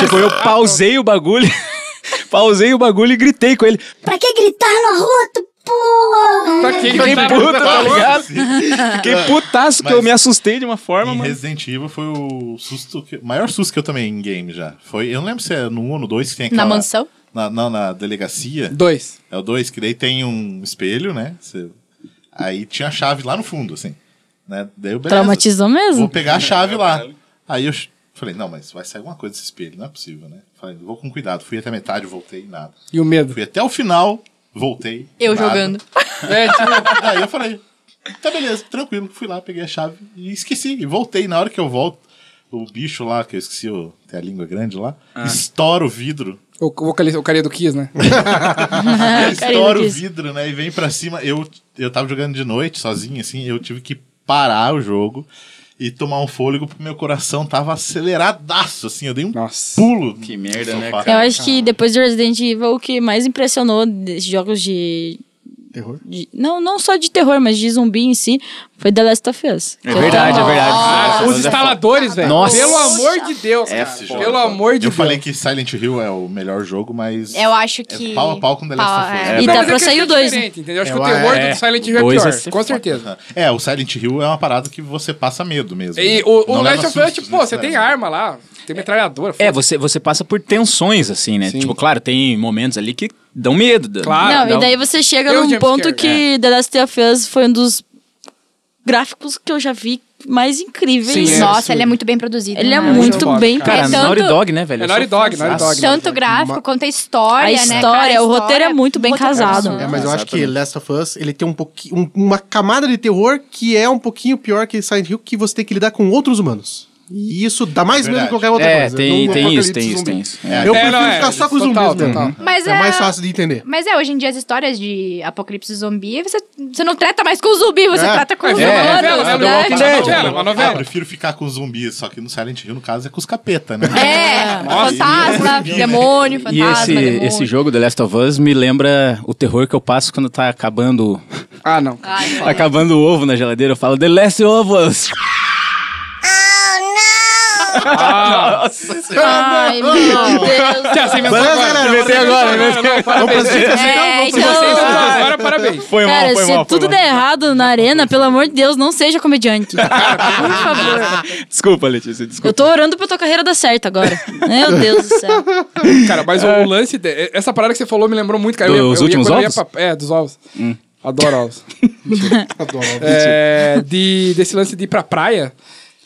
Speaker 4: tipo, eu pausei o bagulho, pausei o bagulho e gritei com ele.
Speaker 8: Pra que gritar na rua, tu porra?
Speaker 3: Pra quem
Speaker 4: Fiquei
Speaker 3: tá-
Speaker 4: puta, tá ligado? Fiquei putaço que eu me assustei de uma forma,
Speaker 2: Em
Speaker 4: mano.
Speaker 2: Resident Evil foi o susto que, o maior susto que eu também em game já. Foi, eu não lembro se é no 1 ou no 2 que tem
Speaker 6: Na
Speaker 2: aquela...
Speaker 6: mansão?
Speaker 2: Na, não, na delegacia.
Speaker 3: Dois.
Speaker 2: É o 2, que daí tem um espelho, né? Você- Aí tinha a chave lá no fundo, assim. Né? Daí eu, beleza,
Speaker 7: Traumatizou
Speaker 2: Vou
Speaker 7: mesmo.
Speaker 2: pegar a chave lá. Aí eu ch- falei, não, mas vai sair alguma coisa desse espelho, não é possível, né? Falei, vou com cuidado. Fui até metade, voltei, nada.
Speaker 3: E o medo.
Speaker 2: Fui até o final, voltei.
Speaker 6: Eu
Speaker 2: nada.
Speaker 6: jogando.
Speaker 3: É, tipo,
Speaker 2: Aí eu falei, tá beleza, tranquilo. Fui lá, peguei a chave e esqueci. E voltei. Na hora que eu volto, o bicho lá, que eu esqueci, o, tem a língua grande lá,
Speaker 4: Ah.
Speaker 2: estoura o vidro.
Speaker 3: o, vocalista- o carinha do Kiss, né?
Speaker 2: Ele estoura o
Speaker 7: disso.
Speaker 2: vidro, né? E vem pra cima. Eu, eu tava jogando de noite, sozinho, assim. Eu tive que parar o jogo e tomar um fôlego, porque meu coração tava aceleradaço, assim. Eu dei um
Speaker 3: Nossa.
Speaker 2: pulo.
Speaker 4: Que merda,
Speaker 2: no
Speaker 4: né,
Speaker 2: sofá.
Speaker 7: Eu acho que depois de Resident Evil, o que mais impressionou desses jogos de.
Speaker 5: Terror?
Speaker 7: de- não, não só de terror, mas de zumbi em si, foi The Last of Us.
Speaker 4: É verdade, é verdade. Nossa,
Speaker 3: Ah, Os instaladores, velho.
Speaker 4: Nossa.
Speaker 3: Pelo amor de Deus, cara.
Speaker 2: Esse jogo é
Speaker 3: Pelo
Speaker 2: foda.
Speaker 3: amor de
Speaker 2: Eu
Speaker 3: Deus.
Speaker 2: falei que Silent Hill é o melhor jogo, mas.
Speaker 6: Eu acho
Speaker 2: É
Speaker 6: que.
Speaker 2: pau a pau com The Last
Speaker 6: Pau-
Speaker 2: of Us.
Speaker 6: é.
Speaker 7: E
Speaker 3: Não,
Speaker 7: tá
Speaker 3: mas é
Speaker 7: pra
Speaker 3: que
Speaker 7: sair
Speaker 3: é
Speaker 7: o dois, né?
Speaker 3: diferente, entendeu? Acho que o
Speaker 5: Eu-
Speaker 3: terror
Speaker 4: é,
Speaker 3: do Silent Hill é
Speaker 4: dois
Speaker 3: pior,
Speaker 4: é ser
Speaker 3: com certeza.
Speaker 2: É, o Silent Hill é uma parada que você passa medo mesmo.
Speaker 3: E o, o
Speaker 2: Não leva
Speaker 3: Last of Us,
Speaker 2: sustos,
Speaker 3: tipo,
Speaker 2: né?
Speaker 3: pô, você tem arma lá, tem metralhadora.
Speaker 4: É,
Speaker 3: foda-se.
Speaker 4: você, você passa por tensões, assim, né? Tipo, claro, tem momentos ali que dão medo. dão-
Speaker 3: Claro. Ah,
Speaker 7: não,
Speaker 4: dão-
Speaker 7: e daí você chega
Speaker 3: Eu
Speaker 7: num
Speaker 3: jump
Speaker 7: ponto
Speaker 3: scare,
Speaker 4: É.
Speaker 7: que The Last of Us foi um dos gráficos que eu já vi mais incríveis.
Speaker 3: Sim, é.
Speaker 6: Nossa,
Speaker 3: absurdo.
Speaker 6: ele é muito bem produzido.
Speaker 7: Ele é
Speaker 6: né?
Speaker 7: muito
Speaker 3: Cara,
Speaker 7: bem
Speaker 4: Cara,
Speaker 6: É
Speaker 7: produzido.
Speaker 6: tanto-
Speaker 4: Naughty Dog, né, velho?
Speaker 3: É
Speaker 4: Eu sou
Speaker 3: Naughty Dog, Naughty Dog.
Speaker 6: Tanto gráfico, quanto a história,
Speaker 7: A
Speaker 6: né?
Speaker 7: história, o roteiro é muito bem casado.
Speaker 5: É,
Speaker 7: Ah,
Speaker 5: mas eu acho que
Speaker 4: exatamente.
Speaker 5: Last of Us, ele tem um pouquinho, um- uma camada de terror que é um pouquinho pior que Silent Hill, que você tem que lidar com outros humanos. E isso dá mais medo
Speaker 2: Verdade.
Speaker 5: que qualquer outra
Speaker 4: É,
Speaker 5: coisa.
Speaker 4: tem,
Speaker 5: No
Speaker 4: tem isso,
Speaker 5: apocalipse
Speaker 4: tem isso,
Speaker 5: zumbi.
Speaker 4: tem isso. É.
Speaker 5: Eu
Speaker 3: É,
Speaker 5: prefiro
Speaker 3: não, é,
Speaker 5: ficar só com os zumbis
Speaker 3: total,
Speaker 5: mesmo.
Speaker 3: total.
Speaker 6: Mas
Speaker 5: É mais fácil de entender.
Speaker 6: Mas é, hoje em dia as histórias de apocalipse zumbi, você, você não trata mais com o zumbi, você
Speaker 5: É.
Speaker 6: trata com
Speaker 3: É,
Speaker 6: os
Speaker 3: é,
Speaker 6: humanos,
Speaker 3: é, é,
Speaker 6: né?
Speaker 3: é, Walking Dead, é, uma
Speaker 2: Ah, eu
Speaker 3: novela.
Speaker 2: prefiro ficar com os zumbis, só que no Silent Hill, no caso, é com os capeta, né?
Speaker 6: É, fantasma, demônio,
Speaker 7: Ah,
Speaker 4: E
Speaker 7: tá
Speaker 6: fantasma,
Speaker 4: esse,
Speaker 6: demônio. É
Speaker 4: esse jogo, The Last of Us, me lembra o terror que eu passo quando tá acabando,
Speaker 3: Ah, não.
Speaker 6: Ai, foda.
Speaker 4: acabando o ovo na geladeira. Eu falo, The Last of Us!
Speaker 7: Ai, meu Deus.
Speaker 4: é,
Speaker 3: Tia, você inventou
Speaker 5: Beleza,
Speaker 3: agora.
Speaker 5: galera?
Speaker 4: Inventei agora, inventei.
Speaker 5: Vamos pra gente
Speaker 3: Você
Speaker 6: É,
Speaker 3: inventou
Speaker 6: então...
Speaker 3: agora, parabéns.
Speaker 4: Foi mal,
Speaker 7: Cara,
Speaker 4: foi
Speaker 7: se é
Speaker 4: mal. foi
Speaker 7: tudo
Speaker 4: mal.
Speaker 7: der errado na arena, pelo amor de Deus, não seja comediante.
Speaker 4: Desculpa, Letícia, desculpa.
Speaker 7: Eu tô orando pra tua carreira dar certo agora. Meu Deus do céu.
Speaker 3: Cara, mas o- o lance. de- essa parada que você falou me lembrou muito, cara. Eu
Speaker 4: Dos
Speaker 3: ia- eu ia-
Speaker 4: últimos
Speaker 3: quando eu ia
Speaker 4: ovos?
Speaker 3: pra- é, dos ovos.
Speaker 4: Hum.
Speaker 3: Adoro ovos. É, de, desse lance de ir pra praia.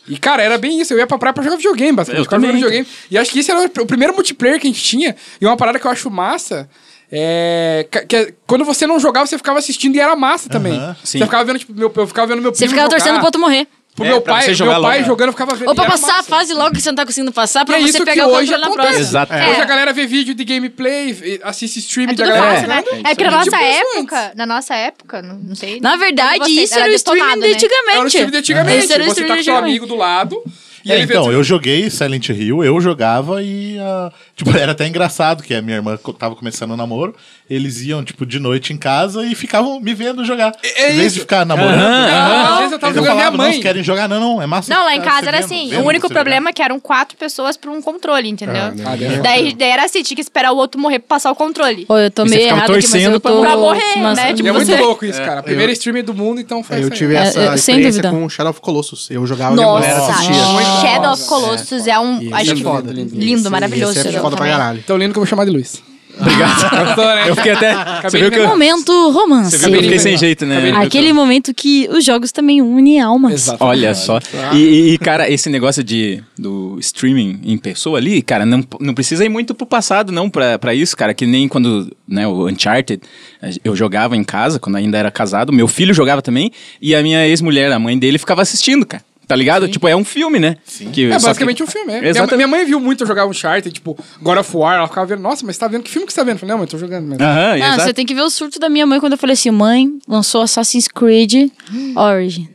Speaker 3: E, cara, era bem isso. Eu ia pra praia pra jogar videogame, basicamente.
Speaker 4: Eu
Speaker 3: Ficava
Speaker 4: também,
Speaker 3: jogando videogame. E acho que esse era o primeiro multiplayer que a gente tinha. E uma parada que eu acho massa. É, ca- que é- quando você não jogava, você ficava assistindo e era massa também. Você
Speaker 4: Sim.
Speaker 3: ficava vendo, tipo, meu, eu ficava vendo meu
Speaker 7: Você
Speaker 3: primo
Speaker 7: ficava
Speaker 3: jogar,
Speaker 7: torcendo pra outro morrer.
Speaker 3: pro
Speaker 4: É,
Speaker 3: meu
Speaker 4: pra
Speaker 3: pai,
Speaker 4: você
Speaker 3: meu
Speaker 4: jogar
Speaker 3: pai
Speaker 4: logo, né?
Speaker 3: jogando, eu ficava vendo.
Speaker 7: Ou
Speaker 3: e
Speaker 7: pra
Speaker 3: era
Speaker 7: passar
Speaker 3: massa.
Speaker 7: a fase logo que você não tá conseguindo passar, pra
Speaker 3: E é
Speaker 7: você
Speaker 3: isso
Speaker 7: pegar
Speaker 3: que
Speaker 7: o
Speaker 3: hoje
Speaker 7: controle na
Speaker 3: acontece.
Speaker 7: próxima.
Speaker 4: Exato.
Speaker 3: Hoje
Speaker 6: É.
Speaker 3: a galera vê vídeo de gameplay, e assiste stream
Speaker 6: É
Speaker 3: da
Speaker 6: tudo
Speaker 3: galera.
Speaker 6: fácil, né? É porque na
Speaker 3: Tipo
Speaker 6: nossa
Speaker 3: isso
Speaker 6: época, na nossa época, não, não sei.
Speaker 7: Na verdade,
Speaker 6: Você-
Speaker 7: isso era o
Speaker 6: era
Speaker 7: streaming
Speaker 6: detonado,
Speaker 7: de
Speaker 6: né?
Speaker 7: antigamente.
Speaker 3: Era o time de antigamente.
Speaker 7: Esse era o
Speaker 3: Você
Speaker 7: streaming
Speaker 3: tá
Speaker 7: de
Speaker 3: com seu
Speaker 7: antigamente.
Speaker 3: amigo do lado. E
Speaker 2: É,
Speaker 3: ele vê
Speaker 2: então,
Speaker 3: tudo.
Speaker 2: eu joguei Silent Hill, eu jogava e. ah, tipo, era até engraçado que a minha irmã co- tava começando o namoro. Eles iam, tipo, de noite em casa e ficavam me vendo jogar.
Speaker 3: É- é
Speaker 2: em vez de
Speaker 3: isso.
Speaker 2: ficar namorando.
Speaker 3: aham. Ah, Às vezes eu tava
Speaker 2: eles falavam,
Speaker 3: jogando minha mãe.
Speaker 2: Não, vocês querem jogar? Não, não, é massa.
Speaker 6: Não, lá em
Speaker 2: ficar
Speaker 6: casa
Speaker 2: se
Speaker 6: era
Speaker 2: vendo,
Speaker 6: assim.
Speaker 2: vendo
Speaker 6: o único
Speaker 2: você jogar.
Speaker 6: problema é que eram quatro pessoas pra um controle, entendeu?
Speaker 3: deve-
Speaker 6: daí, daí era assim, tinha que esperar o outro morrer pra passar o controle.
Speaker 7: Pô, eu tô
Speaker 4: E você
Speaker 7: meio
Speaker 4: ficava
Speaker 7: errada aqui, mas
Speaker 4: torcendo
Speaker 7: eu
Speaker 4: pra
Speaker 7: tô...
Speaker 6: pra morrer,
Speaker 7: mas-
Speaker 6: né?
Speaker 3: E
Speaker 6: Tipo,
Speaker 3: é muito
Speaker 6: você-
Speaker 3: louco isso, cara. Primeiro streamer do mundo, então foi
Speaker 5: Eu
Speaker 3: isso aí.
Speaker 5: tive
Speaker 7: É,
Speaker 5: essa
Speaker 7: eu- sem
Speaker 5: experiência
Speaker 7: dúvida.
Speaker 5: com Shadow of Colossus. Eu jogava e a
Speaker 6: Nossa,
Speaker 5: mulher assistia.
Speaker 6: Shadow of Colossus é, um.
Speaker 5: Esse
Speaker 6: acho
Speaker 5: é foda.
Speaker 6: lindo,
Speaker 5: Esse-
Speaker 6: maravilhoso.
Speaker 5: esse é
Speaker 6: Shadow
Speaker 5: foda pra
Speaker 6: também.
Speaker 5: caralho.
Speaker 3: Tão lindo Então, que eu vou chamar de Luiz. Obrigado. Gostou, né?
Speaker 4: Eu fiquei até. Você viu que eu,
Speaker 7: um Momento romance.
Speaker 4: você viu que eu fiquei sem jeito, né?
Speaker 7: Aquele momento que os jogos também unem almas.
Speaker 3: Exato.
Speaker 4: Olha só. E, e- e, cara, esse negócio de, do streaming em pessoa ali, cara, não, não precisa ir muito pro passado, não, pra, pra isso, cara. Que nem quando, né, o Uncharted, a gen- eu jogava em casa, quando ainda era casado, meu filho jogava também, e a minha ex-mulher, a mãe dele, ficava assistindo, cara. Tá ligado? Tipo, é um filme, né? Que,
Speaker 3: É
Speaker 4: só que-
Speaker 3: basicamente um filme. É. Minha,
Speaker 4: Exatamente.
Speaker 3: minha mãe viu muito eu jogar um chart, tipo, God of War. Ela ficava vendo, nossa, mas você tá vendo? Que filme que você tá vendo? Eu falei, não, mas eu tô jogando mesmo.
Speaker 4: Aham,
Speaker 7: Não,
Speaker 4: exato.
Speaker 7: você tem que ver o surto da minha mãe quando eu falei assim: mãe, lançou Assassin's Creed Origin.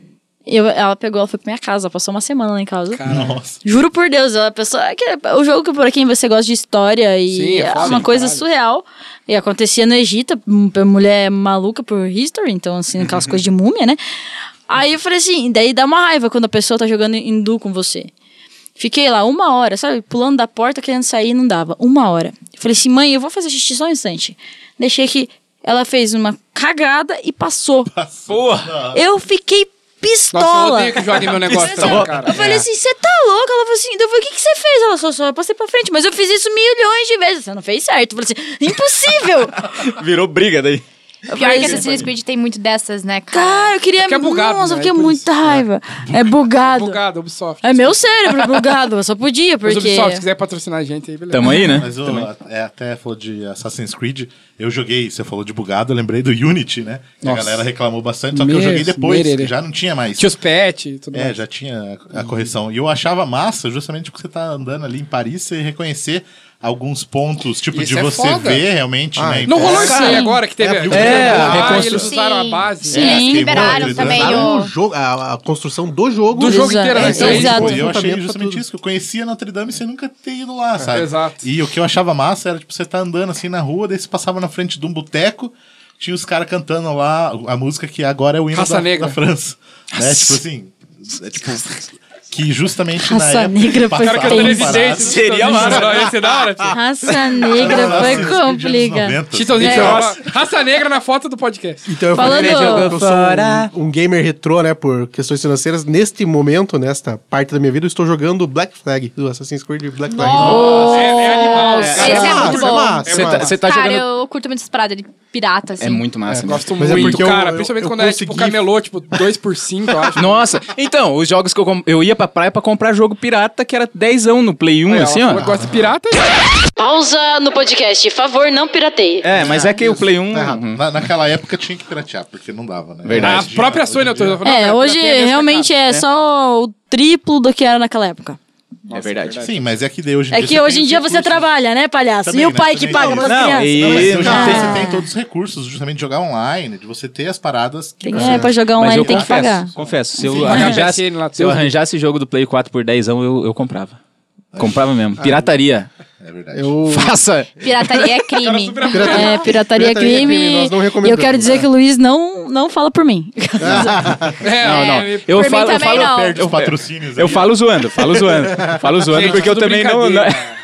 Speaker 7: Eu, ela pegou, ela foi pra minha casa, ela passou uma semana lá em casa.
Speaker 2: Nossa.
Speaker 7: Juro por Deus, ela pensou. é que é o jogo que pra quem você gosta de história e
Speaker 3: Sim, é
Speaker 7: é
Speaker 3: foda,
Speaker 7: uma coisa
Speaker 3: caralho.
Speaker 7: surreal. E acontecia no Egito, m- mulher maluca por history, então, assim,
Speaker 3: Uhum.
Speaker 7: aquelas coisas de múmia, né? Aí eu falei assim, daí dá uma raiva quando a pessoa tá jogando hindu com você. Fiquei lá uma hora, sabe? Pulando da porta, querendo sair, não dava. Uma hora. Eu falei assim, mãe, eu vou fazer xixi só um instante. Deixei que ela fez uma cagada e passou.
Speaker 4: Porra!
Speaker 7: Eu fiquei
Speaker 3: Nossa,
Speaker 7: pistola.
Speaker 3: eu odeio que joguem meu negócio também, cara.
Speaker 7: é
Speaker 3: É.
Speaker 7: Eu falei assim, você tá louca? Ela falou assim, eu falei, o que que você fez? Ela só, só, eu passei pra frente, mas eu fiz isso milhões de vezes. Você não fez certo. Eu falei assim, impossível.
Speaker 4: Virou briga daí.
Speaker 6: Pior
Speaker 7: Eu falei
Speaker 6: que
Speaker 7: assim,
Speaker 6: Assassin's Creed tem muito dessas, né, cara?
Speaker 7: cara, eu queria...
Speaker 3: porque é bugado, né?
Speaker 7: Nossa, eu fiquei
Speaker 3: É por
Speaker 7: muita raiva. É bugado.
Speaker 3: Bugado, Ubisoft.
Speaker 7: É meu cérebro bugado, eu só podia,
Speaker 3: Mas
Speaker 7: porque...
Speaker 3: Ubisoft, se quiser patrocinar a gente aí, beleza.
Speaker 4: Tamo aí, né?
Speaker 2: Mas eu, é, até falou de Assassin's Creed, eu joguei, você falou de bugado, eu lembrei do Unity, né? Que A
Speaker 3: Nossa.
Speaker 2: galera reclamou bastante, só que
Speaker 3: Mesmo,
Speaker 2: eu joguei depois,
Speaker 3: mererê.
Speaker 2: que já não tinha mais.
Speaker 3: Tinha os pet e tudo
Speaker 2: É,
Speaker 3: mais.
Speaker 2: já tinha a a correção. E eu achava massa, justamente porque você tá andando ali em Paris, você reconhecer alguns pontos, tipo,
Speaker 3: Isso
Speaker 2: de
Speaker 3: é
Speaker 2: você
Speaker 3: foda.
Speaker 2: ver realmente,
Speaker 5: Ah,
Speaker 2: né? em
Speaker 3: Não rolou
Speaker 2: Paris.
Speaker 3: isso aí
Speaker 7: Sim.
Speaker 3: agora que teve.
Speaker 2: É,
Speaker 4: é, a
Speaker 3: Ah,
Speaker 4: reconstrução.
Speaker 3: eles usaram a
Speaker 6: Sim.
Speaker 3: base. né?
Speaker 7: Sim.
Speaker 2: fiquei
Speaker 6: liberaram
Speaker 2: muito
Speaker 6: também
Speaker 2: interessado.
Speaker 5: Usaram
Speaker 6: o-
Speaker 5: o Tá jogo, a, a construção do jogo.
Speaker 3: Do jogo
Speaker 7: Exato.
Speaker 3: inteiro, né?
Speaker 7: Exato.
Speaker 3: Então, isso-
Speaker 2: Pô, e eu
Speaker 7: Exato. É.
Speaker 2: achei
Speaker 5: Apontamento pra
Speaker 2: justamente
Speaker 5: tudo.
Speaker 2: isso, que eu conhecia Notre Dame sem nunca ter ido lá, sabe?
Speaker 3: exato.
Speaker 2: E o que eu achava massa era, tipo, você tá andando assim na rua, daí você passava na frente de um boteco, tinha os caras cantando lá a música que agora é o hino
Speaker 3: Raça
Speaker 2: da,
Speaker 3: negra.
Speaker 2: da França. Né? Tipo assim, é tipo... Que justamente
Speaker 7: Raça
Speaker 2: na época.
Speaker 7: negra
Speaker 2: passava
Speaker 3: Cara, que é eu
Speaker 7: Tem.
Speaker 3: tô
Speaker 2: parada.
Speaker 3: evidente.
Speaker 4: Seria massa.
Speaker 3: massa. Ia ser é da hora. filho.
Speaker 7: Raça negra
Speaker 2: Assassin's
Speaker 7: foi
Speaker 2: Creed anos assim.
Speaker 7: complicado.
Speaker 2: 90.
Speaker 3: Chitãozinho
Speaker 7: É.
Speaker 3: de Chororó. Raça negra na foto do podcast.
Speaker 5: Então eu
Speaker 7: Falando-
Speaker 5: falei, né, Diego, que eu sou
Speaker 4: Fora.
Speaker 5: um, um gamer retrô, né, por questões financeiras. Neste momento, nesta parte da minha vida, eu estou jogando Black Flag, do Assassin's Creed Black Flag.
Speaker 3: É, é animal.
Speaker 6: Esse é
Speaker 5: massa,
Speaker 6: muito bom.
Speaker 5: massa,
Speaker 4: Você tá,
Speaker 5: massa.
Speaker 4: você tá
Speaker 6: cara,
Speaker 4: jogando.
Speaker 6: eu curto muito essa parada de pirata, assim.
Speaker 4: É muito massa. mesmo.
Speaker 3: Gosto
Speaker 5: Mas é
Speaker 3: muito,
Speaker 5: porque eu-
Speaker 3: cara.
Speaker 5: eu-
Speaker 3: principalmente
Speaker 5: eu
Speaker 3: quando é tipo
Speaker 5: consegui-
Speaker 3: camelô, tipo 2 por 5, eu acho.
Speaker 4: Nossa, então, os jogos que eu, com- eu ia pra pra praia pra comprar jogo pirata, que era 10 no Play 1,
Speaker 3: Aí,
Speaker 4: assim,
Speaker 3: falou que
Speaker 4: ó.
Speaker 3: Gosta de pirata? né?
Speaker 9: Pausa no podcast, favor, não pirateie.
Speaker 4: É, mas é que o Play 1...
Speaker 5: Tá errado.
Speaker 2: Na- naquela época tinha que piratear, porque não dava, né?
Speaker 4: Verdade.
Speaker 3: A
Speaker 2: Hoje em dia-
Speaker 3: própria
Speaker 2: hoje em
Speaker 3: Sony
Speaker 2: dia-
Speaker 3: autorizou.
Speaker 7: É,
Speaker 3: Não,
Speaker 7: hoje
Speaker 3: pirata é
Speaker 7: realmente é
Speaker 4: né?
Speaker 7: só o triplo do que era naquela época.
Speaker 4: é verdade.
Speaker 2: Sim, mas é que daí hoje em
Speaker 7: É
Speaker 2: dia
Speaker 7: que
Speaker 2: você
Speaker 7: hoje
Speaker 2: tem
Speaker 7: em dia
Speaker 2: os
Speaker 7: você
Speaker 2: recursos.
Speaker 7: trabalha, né, palhaço?
Speaker 2: Também,
Speaker 7: e o
Speaker 2: né?
Speaker 7: pai que
Speaker 2: Também
Speaker 7: paga
Speaker 2: isso.
Speaker 7: pras
Speaker 4: Não,
Speaker 7: crianças?
Speaker 4: e-
Speaker 2: Não, mas hoje em
Speaker 4: Ah.
Speaker 2: dia você tem todos os recursos, justamente de jogar online, de você ter as paradas que
Speaker 7: Tem-
Speaker 2: você
Speaker 7: é, pra jogar
Speaker 4: Mas
Speaker 7: online
Speaker 4: eu
Speaker 7: tem que
Speaker 4: confesso,
Speaker 7: pagar.
Speaker 4: confesso, se eu,
Speaker 3: Pagar
Speaker 4: arranjasse,
Speaker 3: PSN lá,
Speaker 4: se eu
Speaker 3: seus-
Speaker 4: arranjasse jogo do Play 4 por 10 eu, eu comprava. Comprava mesmo. Pirataria.
Speaker 2: É verdade.
Speaker 5: Eu...
Speaker 4: Faça!
Speaker 6: Pirataria é crime.
Speaker 5: Pirataria-
Speaker 7: É, pirataria, é crime.
Speaker 5: nós não
Speaker 7: e eu
Speaker 5: recomendamos,
Speaker 7: quero dizer
Speaker 5: né?
Speaker 7: que o Luiz não, não fala por mim.
Speaker 3: É,
Speaker 4: Não, não.
Speaker 3: é,
Speaker 4: Eu
Speaker 6: mim
Speaker 4: falo, eu
Speaker 6: também
Speaker 4: falo,
Speaker 6: não.
Speaker 2: Perde os patrocínios
Speaker 4: eu
Speaker 2: aí.
Speaker 4: falo zoando, falo zoando. Falo zoando
Speaker 3: Gente,
Speaker 4: porque eu
Speaker 3: tudo
Speaker 4: também não.
Speaker 3: brincadeira.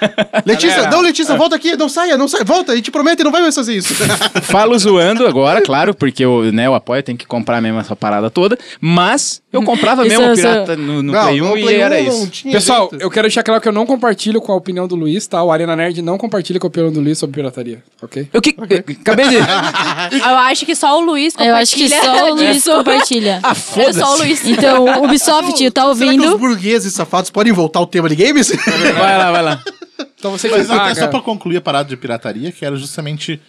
Speaker 5: Letícia, não, Letícia, volta aqui, não saia, não saia, volta, a gente promete, não vai mais fazer isso.
Speaker 4: não- falo zoando agora, claro, porque eu, né, eu apoio, tem que comprar mesmo essa parada toda. Mas eu comprava
Speaker 7: Isso,
Speaker 4: mesmo o
Speaker 7: isso.
Speaker 4: pirata no, no
Speaker 5: Não,
Speaker 4: Play 1
Speaker 5: no
Speaker 4: e
Speaker 5: Play
Speaker 4: era
Speaker 5: 1 não
Speaker 4: isso.
Speaker 5: tinha
Speaker 3: Pessoal,
Speaker 5: jeito.
Speaker 3: eu quero deixar claro que eu não compartilho com a opinião do Luiz, tá? O Arena Nerd não compartilha com a opinião do Luiz sobre pirataria, ok?
Speaker 4: Eu que. eu- Acabei de.
Speaker 6: Eu acho que só o Luiz compartilha.
Speaker 7: Eu acho que só o Luiz
Speaker 6: disso.
Speaker 7: compartilha.
Speaker 4: Ah,
Speaker 6: É só o
Speaker 4: foda-se.
Speaker 6: Luiz.
Speaker 7: Então, Ubisoft, tá
Speaker 5: Será que os
Speaker 7: ouvindo?
Speaker 5: burgueses safados podem voltar ao tema de games?
Speaker 4: Vai lá, vai lá.
Speaker 3: Então você que
Speaker 2: Mas até só
Speaker 3: paga.
Speaker 2: pra concluir a parada de pirataria, que era justamente.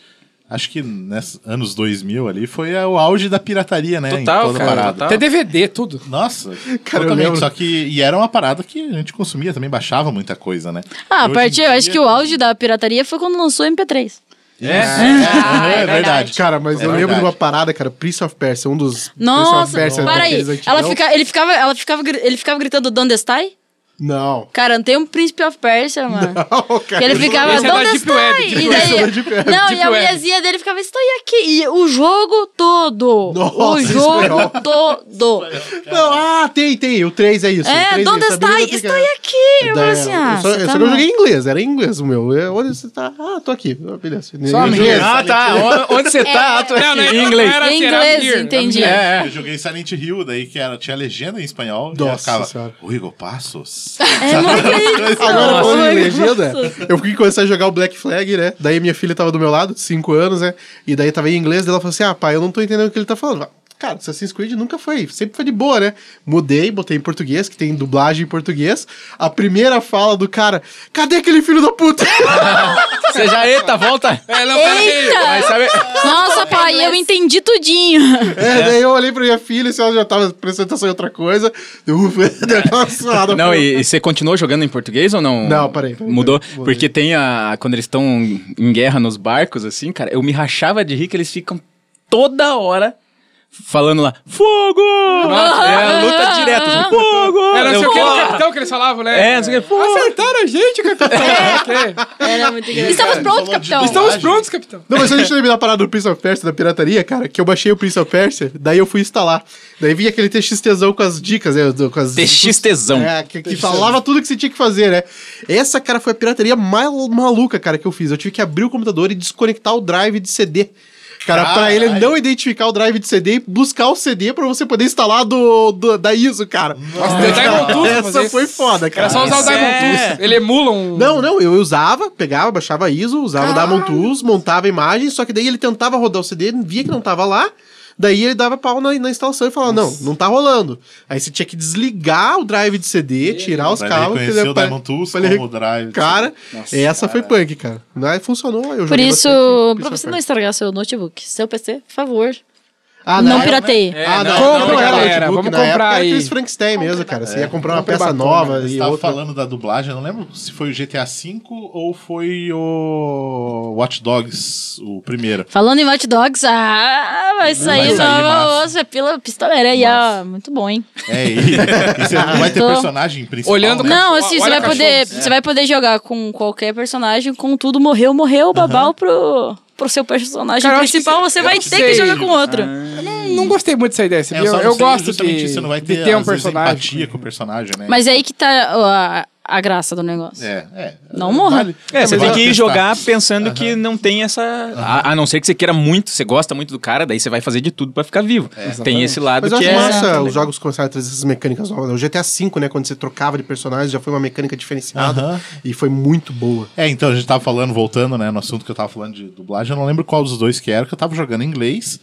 Speaker 2: Acho que nos anos 2000 ali foi o auge da pirataria, né?
Speaker 10: Total,
Speaker 2: em toda a
Speaker 10: cara,
Speaker 2: parada.
Speaker 10: total.
Speaker 3: Até DVD, tudo.
Speaker 2: Nossa,
Speaker 5: Cara, eu
Speaker 2: totalmente.
Speaker 5: lembro.
Speaker 2: Só que. E era uma parada que a gente consumia também, baixava muita coisa, né?
Speaker 7: Ah, a
Speaker 2: Hoje em
Speaker 7: partir, eu acho
Speaker 2: dia-
Speaker 7: que o auge da pirataria foi quando lançou o MP3.
Speaker 2: Ah, é verdade.
Speaker 5: Cara, mas
Speaker 2: É
Speaker 5: eu lembro
Speaker 2: verdade.
Speaker 5: de uma parada, cara, Prince of Persia, um dos
Speaker 7: Nossa,
Speaker 5: Prince of Persia
Speaker 7: para aí.
Speaker 5: daqueles antigão.
Speaker 7: Ela fica, ele, ficava, ela ficava, gri- ele ficava gritando Dondestai?
Speaker 5: Não.
Speaker 7: Cara, não tem um príncipe of Persia, mano.
Speaker 5: Não,
Speaker 7: Que
Speaker 5: cara.
Speaker 7: ele ficava,
Speaker 3: Esse é da
Speaker 7: Dondestai?
Speaker 3: Deep Web, Deep
Speaker 7: E
Speaker 3: Web.
Speaker 7: daí-
Speaker 5: Esse é da Deep Web.
Speaker 7: Não,
Speaker 3: Deep
Speaker 7: e a
Speaker 3: Web.
Speaker 7: mulherzinha dele ficava, estou aqui. E o jogo todo.
Speaker 5: Nossa,
Speaker 7: o
Speaker 5: isso
Speaker 7: jogo todo.
Speaker 5: Não, ah, tem, tem. O 3 é isso. o
Speaker 7: É,
Speaker 5: 3
Speaker 7: Don't
Speaker 5: isso, a menina
Speaker 7: Stay,
Speaker 5: fica-
Speaker 7: estou aqui. Eu
Speaker 5: É, Daí,
Speaker 7: falei assim, ah,
Speaker 5: eu só,
Speaker 7: você
Speaker 5: eu só
Speaker 7: tá
Speaker 5: que eu
Speaker 7: mal.
Speaker 5: joguei em inglês, era em inglês o meu. Eu, onde você tá? Ah, tô aqui. Ah, Beleza.
Speaker 3: Só
Speaker 5: Em
Speaker 3: inglês.
Speaker 4: Ah, tá. O- Onde você tá? Ah, tô
Speaker 3: Não, não,
Speaker 4: aqui.
Speaker 3: não
Speaker 4: Inglês.
Speaker 3: era assim, era
Speaker 7: Inglês,
Speaker 3: beer, era
Speaker 7: entendi.
Speaker 3: beer.
Speaker 4: É, é.
Speaker 2: Eu joguei Silent Hill, daí que era, tinha legenda em espanhol. e
Speaker 5: Nossa
Speaker 2: eu ficava,
Speaker 5: Senhora.
Speaker 2: Rigo Passos.
Speaker 7: É, não acredito.
Speaker 5: Agora, falando
Speaker 7: Nossa.
Speaker 5: em legenda, eu fui começar a jogar o Black Flag, né? Daí minha filha tava do meu lado, de 5 anos, né? E daí tava em inglês, daí ela falou assim: ah, pai, eu não tô entendendo o que ele tá falando. Cara, Assassin's Creed nunca foi, sempre foi de boa, né? Mudei, botei em português, que tem dublagem em português. A primeira fala do cara, cadê aquele filho da puta?
Speaker 4: Você já. assim, Eita, volta.
Speaker 3: É, não, pera aí.
Speaker 4: Mas sabe.
Speaker 7: Nossa, pai, eu entendi tudinho.
Speaker 5: É, daí eu olhei pra minha filha, se ela já tava prestando atenção em outra coisa. deu- Ufa, deu aquela suada.
Speaker 4: Não, e, e você continuou jogando em português ou não?
Speaker 5: Não, parei, parei,
Speaker 4: Mudou?
Speaker 5: parei, mudei.
Speaker 4: Porque tem a. Quando eles estão em guerra nos barcos, assim, cara, eu me rachava de rir que eles ficam toda hora falando lá: Fogo! é a luta direta, assim, fogo!
Speaker 3: Era não sei
Speaker 4: Eu,
Speaker 3: o que,
Speaker 4: "Fogo!"
Speaker 3: era o capitão que eles falavam, né?
Speaker 4: É, não sei o que, fogo!
Speaker 3: Acertaram a gente, capitão. É, Ok.
Speaker 7: Era muito
Speaker 6: Estamos prontos,
Speaker 2: Falou de
Speaker 6: capitão.
Speaker 2: dublagem.
Speaker 3: Estamos prontos, capitão.
Speaker 5: Não, mas só deixa eu terminar a parada do Prince of Persia, da pirataria, cara, que eu baixei o Prince of Persia, daí eu fui instalar. Daí vinha aquele TXTzão com as dicas, né? do- Com as,
Speaker 4: TXTzão.
Speaker 5: É, que, que falava tudo que você tinha que fazer, né? Essa, cara, foi a pirataria mais maluca, cara, que eu fiz. Eu tive que abrir o computador e desconectar o drive de CD. Cara, pra ele não identificar o drive de CD e buscar o CD pra você poder instalar do, do- da ISO, cara.
Speaker 3: Nossa, deu Diamond Tools pra fazer
Speaker 5: Essa
Speaker 3: isso. é.
Speaker 5: foi foda, cara.
Speaker 3: Era só usar o Diamond Tools. Ele emula um...
Speaker 5: Não, não, eu usava, pegava, baixava ISO, usava da Montools, montava a imagem, só que daí ele tentava rodar o CD, via que não tava lá, daí ele dava pau na, na instalação e falava, não, não tá rolando. Aí você tinha que desligar o drive de CD, tirar os
Speaker 2: Pra ele
Speaker 5: cabos,
Speaker 2: reconhecer
Speaker 5: entendeu?
Speaker 2: o
Speaker 5: Pra-
Speaker 2: Diamond Tools
Speaker 5: pra ele
Speaker 2: como drive.
Speaker 5: Cara, essa foi punk, cara. Aí funcionou, eu
Speaker 7: Por
Speaker 5: joguei
Speaker 7: isso,
Speaker 5: bastante
Speaker 7: pra
Speaker 5: Prince
Speaker 7: você
Speaker 5: of
Speaker 7: não
Speaker 5: Persia.
Speaker 7: estragar seu notebook, seu PC, por favor,
Speaker 5: Ah,
Speaker 7: não
Speaker 5: na época-
Speaker 7: pirateie.
Speaker 3: não,
Speaker 5: Ah, não, não,
Speaker 3: compra,
Speaker 5: não era
Speaker 3: galera,
Speaker 5: notebook,
Speaker 3: vamos
Speaker 5: na época
Speaker 3: comprar
Speaker 5: Era
Speaker 3: aí.
Speaker 5: aqueles Frankenstein mesmo, cara. Você ia comprar uma
Speaker 3: Compra
Speaker 5: peça
Speaker 3: batom,
Speaker 5: nova
Speaker 2: né? Você
Speaker 5: e
Speaker 2: tava
Speaker 5: outra.
Speaker 2: falando da dublagem, eu não lembro se foi o GTA V ou foi o Watch Dogs, o primeiro.
Speaker 7: Falando em Watch Dogs, ah, vai sair
Speaker 2: sair,
Speaker 7: nova
Speaker 2: massa.
Speaker 7: ouça pila pistoleira aí, ó. Muito bom, hein?
Speaker 2: É, e, e você não vai ter
Speaker 7: Tô-
Speaker 2: personagem principal.
Speaker 3: Olhando-
Speaker 2: né?
Speaker 7: Não,
Speaker 3: Olha
Speaker 7: assim, você vai
Speaker 3: cachorro,
Speaker 7: poder, você vai poder jogar com qualquer personagem, contudo, morreu, morreu, babau pro pro seu personagem
Speaker 3: Cara, eu acho que
Speaker 7: principal,
Speaker 3: se-
Speaker 7: você
Speaker 3: eu
Speaker 7: vai
Speaker 3: não
Speaker 7: ter que
Speaker 3: sei.
Speaker 7: jogar com outro.
Speaker 3: Não gostei muito dessa ideia,
Speaker 2: É,
Speaker 3: sabia?
Speaker 2: só
Speaker 3: eu
Speaker 2: não
Speaker 3: eu
Speaker 2: sei
Speaker 3: gosto
Speaker 2: justamente
Speaker 3: de,
Speaker 2: isso, não vai ter,
Speaker 3: de ter um
Speaker 2: às vezes,
Speaker 3: personagem.
Speaker 2: empatia com o personagem, né?
Speaker 7: Mas é aí que tá ó, a, a graça do negócio.
Speaker 2: É, é.
Speaker 7: Não morra.
Speaker 4: É, você
Speaker 2: mas
Speaker 4: tem
Speaker 2: eu-
Speaker 4: que
Speaker 2: testar.
Speaker 4: jogar pensando que não tem essa. A, a não ser que você queira muito, você gosta muito do cara, daí você vai fazer de tudo pra ficar vivo. tem esse lado
Speaker 5: É, Mas eu
Speaker 4: que
Speaker 5: acho
Speaker 4: é.
Speaker 5: massa os jogos começaram a trazer essas mecânicas novas. O GTA V, né? Quando você trocava de personagem, já foi uma mecânica diferenciada.
Speaker 2: Aham.
Speaker 5: E foi muito boa.
Speaker 2: É, então a gente tava falando, voltando, né, no assunto que eu tava falando de dublagem, eu não lembro qual dos dois que era, que eu tava jogando em inglês.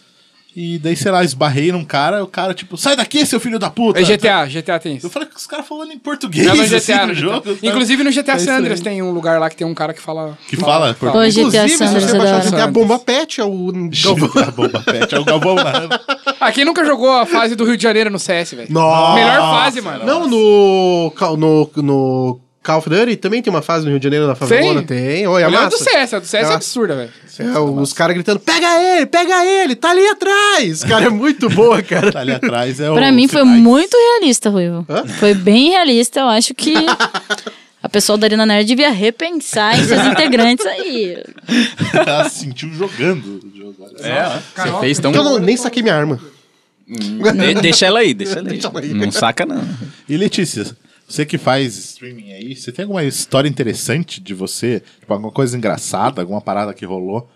Speaker 2: E daí, sei lá, esbarrei num cara, o cara, tipo, sai daqui, seu filho da puta!
Speaker 3: É GTA, GTA tem
Speaker 2: Eu
Speaker 3: isso.
Speaker 2: falei que os caras falando em português
Speaker 3: Não, no
Speaker 2: assim,
Speaker 3: GTA,
Speaker 2: no
Speaker 3: no
Speaker 2: jogo.
Speaker 3: GTA.
Speaker 2: sabe?
Speaker 3: né? Inclusive no GTA
Speaker 2: É
Speaker 3: San
Speaker 2: isso aí.
Speaker 3: Andreas tem um lugar lá que tem um cara que fala.
Speaker 2: Que fala
Speaker 3: fala.
Speaker 7: Hoje GTA
Speaker 5: Inclusive, se
Speaker 7: San Andreas
Speaker 5: você
Speaker 7: é da
Speaker 5: baixar
Speaker 7: hora.
Speaker 5: GTA Bomba Pet, é o Galvão.
Speaker 2: A bomba pet é o Galvão narrando.
Speaker 3: Ah, quem nunca jogou a fase do Rio de Janeiro no CS, velho?
Speaker 5: Nossa.
Speaker 3: Melhor fase, mano.
Speaker 5: Não, no, Cal- no, no Call of Duty também tem uma fase no Rio de Janeiro na favela.
Speaker 3: Tem?
Speaker 5: Tem, olha
Speaker 3: Eu
Speaker 5: a
Speaker 3: lembro do
Speaker 5: massa.
Speaker 3: CS, a do CS é absurda, velho.
Speaker 5: É, os caras gritando, pega ele, pega ele, tá ali atrás. Cara, é muito boa, cara.
Speaker 2: Tá ali atrás é o.
Speaker 7: Pra mim foi
Speaker 2: Cidade.
Speaker 7: muito realista, Ruivo. Foi bem realista. Eu acho que a pessoa da Arena Nerd devia repensar em seus integrantes aí.
Speaker 2: Ela Ah, se sentiu jogando o jogo. olha.
Speaker 4: É, você fez tão.
Speaker 5: Eu não- nem saquei minha arma.
Speaker 4: De- deixa ela aí, deixa ela aí.
Speaker 5: ela aí.
Speaker 4: Não saca, não.
Speaker 2: E Letícia, você que faz streaming aí, você tem alguma história interessante de você? Tipo, alguma coisa engraçada, alguma parada que rolou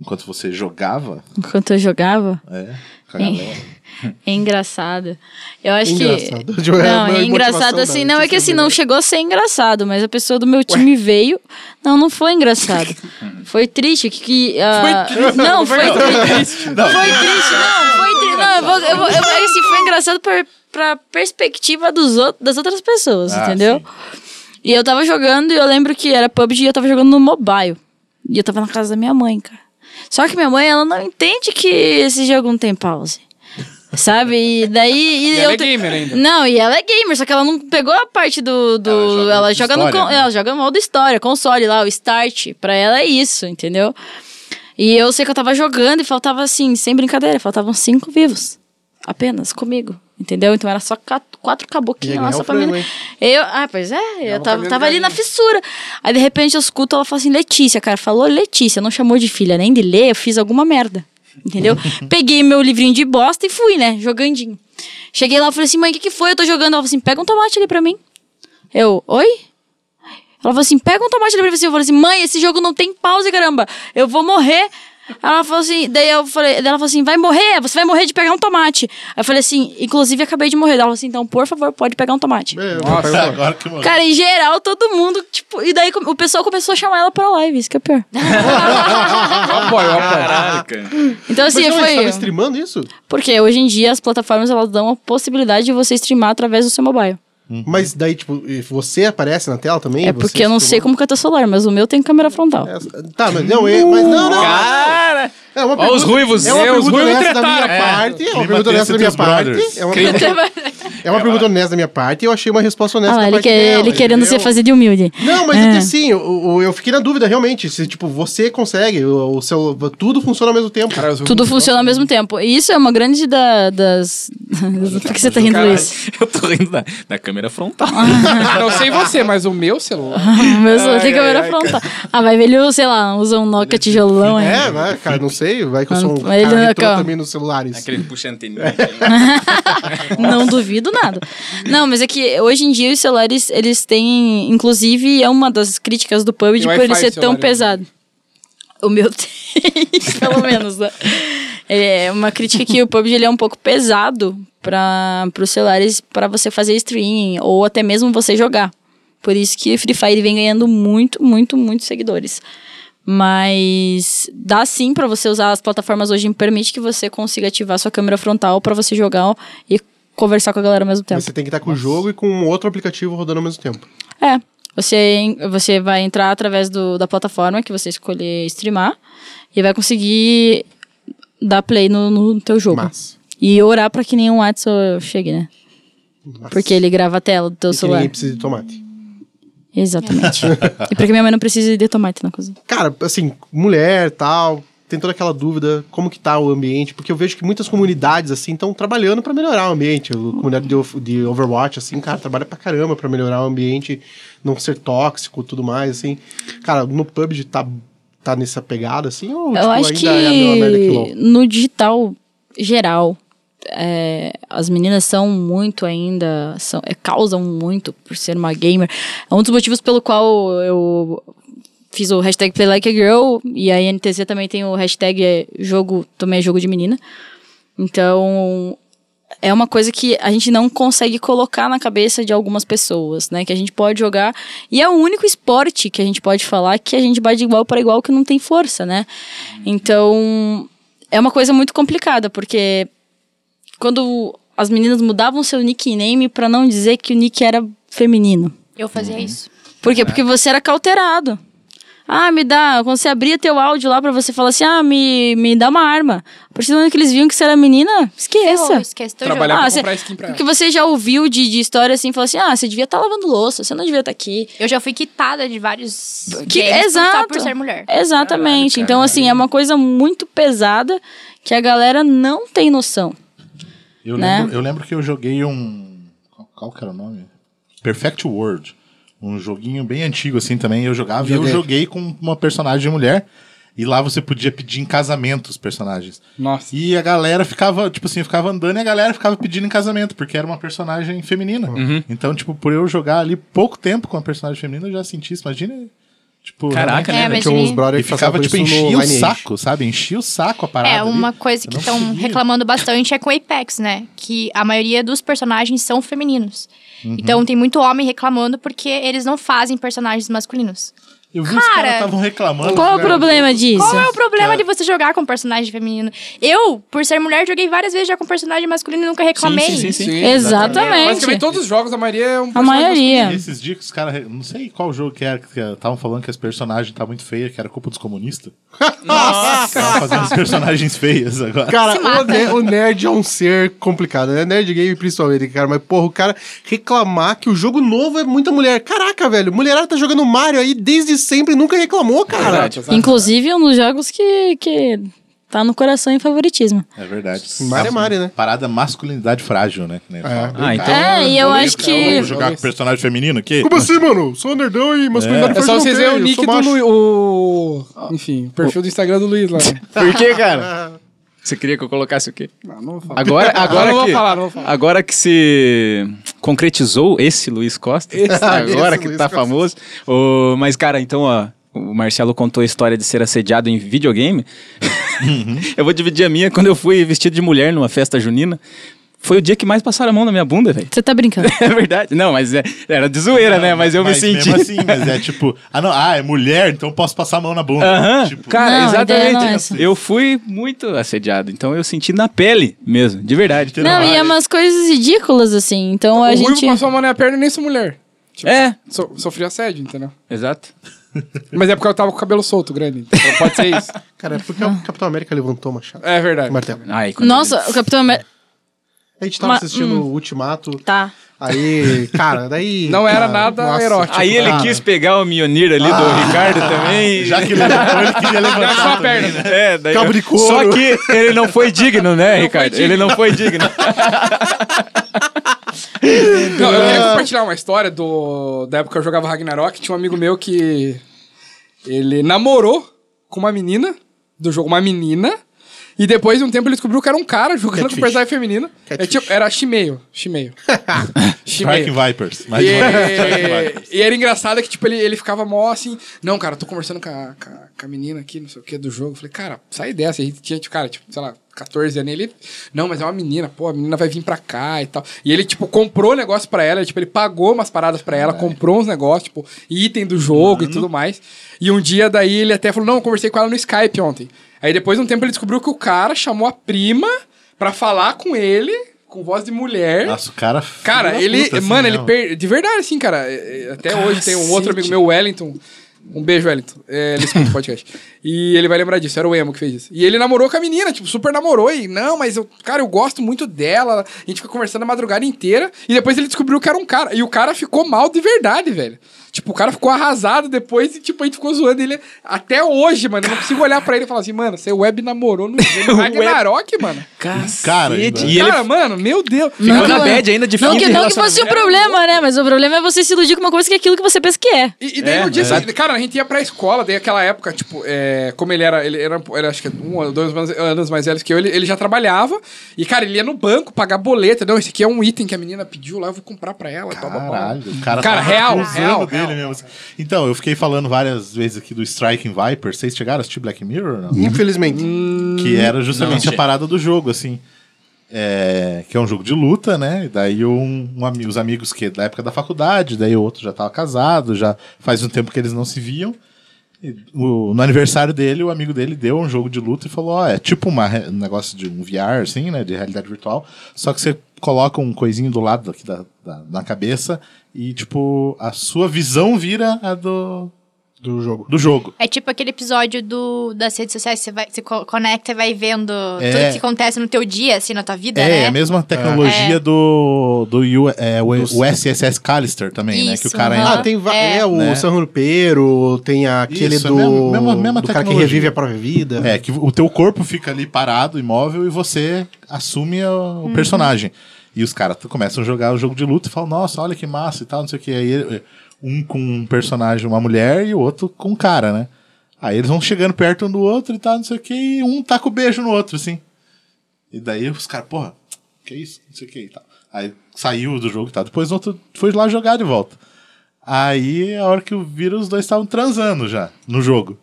Speaker 2: enquanto você jogava?
Speaker 7: Enquanto eu jogava.
Speaker 2: É, com a galera.
Speaker 7: É engraçado. Eu acho
Speaker 5: Engraçado.
Speaker 7: que. Não, é engraçado assim. Não, é que assim, não chegou a ser engraçado, mas a pessoa do meu time veio. Não, não foi engraçado. Foi triste que. que ah, Não, foi triste. Foi triste, não. Foi triste. Não, eu vou. Eu vou eu, é assim, foi engraçado pra, pra perspectiva dos outros, das outras pessoas,
Speaker 2: Ah,
Speaker 7: entendeu? E eu tava jogando e eu lembro que era PUBG e eu tava jogando no mobile. E eu tava na casa da minha mãe, cara. Só que minha mãe, ela não entende que esse jogo não tem pause. Sabe? E daí. E
Speaker 3: E
Speaker 7: eu
Speaker 3: ela é
Speaker 7: te-
Speaker 3: gamer ainda.
Speaker 7: Não, e ela é gamer, só que ela não pegou a parte do. do
Speaker 2: Ela joga outra
Speaker 7: ela, joga no.
Speaker 2: história,
Speaker 7: con-
Speaker 2: né?
Speaker 7: Ela joga modo história, console lá, o start. Pra ela é isso, entendeu? E eu sei que eu tava jogando e faltava assim, sem brincadeira, faltavam cinco vivos. Apenas comigo. Entendeu? Então era só ca- quatro
Speaker 5: Ia
Speaker 7: caboquinhos lá
Speaker 5: ganhar
Speaker 7: só
Speaker 5: o
Speaker 7: pra
Speaker 5: frango,
Speaker 7: mim.
Speaker 5: hein?
Speaker 7: Eu, ah, pois é, eu tava,
Speaker 3: caminho
Speaker 7: tava ali na fissura. Aí de repente eu escuto ela fala assim, Letícia, cara, falou Letícia, não chamou de filha nem de Lê, eu fiz alguma merda. Entendeu? Peguei meu livrinho de bosta e fui, né? Jogandinho. Cheguei lá e falei assim, mãe, o que, que foi? Eu tô jogando. Ela falou assim, pega um tomate ali pra mim. Eu, oi? Ela falou assim: pega um tomate ali pra você. Eu falei assim: mãe, esse jogo não tem pause, caramba. Eu vou morrer. Ela falou assim, daí eu falei, daí ela falou assim: vai morrer, você vai morrer de pegar um tomate. Aí eu falei assim: inclusive acabei de morrer. Ela falou assim: então, por favor, pode pegar um tomate.
Speaker 2: Nossa, agora que mano.
Speaker 7: Cara, em geral, todo mundo, tipo, e daí o pessoal começou a chamar ela pra live, isso que é pior.
Speaker 3: Eu
Speaker 4: Ah, é
Speaker 3: apoio, eu apoio.
Speaker 4: Caraca.
Speaker 7: Então, assim,
Speaker 5: Você estava
Speaker 7: foi.
Speaker 5: streamando isso?
Speaker 7: Porque hoje em dia as plataformas elas dão a possibilidade de você streamar através do seu mobile.
Speaker 5: Mas daí, tipo, e você aparece na tela também?
Speaker 7: é
Speaker 5: Você
Speaker 7: porque eu não sei
Speaker 5: streamando?
Speaker 7: como que é teu celular, mas o meu tem câmera frontal.
Speaker 5: É, Tá, mas não, é, mas não, não.
Speaker 4: Cara!
Speaker 5: É uma
Speaker 4: Ó, os ruivos.
Speaker 5: É uma
Speaker 4: É, os
Speaker 5: pergunta
Speaker 4: ruivos
Speaker 5: honesta da minha
Speaker 4: tretaram. É.
Speaker 5: parte. É uma
Speaker 2: Clima
Speaker 5: pergunta
Speaker 2: tenso
Speaker 5: honesta da
Speaker 2: entre
Speaker 5: minha
Speaker 2: os brothers.
Speaker 5: parte. É uma, é uma pergunta honesta da minha parte e eu achei uma resposta honesta
Speaker 7: Ah lá,
Speaker 5: da
Speaker 7: ele,
Speaker 5: parte
Speaker 7: que-
Speaker 5: dela,
Speaker 7: ele querendo
Speaker 5: entendeu?
Speaker 7: se fazer de humilde.
Speaker 5: Não, mas
Speaker 7: É.
Speaker 5: é que assim, eu, eu fiquei na dúvida realmente, se tipo, você consegue, o, o seu, tudo funciona ao mesmo tempo.
Speaker 3: Cara, os-
Speaker 7: Tudo funciona ao mesmo tempo. E isso é uma grande da, das. Por que você tá rindo, Luiz?
Speaker 4: Eu tô rindo da, da câmera frontal.
Speaker 3: Não sei você, mas o meu celular.
Speaker 7: Meu celular tem câmera frontal. Ah, vai ver, ele, sei lá, usa um Nokia tijolão aí.
Speaker 5: É, vai, cara, não sei, vai que eu sou um
Speaker 7: Mas
Speaker 5: cara
Speaker 7: ele não é
Speaker 5: retrô
Speaker 7: calmo.
Speaker 5: também nos celulares.
Speaker 4: Aquele puxa anteninha.
Speaker 7: Não duvido nada. Não, mas é que hoje em dia os celulares, eles têm. Inclusive, é uma das críticas do PUBG
Speaker 3: Tem
Speaker 7: por
Speaker 3: Wi-Fi
Speaker 7: ele ser
Speaker 3: no
Speaker 7: tão
Speaker 3: celular, né?
Speaker 7: pesado. O meu tem, pelo menos, né? É uma crítica que o PUBG ele é um pouco pesado para os celulares para você fazer streaming ou até mesmo você jogar. Por isso que Free Fire vem ganhando muito, muito, muito seguidores. Mas dá sim para você usar as plataformas hoje, permite que você consiga ativar sua câmera frontal para você jogar e conversar com a galera ao mesmo tempo.
Speaker 5: Mas Você tem que estar com o jogo e com um outro aplicativo rodando ao mesmo tempo.
Speaker 7: É. Você, en- você vai entrar através do, da plataforma que você escolher streamar e vai conseguir dar play no, no teu jogo.
Speaker 5: Mas.
Speaker 7: E orar pra que nenhum WhatsApp chegue, né?
Speaker 5: Nossa.
Speaker 7: Porque ele grava a tela do teu
Speaker 5: E que
Speaker 7: celular.
Speaker 5: ninguém precisa de tomate.
Speaker 7: Exatamente. e pra que minha mãe não precise de tomate na cozinha.
Speaker 5: Cara, assim, mulher tal, tem toda aquela dúvida, como que tá o ambiente, porque eu vejo que muitas comunidades, assim, estão trabalhando pra melhorar o ambiente. A comunidade de, of- de Overwatch, assim, cara, trabalha pra caramba pra melhorar o ambiente, não ser tóxico tudo mais, assim. Cara, no PUBG tá, tá nessa pegada, assim, ou tipo,
Speaker 7: Eu acho
Speaker 5: ainda
Speaker 7: que
Speaker 5: é a mesma merda que LOL?
Speaker 7: no digital geral, é, as meninas são muito ainda, são, é, causam muito por ser uma gamer. É um dos motivos pelo qual eu fiz o hashtag Play Like a Girl e a NTZ também tem o hashtag é, jogo, também é jogo de menina. Então, é uma coisa que a gente não consegue colocar na cabeça de algumas pessoas, né? Que a gente pode jogar. E é o único esporte que a gente pode falar que a gente vai de igual para igual que não tem força, né? Então. é uma coisa muito complicada, porque quando as meninas mudavam seu nickname pra não dizer que o nick era feminino.
Speaker 6: Eu fazia isso.
Speaker 7: Por quê? Porque você era cauterado. Ah, me dá. Quando você abria teu áudio lá pra você falar assim, ah, me, me dá uma arma. A partir do momento que eles viam que você era menina, esqueça.
Speaker 6: Ferrou, esquece teu
Speaker 3: Trabalhar
Speaker 6: jogo.
Speaker 3: pra
Speaker 7: Ah, cê-
Speaker 3: comprar skin pra
Speaker 7: O
Speaker 3: ela.
Speaker 7: que você já ouviu de, de história assim, falou assim, ah, você devia estar lavando louça, você não devia estar aqui.
Speaker 6: Eu já fui quitada de vários
Speaker 7: Que-
Speaker 6: games só
Speaker 7: exato.
Speaker 6: por ser mulher.
Speaker 7: Exatamente. então, assim, é uma coisa muito pesada que a galera não tem noção.
Speaker 2: Eu,
Speaker 7: Né?
Speaker 2: lembro, eu lembro que eu joguei um. Qual, qual que era o nome? Perfect World. Um joguinho bem antigo, assim, também. Eu jogava e eu joguei com uma personagem mulher. E lá você podia pedir em casamento os personagens.
Speaker 3: Nossa.
Speaker 2: E a galera ficava, tipo assim, eu ficava andando e a galera ficava pedindo em casamento, porque era uma personagem feminina.
Speaker 4: Uhum.
Speaker 2: Então, tipo, por eu jogar ali pouco tempo com a personagem feminina, eu já senti isso. Imagina, tipo...
Speaker 4: Caraca,
Speaker 6: É,
Speaker 4: né? velho?
Speaker 6: mas
Speaker 5: Tinha uns
Speaker 6: ele-
Speaker 5: brother
Speaker 2: E
Speaker 5: que
Speaker 2: ficava,
Speaker 5: passavam por
Speaker 2: tipo,
Speaker 5: isso no
Speaker 2: enchia o
Speaker 5: Lineage.
Speaker 2: saco, sabe? Enchia o saco a parada
Speaker 6: É,
Speaker 2: ali.
Speaker 6: uma coisa
Speaker 2: Eu
Speaker 6: que
Speaker 2: não
Speaker 6: estão
Speaker 2: conseguia.
Speaker 6: reclamando bastante é com Apex, né? Que a maioria dos personagens são femininos. Então tem muito homem reclamando porque eles não fazem personagens masculinos.
Speaker 2: Eu vi os
Speaker 6: Cara,
Speaker 2: caras estavam reclamando.
Speaker 7: Qual é o
Speaker 2: né?
Speaker 7: problema disso?
Speaker 6: Qual é o problema de você jogar com um personagem feminino? Eu, por ser mulher, joguei várias vezes já com personagem masculino e nunca reclamei.
Speaker 4: Sim, sim, sim.
Speaker 7: Exatamente.
Speaker 3: Basicamente todos os jogos, a maioria é um
Speaker 7: A
Speaker 3: personagem
Speaker 7: maioria.
Speaker 2: Esses dias que os caras. re- Não sei qual jogo que era que estavam falando que as personagens tá muito feia, que era culpa dos comunistas. Estavam fazendo as personagens feias agora.
Speaker 5: Cara,
Speaker 6: Se
Speaker 5: o,
Speaker 6: mata.
Speaker 5: ne- o nerd é um ser complicado, né? Nerd game principalmente, cara. Mas, porra, o cara reclamar que o jogo novo é muita mulher. Caraca, velho. Mulherada tá jogando Mario aí desde sempre e nunca reclamou, cara.
Speaker 3: É Verdade, exato.
Speaker 7: Inclusive, um dos jogos que, que tá no coração em favoritismo.
Speaker 2: É verdade.
Speaker 5: Mari é Mari, né?
Speaker 2: Parada masculinidade frágil, né? Que nem fala.
Speaker 4: Ah, então.
Speaker 3: Tá,
Speaker 7: é, e eu acho
Speaker 3: um
Speaker 7: que.
Speaker 2: Vamos jogar com personagem feminino aqui?
Speaker 5: Como assim, mano? Sou nerdão e masculinidade
Speaker 3: É
Speaker 5: forte
Speaker 3: só
Speaker 5: não
Speaker 3: vocês
Speaker 5: tem,
Speaker 3: verem o
Speaker 5: eu
Speaker 3: nick
Speaker 5: sou
Speaker 3: do
Speaker 5: macho.
Speaker 3: Luiz. O... Enfim, o perfil do Instagram do Luiz lá.
Speaker 4: Por que, cara? Você queria que eu colocasse o quê?
Speaker 3: Não, Ah, não vou falar.
Speaker 4: Agora, agora
Speaker 3: não vou
Speaker 4: que,
Speaker 3: falar, não vou falar.
Speaker 4: Agora que se concretizou esse Luiz Costa, agora
Speaker 5: esse
Speaker 4: que
Speaker 5: Luiz
Speaker 4: tá
Speaker 5: Costa.
Speaker 4: famoso. ô, mas, cara, então, ó, o Marcelo contou a história de ser assediado em videogame.
Speaker 3: Uhum.
Speaker 4: eu vou dividir a minha quando eu fui vestido de mulher numa festa junina. Foi o dia que mais passaram a mão na minha bunda, velho.
Speaker 7: Você tá brincando.
Speaker 4: É verdade. Não, mas é- era de zoeira, né? Mas eu me senti.
Speaker 2: Mesmo assim, mas é tipo, ah, não, ah, é mulher, então posso passar a mão na bunda.
Speaker 4: Aham,
Speaker 2: Tipo,
Speaker 4: cara,
Speaker 7: Não, a ideia não é
Speaker 4: exatamente.
Speaker 7: essa.
Speaker 4: Eu fui muito assediado, então eu senti na pele mesmo, de verdade.
Speaker 7: Não, e é umas coisas ridículas, assim. Então a
Speaker 3: Tá, o Ruivo
Speaker 7: gente.
Speaker 3: passou a mão na minha perna e nem sou mulher.
Speaker 4: É,
Speaker 3: So, sofri assédio, entendeu?
Speaker 4: exato.
Speaker 3: Mas é porque eu tava com o cabelo solto, grande. Então pode ser isso.
Speaker 5: Cara, é porque o Capitão América levantou o machado.
Speaker 3: É verdade.
Speaker 5: Martelo.
Speaker 4: Ai, quando
Speaker 7: Nossa, o Capitão América.
Speaker 5: A gente tava
Speaker 7: Ma-
Speaker 5: assistindo
Speaker 6: hum.
Speaker 5: o Ultimato.
Speaker 7: Tá.
Speaker 5: Aí, cara, daí.
Speaker 3: Não era
Speaker 5: cara,
Speaker 3: nada erótico.
Speaker 4: Aí ele
Speaker 5: cara.
Speaker 4: quis pegar o Mionir ali do Ricardo também.
Speaker 2: Já que levantou, ele queria
Speaker 3: Não, só a
Speaker 2: levantar.
Speaker 3: perna.
Speaker 4: É, daí
Speaker 5: Cabo de couro.
Speaker 4: Só que ele não foi digno, né, Ricardo? Ele não foi digno.
Speaker 3: Não, eu queria compartilhar uma história do, da época que eu jogava Ragnarok. Tinha um amigo meu que. Ele namorou com uma menina do jogo, uma menina. E depois de um tempo ele descobriu que era um cara jogando com personagem feminina. É tipo, era Shimeio. Shimeio.
Speaker 2: Shark
Speaker 3: Shimeio.
Speaker 2: Vipers. Mais uma vez, Shark Vipers.
Speaker 3: E, e era engraçado que, tipo, ele, ele ficava mó assim. Não, cara, eu tô conversando com a, com, a, com a menina aqui, não sei o que, do jogo. Eu falei, cara, sai dessa. E a gente tinha, tipo, cara, tipo, sei lá, 14 anos. E ele, não, mas é uma menina, pô, a menina vai vir pra cá e tal. E ele, tipo, comprou um negócio pra ela, tipo, ele pagou umas paradas pra ela, comprou uns negócios, tipo, item do jogo
Speaker 2: Uhum.
Speaker 3: e tudo mais. E um dia daí ele até falou, não, eu conversei com ela no Skype ontem. Aí depois de um tempo ele descobriu que o cara chamou a prima pra falar com ele. Com voz de mulher.
Speaker 2: Nossa, o cara.
Speaker 3: Cara,
Speaker 2: filho da
Speaker 3: ele.
Speaker 2: puta, assim,
Speaker 3: mano, ele
Speaker 2: né?
Speaker 3: per... De verdade, assim, cara. é, é, Até hoje tem um outro amigo meu, Wellington. Um beijo, Wellington. É, ele escuta o podcast. E ele vai lembrar disso. Era o Emo que fez isso. E ele namorou com a menina, tipo, super namorou. E, não, mas eu, cara, eu gosto muito dela. A gente fica conversando a madrugada inteira. E depois ele descobriu que era um cara. E o cara ficou mal de verdade, velho. Tipo, o cara ficou arrasado depois e, tipo, a gente ficou zoando ele até hoje, mano. Eu não consigo olhar pra ele e falar assim, mano, você web namorou no jogo Ragnarok, mano.
Speaker 2: Cara, ainda.
Speaker 4: e ele
Speaker 3: cara, mano, meu Deus.
Speaker 4: ficou na bad ainda de fim
Speaker 7: Não
Speaker 4: de
Speaker 7: que, não que
Speaker 4: relacionamento.
Speaker 7: fosse o problema, né? Mas o problema é você se iludir com uma coisa que é aquilo que você pensa que é.
Speaker 3: E, e daí
Speaker 4: É,
Speaker 3: no dia
Speaker 4: é.
Speaker 3: seguinte, cara, a gente ia pra escola, daí aquela época, tipo, é, como ele era, ele era, era, acho que um ou dois anos- anos mais velho que eu, ele, ele já trabalhava, e cara, ele ia no banco pagar boleto, não, esse aqui é um item que a menina pediu lá, eu vou comprar pra ela, tal, tal, tal.
Speaker 2: Caralho, o cara, tava
Speaker 3: Cara, real,
Speaker 2: abusando
Speaker 3: real,
Speaker 2: dele
Speaker 3: real.
Speaker 2: mesmo. Então, eu fiquei falando várias vezes aqui do Striking Viper. Vocês chegaram a assistir Black Mirror? Não?
Speaker 5: Infelizmente.
Speaker 3: Hum.
Speaker 2: Que era justamente a parada do jogo, assim. É, que é um jogo de luta, né? E daí um, um ami- os amigos que é da época da faculdade, daí o outro já tava casado, já faz um tempo que eles não se viam. o- no aniversário dele, o amigo dele deu um jogo de luta e falou: ó, é tipo uma re- um negócio de um VR, assim, né? De realidade virtual. Só que você coloca um coisinho do lado aqui da, da, na cabeça e, tipo, a sua visão vira a do. Do jogo. Do jogo.
Speaker 6: É tipo aquele episódio do, das redes sociais, você, vai, você co- conecta e vai vendo
Speaker 2: É.
Speaker 6: tudo que acontece no teu dia, assim, na tua vida,
Speaker 2: É,
Speaker 6: né?
Speaker 2: a mesma tecnologia do, do U- é, o,
Speaker 5: Dos-
Speaker 2: o SSS Callister também, né? Que o
Speaker 6: Isso,
Speaker 2: cara
Speaker 6: aham.
Speaker 5: Ah,
Speaker 2: ainda.
Speaker 5: tem va-
Speaker 6: É.
Speaker 5: é, o
Speaker 2: Né?
Speaker 5: San Rupeiro, tem aquele
Speaker 2: Isso, é
Speaker 5: do,
Speaker 2: mesmo- mesma- mesma
Speaker 5: do cara que
Speaker 2: tecnologia.
Speaker 5: revive a própria vida.
Speaker 2: É, que o teu corpo fica ali parado, imóvel, e você assume o, o personagem. E os caras t- começam a jogar o jogo de luta e falam, nossa, olha que massa e tal, não sei o que. Aí eh, um com um personagem, uma mulher, e o outro com um cara, né? Aí eles vão chegando perto um do outro e tal, não sei o que, e um taca o beijo no outro, assim. E daí os caras, porra, que isso? Não sei o que e tal. Aí saiu do jogo e tal. Depois o outro foi lá jogar de volta. Aí, a hora que eu viro, os dois estavam transando já no jogo.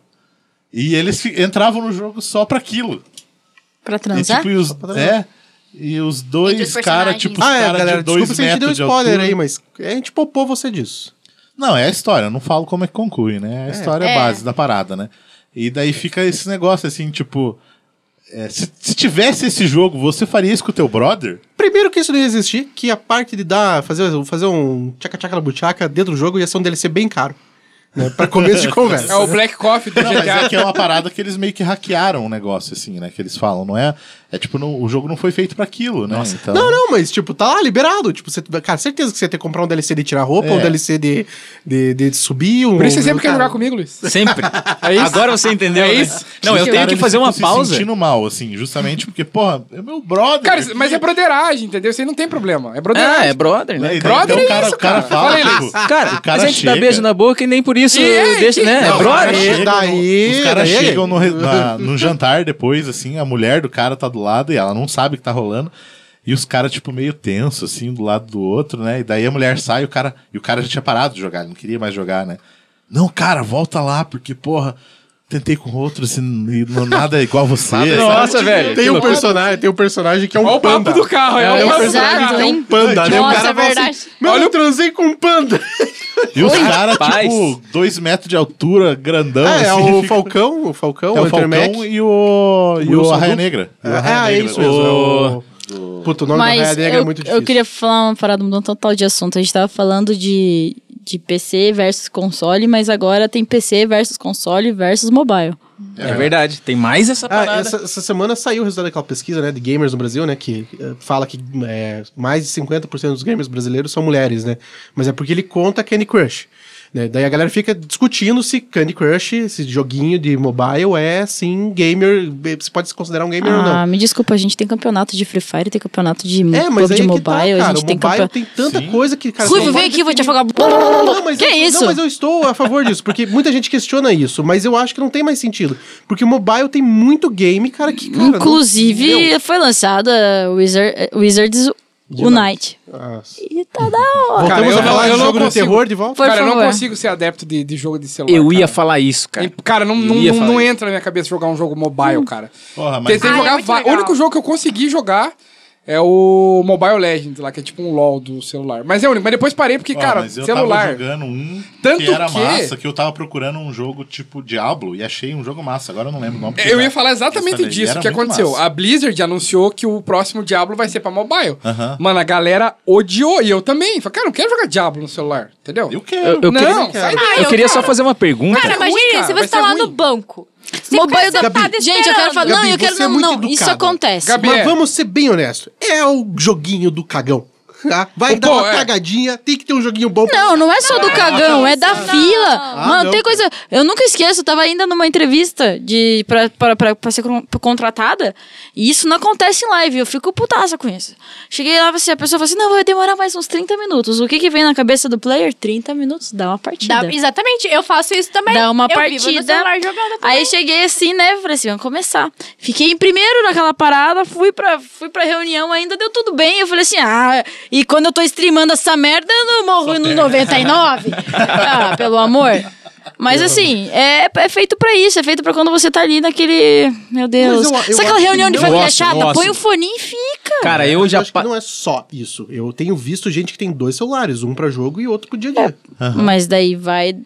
Speaker 2: E eles fi- entravam no jogo só pra aquilo.
Speaker 7: Pra
Speaker 2: E,
Speaker 7: transar?
Speaker 2: tipo, e os, é, e os
Speaker 6: Entre os
Speaker 2: dois caras,
Speaker 6: personagens.
Speaker 2: tipo, os
Speaker 5: Ah, é,
Speaker 2: caras
Speaker 5: galera,
Speaker 2: de dois
Speaker 5: desculpa se a gente deu
Speaker 2: metros de
Speaker 5: spoiler
Speaker 2: altura.
Speaker 5: aí, mas a gente poupou você disso.
Speaker 2: Não, é a história, eu não falo como é que conclui, né? É a história
Speaker 6: É.
Speaker 2: base da parada, né? E daí fica esse negócio assim, tipo. é, se, se tivesse esse jogo, você faria isso com o teu brother?
Speaker 5: Primeiro que isso não ia existir, que a parte de dar, fazer, fazer um tchaca-tchaca na buchaca dentro do jogo ia ser um DLC bem caro. Né, pra começo de conversa.
Speaker 3: É o Black Coffee do
Speaker 2: Não, mas é
Speaker 3: GTA.
Speaker 2: que é uma parada que eles meio que hackearam o negócio, assim, né? Que eles falam, não é? É tipo, não- o jogo não foi feito pra aquilo, né? Então...
Speaker 5: Não, não, mas tipo, tá lá liberado. Tipo, você, cara, certeza que você ia ter que comprar um DLC de tirar roupa,
Speaker 2: É.
Speaker 5: um DLC de, de, de subir, um.
Speaker 3: Por isso você sempre quer
Speaker 5: cara,
Speaker 3: jogar comigo, Luiz.
Speaker 4: Sempre.
Speaker 3: É isso?
Speaker 4: Agora você entendeu.
Speaker 3: É
Speaker 4: né?
Speaker 3: isso?
Speaker 4: Não, eu
Speaker 2: Cara,
Speaker 4: tenho que
Speaker 2: eles
Speaker 4: fazer uma
Speaker 2: ficam
Speaker 4: pausa.
Speaker 2: Se sentindo mal, assim, justamente porque, porra, é meu brother.
Speaker 3: Cara, isso- mas é broderagem, entendeu? Isso aí não tem problema. É
Speaker 4: Ah,
Speaker 3: broderagem.
Speaker 4: é brother,
Speaker 2: Né?
Speaker 4: né?
Speaker 2: E daí,
Speaker 3: brother
Speaker 2: então,
Speaker 3: é
Speaker 2: o cara,
Speaker 3: isso,
Speaker 2: o cara
Speaker 3: cara.
Speaker 2: fala,
Speaker 3: Fala,
Speaker 2: tipo,
Speaker 4: Ah, Cara,
Speaker 2: o cara
Speaker 4: mas a gente dá
Speaker 2: chega.
Speaker 4: beijo na boca e nem por isso
Speaker 3: E é,
Speaker 4: deixa, né?
Speaker 5: não,
Speaker 4: é brother.
Speaker 5: cara,
Speaker 2: Chegam no-
Speaker 5: daí- é
Speaker 2: os caras
Speaker 5: daí-
Speaker 2: chegam no, re- na- no jantar depois, assim, a mulher do cara tá do lado e ela não sabe o que tá rolando. E os caras, tipo, meio tenso, assim, do lado do outro, né? E daí a mulher sai e o cara. E o cara já tinha parado de jogar, ele não queria mais jogar, né? Não, cara, volta lá, porque, porra, tentei com outro, assim, e não- nada é igual você.
Speaker 4: Nossa, velho.
Speaker 5: Tem
Speaker 4: que
Speaker 5: um
Speaker 4: loucura.
Speaker 5: personagem, tem um personagem que é um
Speaker 3: Olha o
Speaker 5: panda.
Speaker 3: papo do carro, é,
Speaker 5: É
Speaker 3: o
Speaker 5: um
Speaker 3: papo do
Speaker 5: personagem
Speaker 3: carro.
Speaker 5: que é um
Speaker 2: então,
Speaker 7: hein?
Speaker 5: panda, né?
Speaker 7: Nossa, é
Speaker 5: o cara fala
Speaker 7: verdade.
Speaker 5: assim, Meu, eu transei com um panda.
Speaker 2: Então, E os caras,
Speaker 4: Rapaz.
Speaker 2: tipo, dois metros de altura, grandão,
Speaker 5: Ah, é
Speaker 2: assim,
Speaker 5: o
Speaker 2: fica-
Speaker 5: Falcão, o Falcão,
Speaker 2: É o
Speaker 5: o Intermac.
Speaker 2: Falcão e o, e o
Speaker 5: Wilson
Speaker 2: Arraia
Speaker 5: Duque?
Speaker 2: Negra. E o
Speaker 5: É,
Speaker 2: Arraia
Speaker 5: é
Speaker 2: Negra.
Speaker 5: isso mesmo.
Speaker 2: O-
Speaker 5: é o- Puta, o nome da
Speaker 7: Mas
Speaker 5: Raia Negra
Speaker 7: eu,
Speaker 5: é muito difícil.
Speaker 7: eu queria falar uma parada mudando total de assunto. A gente tava falando de, de PC versus console, mas agora tem PC versus console versus mobile.
Speaker 4: É verdade. Tem mais essa
Speaker 5: Ah,
Speaker 4: parada.
Speaker 5: essa, essa semana saiu o resultado daquela pesquisa, né, de gamers no Brasil, né, que eh, fala que é, mais de 50% dos gamers brasileiros são mulheres, né, mas é porque ele conta Candy Crush, né, daí a galera fica discutindo se Candy Crush, esse joguinho de mobile é, sim, gamer, eh, se pode se considerar um gamer ou
Speaker 7: Ah,
Speaker 5: não.
Speaker 7: me desculpa, a gente tem campeonato de Free Fire, tem campeonato um de
Speaker 5: É, mas aí
Speaker 7: PUBG
Speaker 5: que
Speaker 7: Mobile,
Speaker 5: tá, cara,
Speaker 7: a gente
Speaker 5: o mobile é
Speaker 7: tem campeonato.
Speaker 5: tem tanta coisa que, cara...
Speaker 7: Ruivo,
Speaker 5: não
Speaker 7: vem
Speaker 5: pode
Speaker 7: aqui, vou te afogar.
Speaker 5: um Não, mas
Speaker 7: que
Speaker 5: eu,
Speaker 7: é isso?
Speaker 5: Não, mas eu estou a favor disso, porque muita gente questiona isso, mas eu acho que não tem mais sentido. Porque o mobile tem muito game, cara, que. Cara, não-
Speaker 7: Inclusive,
Speaker 5: Meu,
Speaker 7: foi lançada Wizard, Wizards Unite.
Speaker 5: nossa.
Speaker 7: E tá da hora.
Speaker 3: Ah, Cara,
Speaker 5: Voltamos
Speaker 3: eu
Speaker 5: a
Speaker 3: não-
Speaker 5: falar
Speaker 3: eu
Speaker 5: de
Speaker 3: não
Speaker 5: jogo de
Speaker 3: consigo.
Speaker 5: terror de volta?
Speaker 7: Por
Speaker 3: cara, eu não
Speaker 7: favor.
Speaker 3: consigo ser adepto de, de jogo de celular.
Speaker 4: eu ia
Speaker 3: cara.
Speaker 4: falar isso, cara.
Speaker 3: E, Cara, não, não,
Speaker 4: Eu ia
Speaker 3: não-
Speaker 4: falar
Speaker 3: não
Speaker 4: isso. Hum.
Speaker 3: entra na minha cabeça jogar um jogo mobile, cara.
Speaker 2: Porra, mas-
Speaker 3: Tentei
Speaker 6: Ah, é
Speaker 3: jogar
Speaker 6: muito
Speaker 3: va-
Speaker 6: legal.
Speaker 3: O único jogo que eu consegui jogar é o Mobile Legends lá, que é tipo um LOL do celular. Mas é o único. Mas depois parei, porque,
Speaker 2: Ó,
Speaker 3: cara,
Speaker 2: mas eu
Speaker 3: celular.
Speaker 2: tava jogando um
Speaker 3: Tanto
Speaker 2: que era
Speaker 3: que-
Speaker 2: massa, que eu tava procurando um jogo tipo Diablo e achei um jogo massa. Agora eu não lembro o nome. porque
Speaker 3: É, Eu
Speaker 2: já-
Speaker 3: ia falar
Speaker 2: já
Speaker 3: exatamente
Speaker 2: falei, e
Speaker 3: disso
Speaker 2: era
Speaker 3: que
Speaker 2: muito
Speaker 3: aconteceu. Ah,
Speaker 2: massa.
Speaker 3: A Blizzard anunciou que o próximo Diablo vai ser pra mobile.
Speaker 2: Aham.
Speaker 3: Mano, a galera odiou e eu também. Falei, cara, eu não quero jogar Diablo no celular, entendeu?
Speaker 2: Eu quero.
Speaker 4: Eu quero-
Speaker 3: não, sai daí.
Speaker 6: Ah,
Speaker 4: Eu queria só
Speaker 6: quero.
Speaker 4: fazer uma pergunta.
Speaker 6: Cara,
Speaker 3: ruim,
Speaker 6: imagina
Speaker 3: cara,
Speaker 6: se
Speaker 3: vai
Speaker 6: você tá
Speaker 3: ser
Speaker 6: lá
Speaker 3: ruim.
Speaker 6: no banco. Você
Speaker 7: Mobile
Speaker 6: fica
Speaker 7: da
Speaker 6: sentado
Speaker 7: Gente, eu quero
Speaker 6: esperando.
Speaker 7: falar. Não,
Speaker 5: Gabi,
Speaker 7: eu quero
Speaker 5: você é
Speaker 7: não,
Speaker 5: muito
Speaker 7: não.
Speaker 5: educada.
Speaker 7: Isso acontece.
Speaker 3: Gabi,
Speaker 5: Mas
Speaker 3: é.
Speaker 5: vamos ser bem honestos. É o joguinho do cagão. tá? Vai
Speaker 3: Ô,
Speaker 5: dar
Speaker 3: pô,
Speaker 5: uma
Speaker 3: é.
Speaker 5: cagadinha, tem que ter um joguinho bom.
Speaker 7: Não, não é só do cagão, é da fila. Mano,
Speaker 5: não.
Speaker 7: tem coisa. Eu nunca esqueço, eu tava ainda numa entrevista de, pra, pra, pra, pra ser con- contratada, e isso não acontece em live, eu fico putaça com isso. Cheguei lá, assim, a pessoa falou assim: não, vai demorar mais uns 30 minutos. O que que vem na cabeça do player? 30 minutos, dá uma partida.
Speaker 6: Dá- exatamente, eu faço isso também.
Speaker 7: Dá uma
Speaker 6: eu Vivo
Speaker 7: partida.
Speaker 6: no celular jogando também.
Speaker 7: Aí cheguei assim, né? Falei assim, vamos começar. Fiquei em primeiro naquela parada, fui pra, fui pra reunião ainda, deu tudo bem. Eu falei assim, ah, e quando eu tô streamando essa merda, eu não morro no 99. ah, pelo amor. Mas assim, é, é feito pra isso, é feito pra quando você tá ali naquele. Meu Deus.
Speaker 5: Mas eu- eu
Speaker 7: Sabe aquela
Speaker 5: acho que
Speaker 7: reunião de
Speaker 5: não-
Speaker 7: família
Speaker 4: Nossa,
Speaker 7: chata?
Speaker 4: nossa.
Speaker 7: Põe o foninho e fica.
Speaker 4: Cara, eu
Speaker 5: Eu
Speaker 4: já.
Speaker 5: acho que não é só isso.
Speaker 7: É,
Speaker 5: Eu tenho visto gente que tem dois celulares, um pra jogo e outro pro dia a dia.
Speaker 7: Mas daí vai.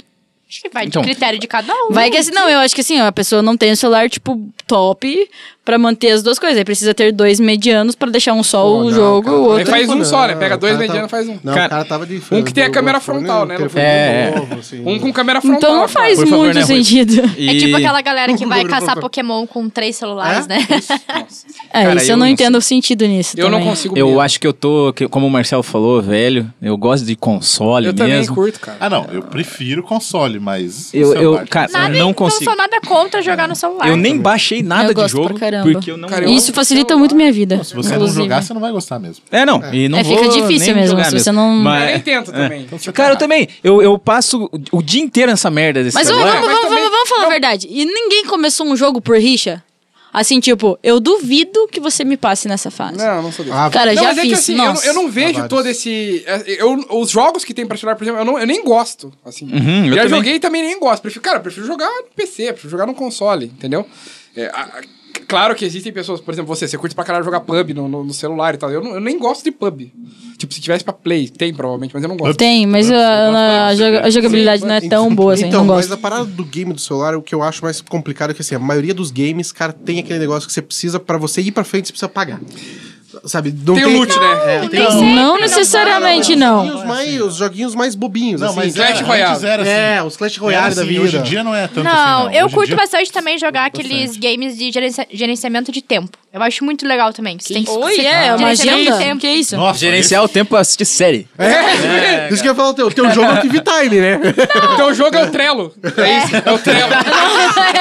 Speaker 6: Acho que vai
Speaker 4: Então.
Speaker 6: de critério de cada um.
Speaker 7: Vai que assim, não, eu acho que assim, ó, a pessoa não tem o celular, tipo, top pra manter as duas coisas. Aí precisa ter dois medianos pra deixar um só
Speaker 5: Pô,
Speaker 7: o
Speaker 5: não,
Speaker 7: jogo,
Speaker 5: cara,
Speaker 7: o
Speaker 3: Aí
Speaker 7: outro.
Speaker 3: faz um
Speaker 5: Não,
Speaker 3: só, né? Pega
Speaker 5: o
Speaker 3: dois
Speaker 5: cara
Speaker 3: medianos e
Speaker 5: tava-
Speaker 3: faz um.
Speaker 5: Não,
Speaker 4: Cara-
Speaker 5: o cara tava de
Speaker 3: Um que tem a câmera frontal, né?
Speaker 4: É, é.
Speaker 5: Um
Speaker 3: Um com câmera frontal.
Speaker 7: Então não
Speaker 3: cara.
Speaker 7: faz
Speaker 4: Por favor,
Speaker 7: muito
Speaker 4: né, Rui?
Speaker 7: sentido.
Speaker 6: É
Speaker 4: E-
Speaker 6: tipo aquela galera que
Speaker 5: Não,
Speaker 6: vai
Speaker 5: não, não,
Speaker 6: caçar
Speaker 5: não.
Speaker 6: Pokémon com três celulares,
Speaker 5: É?
Speaker 6: né?
Speaker 7: É,
Speaker 4: Cara,
Speaker 7: isso eu
Speaker 4: eu não
Speaker 7: não, entendo o sentido nisso.
Speaker 3: Eu não
Speaker 7: também.
Speaker 3: consigo
Speaker 4: Eu
Speaker 3: mesmo.
Speaker 4: acho que eu tô, que- como o Marcel falou, velho, eu gosto de console
Speaker 3: Eu também
Speaker 4: mesmo.
Speaker 3: curto, cara.
Speaker 2: Ah, não, eu prefiro console, mas. é
Speaker 4: Eu,
Speaker 2: celular,
Speaker 4: eu, cara,
Speaker 6: Nada,
Speaker 4: não
Speaker 6: Não
Speaker 4: consigo.
Speaker 6: sou nada contra jogar no celular.
Speaker 4: Eu nem baixei nada
Speaker 7: Eu
Speaker 4: de
Speaker 7: gosto
Speaker 4: jogo
Speaker 7: pra caramba.
Speaker 4: porque eu não
Speaker 3: Cara, eu-
Speaker 4: gosto.
Speaker 7: Isso facilita muito minha vida.
Speaker 2: Se você
Speaker 7: inclusive.
Speaker 2: não jogar, você não vai gostar mesmo.
Speaker 4: É, não. E não
Speaker 7: É, fica
Speaker 4: vou
Speaker 7: difícil
Speaker 4: nem
Speaker 7: mesmo,
Speaker 4: jogar
Speaker 7: se você não-
Speaker 3: Eu
Speaker 2: Ah, é.
Speaker 4: Mas-
Speaker 3: nem tento também.
Speaker 2: Então, você tá
Speaker 4: Cara, eu
Speaker 2: errado.
Speaker 4: também. Eu, eu passo o, o dia inteiro nessa merda desse
Speaker 7: Mas vamos,
Speaker 4: celular.
Speaker 7: vamos,
Speaker 3: mas
Speaker 7: vamos,
Speaker 3: também-
Speaker 7: vamos, vamos falar a verdade. E ninguém começou um jogo por rixa? Assim, tipo, eu duvido que você me passe nessa fase.
Speaker 3: Não, não sou desse.
Speaker 5: Ah,
Speaker 7: Cara,
Speaker 3: Não,
Speaker 7: já
Speaker 3: mas é que
Speaker 7: fiz.
Speaker 3: assim, eu não-
Speaker 7: nossa.
Speaker 3: eu, não vejo
Speaker 5: vários.
Speaker 3: todo esse. é, eu- os jogos que tem pra celular, por exemplo, eu, não- eu nem gosto. Assim.
Speaker 4: Uhum, eu
Speaker 3: já
Speaker 4: também.
Speaker 3: joguei e também nem gosto. Prefiro, cara, eu prefiro jogar no PC, prefiro jogar no console, entendeu? É, a- a- claro que existem pessoas, por exemplo, você, você curte pra caralho jogar pub no, no- no celular e tal. Eu, não- eu nem gosto de pub. Tipo, se tivesse pra play, tem provavelmente, mas eu não gosto.
Speaker 7: Tem, mas a, a- a joga- a jogabilidade não é tão boa assim.
Speaker 5: Então,
Speaker 7: não
Speaker 5: mas
Speaker 7: gosto.
Speaker 5: a parada do game do celular, o que eu acho mais complicado é que assim, a maioria dos games, cara, tem aquele negócio que você precisa, pra você ir pra frente, você precisa pagar. Sabe? Não
Speaker 3: Tem o loot, né?
Speaker 5: É,
Speaker 3: Não,
Speaker 5: tem
Speaker 6: nem
Speaker 5: o-
Speaker 6: sempre,
Speaker 7: Não
Speaker 6: né?
Speaker 7: necessariamente
Speaker 5: Os
Speaker 7: não.
Speaker 5: joguinhos, mais, os joguinhos mais bobinhos,
Speaker 2: Não,
Speaker 5: assim.
Speaker 2: mas
Speaker 3: Clash
Speaker 2: era,
Speaker 3: Royale.
Speaker 2: antes era assim.
Speaker 5: É, os Clash
Speaker 2: Era
Speaker 5: Royale da
Speaker 2: assim,
Speaker 5: vida.
Speaker 2: Hoje em dia não é tanto assim.
Speaker 6: Não, eu
Speaker 2: Hoje em
Speaker 6: curto
Speaker 2: dia-
Speaker 6: bastante também jogar aqueles
Speaker 2: bastante.
Speaker 6: games de gerencia- gerenciamento de tempo. Eu acho muito legal também. que Você tem que
Speaker 7: Oi,
Speaker 6: você-
Speaker 7: é, uma
Speaker 6: gerenciamento de
Speaker 7: agenda.
Speaker 6: tempo.
Speaker 7: Que isso?
Speaker 2: Nossa,
Speaker 4: Gerenciar É o tempo pra assistir série.
Speaker 5: É. Isso que eu ia falar, o teu, teu jogo é o TV Time, né?
Speaker 3: Então o jogo é o Trello. É isso, é o Trello.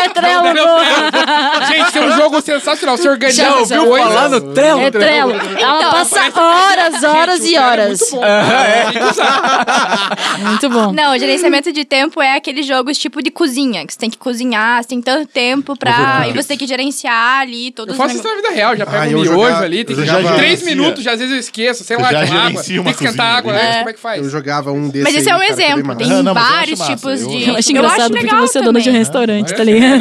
Speaker 7: é trelo,
Speaker 3: Gente, tem um jogo sensacional. Você organiza
Speaker 7: Já
Speaker 3: as
Speaker 7: ouviu
Speaker 3: coisas.
Speaker 4: Falar no trelo. tá?
Speaker 7: É trelo. Ela passa horas, horas e horas.
Speaker 4: É.
Speaker 7: Muito bom.
Speaker 6: Não, gerenciamento de tempo é aqueles jogos tipo de cozinha, que você tem que cozinhar, você tem tanto tempo pra. E você tem que gerenciar ali todos
Speaker 3: Eu
Speaker 6: os
Speaker 3: faço
Speaker 6: negócios.
Speaker 3: isso na vida real, já pego
Speaker 5: Ah,
Speaker 3: um
Speaker 5: eu
Speaker 3: miojo
Speaker 5: jogava-
Speaker 3: ali, tem
Speaker 5: eu
Speaker 3: que
Speaker 5: jogava-
Speaker 3: três
Speaker 2: gerencia.
Speaker 3: minutos, já às vezes eu esqueço, sei
Speaker 2: já
Speaker 3: lá, com água.
Speaker 2: gerencio
Speaker 3: Tem que
Speaker 2: uma
Speaker 3: esquentar água,
Speaker 2: cozinha,
Speaker 3: né? Como é que faz?
Speaker 5: Eu jogava um desses.
Speaker 6: Mas esse é um
Speaker 5: aí, cara, que bem
Speaker 6: exemplo,
Speaker 5: massa.
Speaker 6: tem
Speaker 2: Ah, não, mas eu acho
Speaker 6: vários
Speaker 2: massa,
Speaker 6: tipos
Speaker 2: eu-
Speaker 6: de.
Speaker 7: Eu acho engraçado porque
Speaker 6: legal
Speaker 7: você é dona de um
Speaker 6: também.
Speaker 7: restaurante, tá ligado?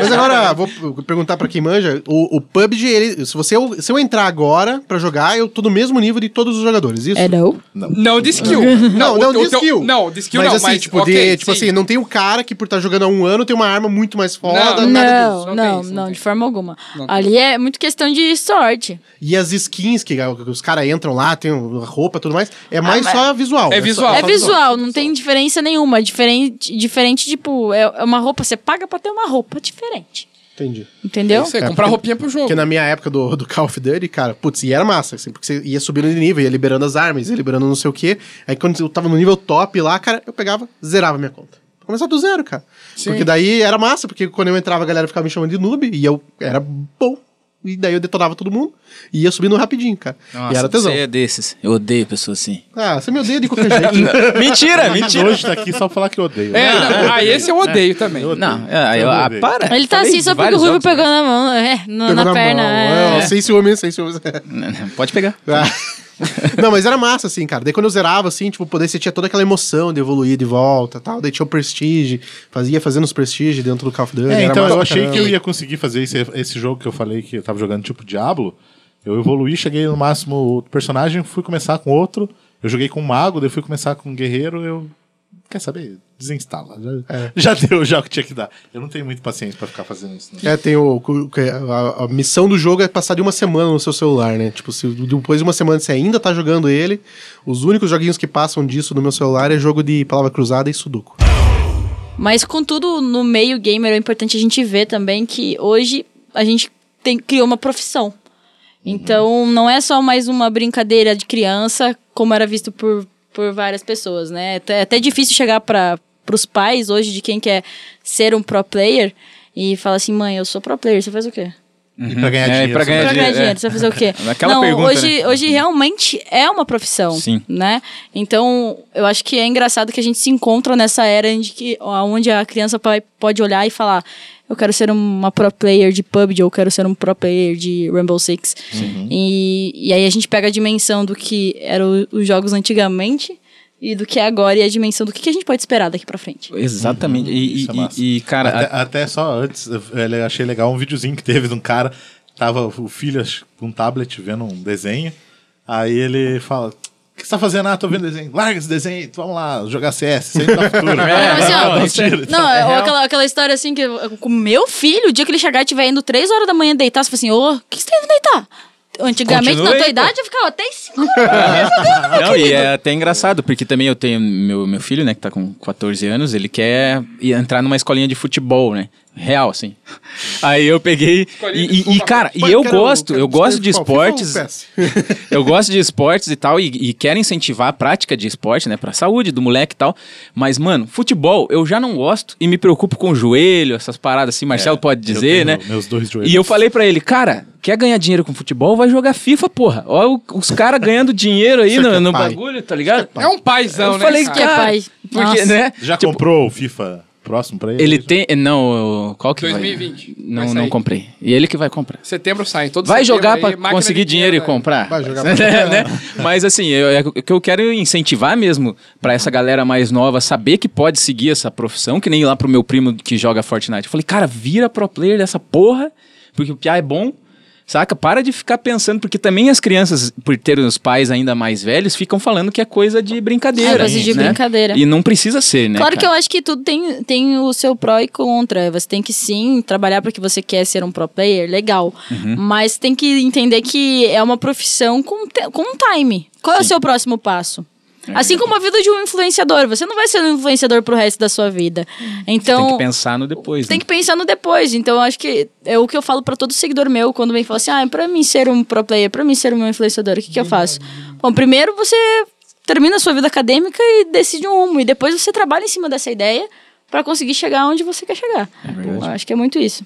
Speaker 5: Mas agora, vou p- perguntar pra quem manja. O, o PUBG, ele- se, você, se eu entrar agora pra jogar, eu tô no mesmo nível de todos os jogadores, isso?
Speaker 7: É não.
Speaker 3: Não de skill.
Speaker 5: Uhum. Não,
Speaker 3: o-
Speaker 5: não,
Speaker 3: o
Speaker 5: de
Speaker 3: teu-
Speaker 5: skill.
Speaker 3: Não, de skill
Speaker 5: mas,
Speaker 3: não,
Speaker 5: assim,
Speaker 3: mas...
Speaker 5: tipo,
Speaker 3: ok,
Speaker 5: de, tipo
Speaker 3: sim.
Speaker 5: assim, não tem o cara que por estar jogando há um ano tem uma arma muito mais foda. né?
Speaker 3: Não,
Speaker 5: nada disso.
Speaker 7: Não,
Speaker 3: disso, não tem
Speaker 7: não,
Speaker 3: isso, não
Speaker 7: não,
Speaker 3: tem.
Speaker 7: de forma alguma.
Speaker 3: Não tem.
Speaker 7: Ali é muito questão de sorte.
Speaker 5: E as skins que que os caras entram lá, tem a roupa e tudo mais, é mais só visual.
Speaker 3: É
Speaker 5: só-
Speaker 3: visual.
Speaker 5: só
Speaker 7: Ah, É visual, não tem diferença nenhuma. É Diferente, diferente tipo, é é uma roupa, você paga pra ter uma roupa diferente.
Speaker 5: Entendi.
Speaker 7: Entendeu?
Speaker 3: Não sei,
Speaker 5: É,
Speaker 3: comprar
Speaker 5: porque-
Speaker 3: roupinha pro jogo.
Speaker 5: Porque na minha época do, do Call of Duty, cara, putz, e era massa, assim, porque você ia subindo de nível, ia liberando as armas, ia liberando não sei o quê. Aí quando eu tava no nível top lá, cara, eu pegava, zerava minha conta. Começar do zero, cara. Porque daí era massa, porque quando eu entrava a galera ficava me chamando de noob, e eu era bom. E daí eu detonava todo mundo, e ia subindo rapidinho, cara. e era tesão.
Speaker 4: Você é desses. Eu odeio pessoas assim.
Speaker 5: Ah, você me odeia de qualquer jeito. né?
Speaker 4: mentira, mentira.
Speaker 2: Hoje tá aqui só pra falar que eu odeio.
Speaker 3: É, não, ah, esse eu odeio também.
Speaker 4: Não, é, eu,
Speaker 2: Eu
Speaker 4: ah,
Speaker 2: odeio.
Speaker 4: para.
Speaker 7: Ele tá
Speaker 4: Falei
Speaker 7: assim só porque o
Speaker 4: vários
Speaker 7: Rubio
Speaker 4: jogos.
Speaker 7: pegou na mão, é, na,
Speaker 5: Pegou
Speaker 7: na perna.
Speaker 5: mão.
Speaker 7: é.
Speaker 5: É, Sem ciúme, sem ciúme.
Speaker 4: Pode pegar.
Speaker 5: Ah. Não, mas era massa, assim, cara. Daí quando eu zerava, assim, tipo, poder você tinha toda aquela emoção de evoluir de volta tal. Daí tinha o Prestige, fazia fazendo os Prestige dentro do Call of Duty.
Speaker 2: É,
Speaker 5: era
Speaker 2: então
Speaker 5: massa
Speaker 2: eu
Speaker 5: pra
Speaker 2: achei que eu
Speaker 5: caramba.
Speaker 2: ia conseguir fazer esse, esse jogo que eu falei que eu tava jogando tipo Diablo. Eu evoluí, cheguei no máximo outro personagem, fui começar com outro. Eu joguei com um mago, daí fui começar com um guerreiro. Eu. Quer saber? Desinstala. Já, já deu já o que tinha que dar. Eu não tenho muito paciência pra ficar fazendo isso. Né?
Speaker 5: É, tem o. cu- que A, a missão do jogo é passar de uma semana no seu celular, né? Tipo, se depois de uma semana você ainda tá jogando ele, os únicos joguinhos que passam disso no meu celular é jogo de palavra cruzada e sudoku.
Speaker 7: Mas contudo, no meio gamer é importante a gente ver também que hoje a gente tem, criou uma profissão. Então não é só mais uma brincadeira de criança, como era visto por, por várias pessoas, né? É até- É até difícil chegar para os pais hoje de quem quer ser um pro player e falar assim, mãe, eu sou pro player, você faz o quê?
Speaker 2: E pra ganhar
Speaker 4: É, e
Speaker 2: dinheiro.
Speaker 4: pra
Speaker 2: você
Speaker 4: ganhar
Speaker 2: vai-
Speaker 7: pra
Speaker 4: dinheiro,
Speaker 7: ganhar dinheiro,
Speaker 4: é.
Speaker 7: você vai fazer o quê?
Speaker 4: Aquela
Speaker 7: não,
Speaker 4: pergunta,
Speaker 7: hoje,
Speaker 4: né?
Speaker 7: hoje realmente é uma profissão,
Speaker 4: Sim.
Speaker 7: né? Então, eu acho que é engraçado que a gente se encontra nessa era em que, onde a criança pa- pode olhar e falar eu quero ser uma pro player de PUBG ou eu quero ser um pro player de Rainbow Six. E, e aí a gente pega a dimensão do que eram os jogos antigamente e do que é agora e a dimensão do que que a gente pode esperar daqui pra frente.
Speaker 4: Exatamente. E, e-
Speaker 2: Isso é massa.
Speaker 4: e- e, cara,
Speaker 2: até,
Speaker 4: a-
Speaker 2: até só antes, eu eu achei legal um videozinho que teve de um cara. Tava o filho acho, com um tablet vendo um desenho. Aí ele fala: "Tsk, que você tá fazendo? Ah, tô vendo desenho. Larga esse desenho, vamos lá jogar CS, sempre dá
Speaker 3: É,
Speaker 2: futuro.
Speaker 4: É,
Speaker 7: Não, assim, ó,
Speaker 2: Dá um tiro
Speaker 4: tá.
Speaker 2: e
Speaker 7: não,
Speaker 2: tal.
Speaker 7: ou aquela, aquela história assim que eu- com o meu filho, o dia que ele chegar e estiver indo 3 horas da manhã deitar, você fala assim, ô, o que, que você tá indo deitar? Antigamente,
Speaker 4: Continua
Speaker 7: na tua
Speaker 4: aí, pô.
Speaker 7: idade, eu ficava até em cima.
Speaker 4: Não, e é até engraçado, porque também eu tenho meu, meu filho, né, que tá com 14 anos, ele quer ir entrar numa escolinha de futebol, né? Real, assim. Aí eu peguei.
Speaker 3: Escolinha de
Speaker 4: E, e,
Speaker 3: futebol.
Speaker 4: cara, e
Speaker 5: Pai,
Speaker 2: um,
Speaker 4: eu
Speaker 5: quero-
Speaker 4: gosto,
Speaker 5: quero
Speaker 4: eu gosto de
Speaker 5: futebol, FIFA ou
Speaker 4: esportes.
Speaker 5: PES?
Speaker 4: Eu gosto de esportes e tal, e, e quero incentivar a prática de esporte, né? Pra saúde do moleque e tal. Mas, mano, futebol eu já não gosto e me preocupo com o joelho, essas paradas assim, Marcelo pode
Speaker 2: É, eu
Speaker 4: dizer, né?
Speaker 2: tenho meus dois joelhos.
Speaker 4: E eu falei pra ele, cara, quer ganhar dinheiro com futebol? Vai jogar FIFA, porra. Olha o- os caras ganhando dinheiro aí
Speaker 5: Isso aqui
Speaker 4: no,
Speaker 5: é
Speaker 4: no
Speaker 5: pai.
Speaker 4: bagulho, tá ligado?
Speaker 3: É um paizão,
Speaker 4: eu
Speaker 3: né?
Speaker 4: falei,
Speaker 3: cara?
Speaker 7: que é
Speaker 4: cara,
Speaker 7: pai.
Speaker 4: porque,
Speaker 7: Nossa.
Speaker 4: né?
Speaker 2: Já
Speaker 4: tipo,
Speaker 2: comprou o FIFA próximo pra ele?
Speaker 4: Ele tem... Não, qual que vai?
Speaker 3: 2020. Vai
Speaker 4: Não,
Speaker 3: sair.
Speaker 4: não comprei. E ele que vai comprar.
Speaker 3: Setembro sai. Todo
Speaker 4: Vai
Speaker 3: setembro
Speaker 4: jogar
Speaker 3: aí,
Speaker 4: pra
Speaker 3: máquina de é.
Speaker 4: conseguir dinheiro e
Speaker 3: velho.
Speaker 4: comprar.
Speaker 5: Vai jogar
Speaker 2: É,
Speaker 4: Né?
Speaker 5: pra
Speaker 4: Mas assim, eu- é o que eu quero incentivar mesmo pra essa galera mais nova saber que pode seguir essa profissão, que nem lá pro meu primo que joga Fortnite. Eu falei, cara, vira pro player dessa porra, porque o Piá é bom. Saca? Para de ficar pensando, porque também as crianças, por terem os pais ainda mais velhos, ficam falando que é coisa de brincadeira.
Speaker 7: É coisa de
Speaker 4: né?
Speaker 7: brincadeira.
Speaker 4: E não precisa ser, né?
Speaker 7: Claro que
Speaker 4: cara?
Speaker 7: eu acho que tudo tem, tem o seu pró e contra. Você tem que sim trabalhar porque você quer ser um pro player, legal.
Speaker 4: Uhum.
Speaker 7: Mas tem que entender que é uma profissão com, te- com um time. Qual é o seu próximo passo? Assim como a vida de um influenciador. Você não vai ser um influenciador pro resto da sua vida. Então.
Speaker 4: Tem que pensar no depois.
Speaker 7: tem
Speaker 4: né?
Speaker 7: que pensar no depois. Então, eu acho que é o que eu falo pra todo seguidor meu quando vem falar assim: ah, pra mim ser um pro player, pra mim ser um influenciador, o que, que eu faço? Bom, primeiro você termina a sua vida acadêmica e decide um rumo, e depois você trabalha em cima dessa ideia pra conseguir chegar onde você quer chegar. eu acho que é muito isso.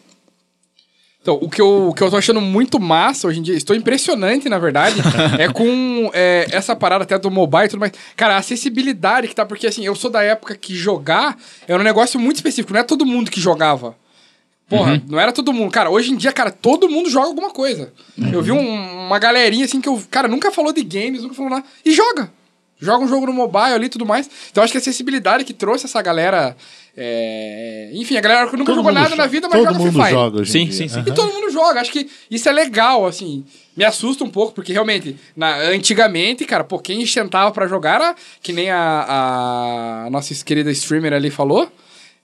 Speaker 3: Então, o que, eu, o que eu tô achando muito massa hoje em dia, estou impressionante, na verdade, é com é, essa parada até do mobile e tudo mais. Cara, a acessibilidade que tá, porque assim, eu sou da época que jogar era um negócio muito específico, não é todo mundo que jogava. Porra,
Speaker 2: Uhum.
Speaker 3: não era todo mundo. Cara, hoje em dia, cara, todo mundo joga alguma coisa.
Speaker 2: Uhum.
Speaker 3: Eu vi um- uma galerinha assim que eu, cara, nunca falou de games, nunca falou nada, e joga. Joga um jogo no mobile ali e tudo mais. Então acho que a acessibilidade que trouxe essa galera. é, Enfim, a galera que nunca
Speaker 2: Todo
Speaker 3: jogou
Speaker 2: mundo
Speaker 3: nada
Speaker 2: joga.
Speaker 3: na vida, mas
Speaker 2: Todo
Speaker 3: joga Free
Speaker 2: mundo
Speaker 3: Fire.
Speaker 2: joga hoje em
Speaker 4: Sim,
Speaker 2: dia.
Speaker 4: sim, sim.
Speaker 2: Aham.
Speaker 3: E todo mundo joga. Acho que isso é legal, assim. Me assusta um pouco, porque realmente, na, antigamente, cara, pô, quem sentava pra jogar era que nem a, a nossa querida streamer ali falou.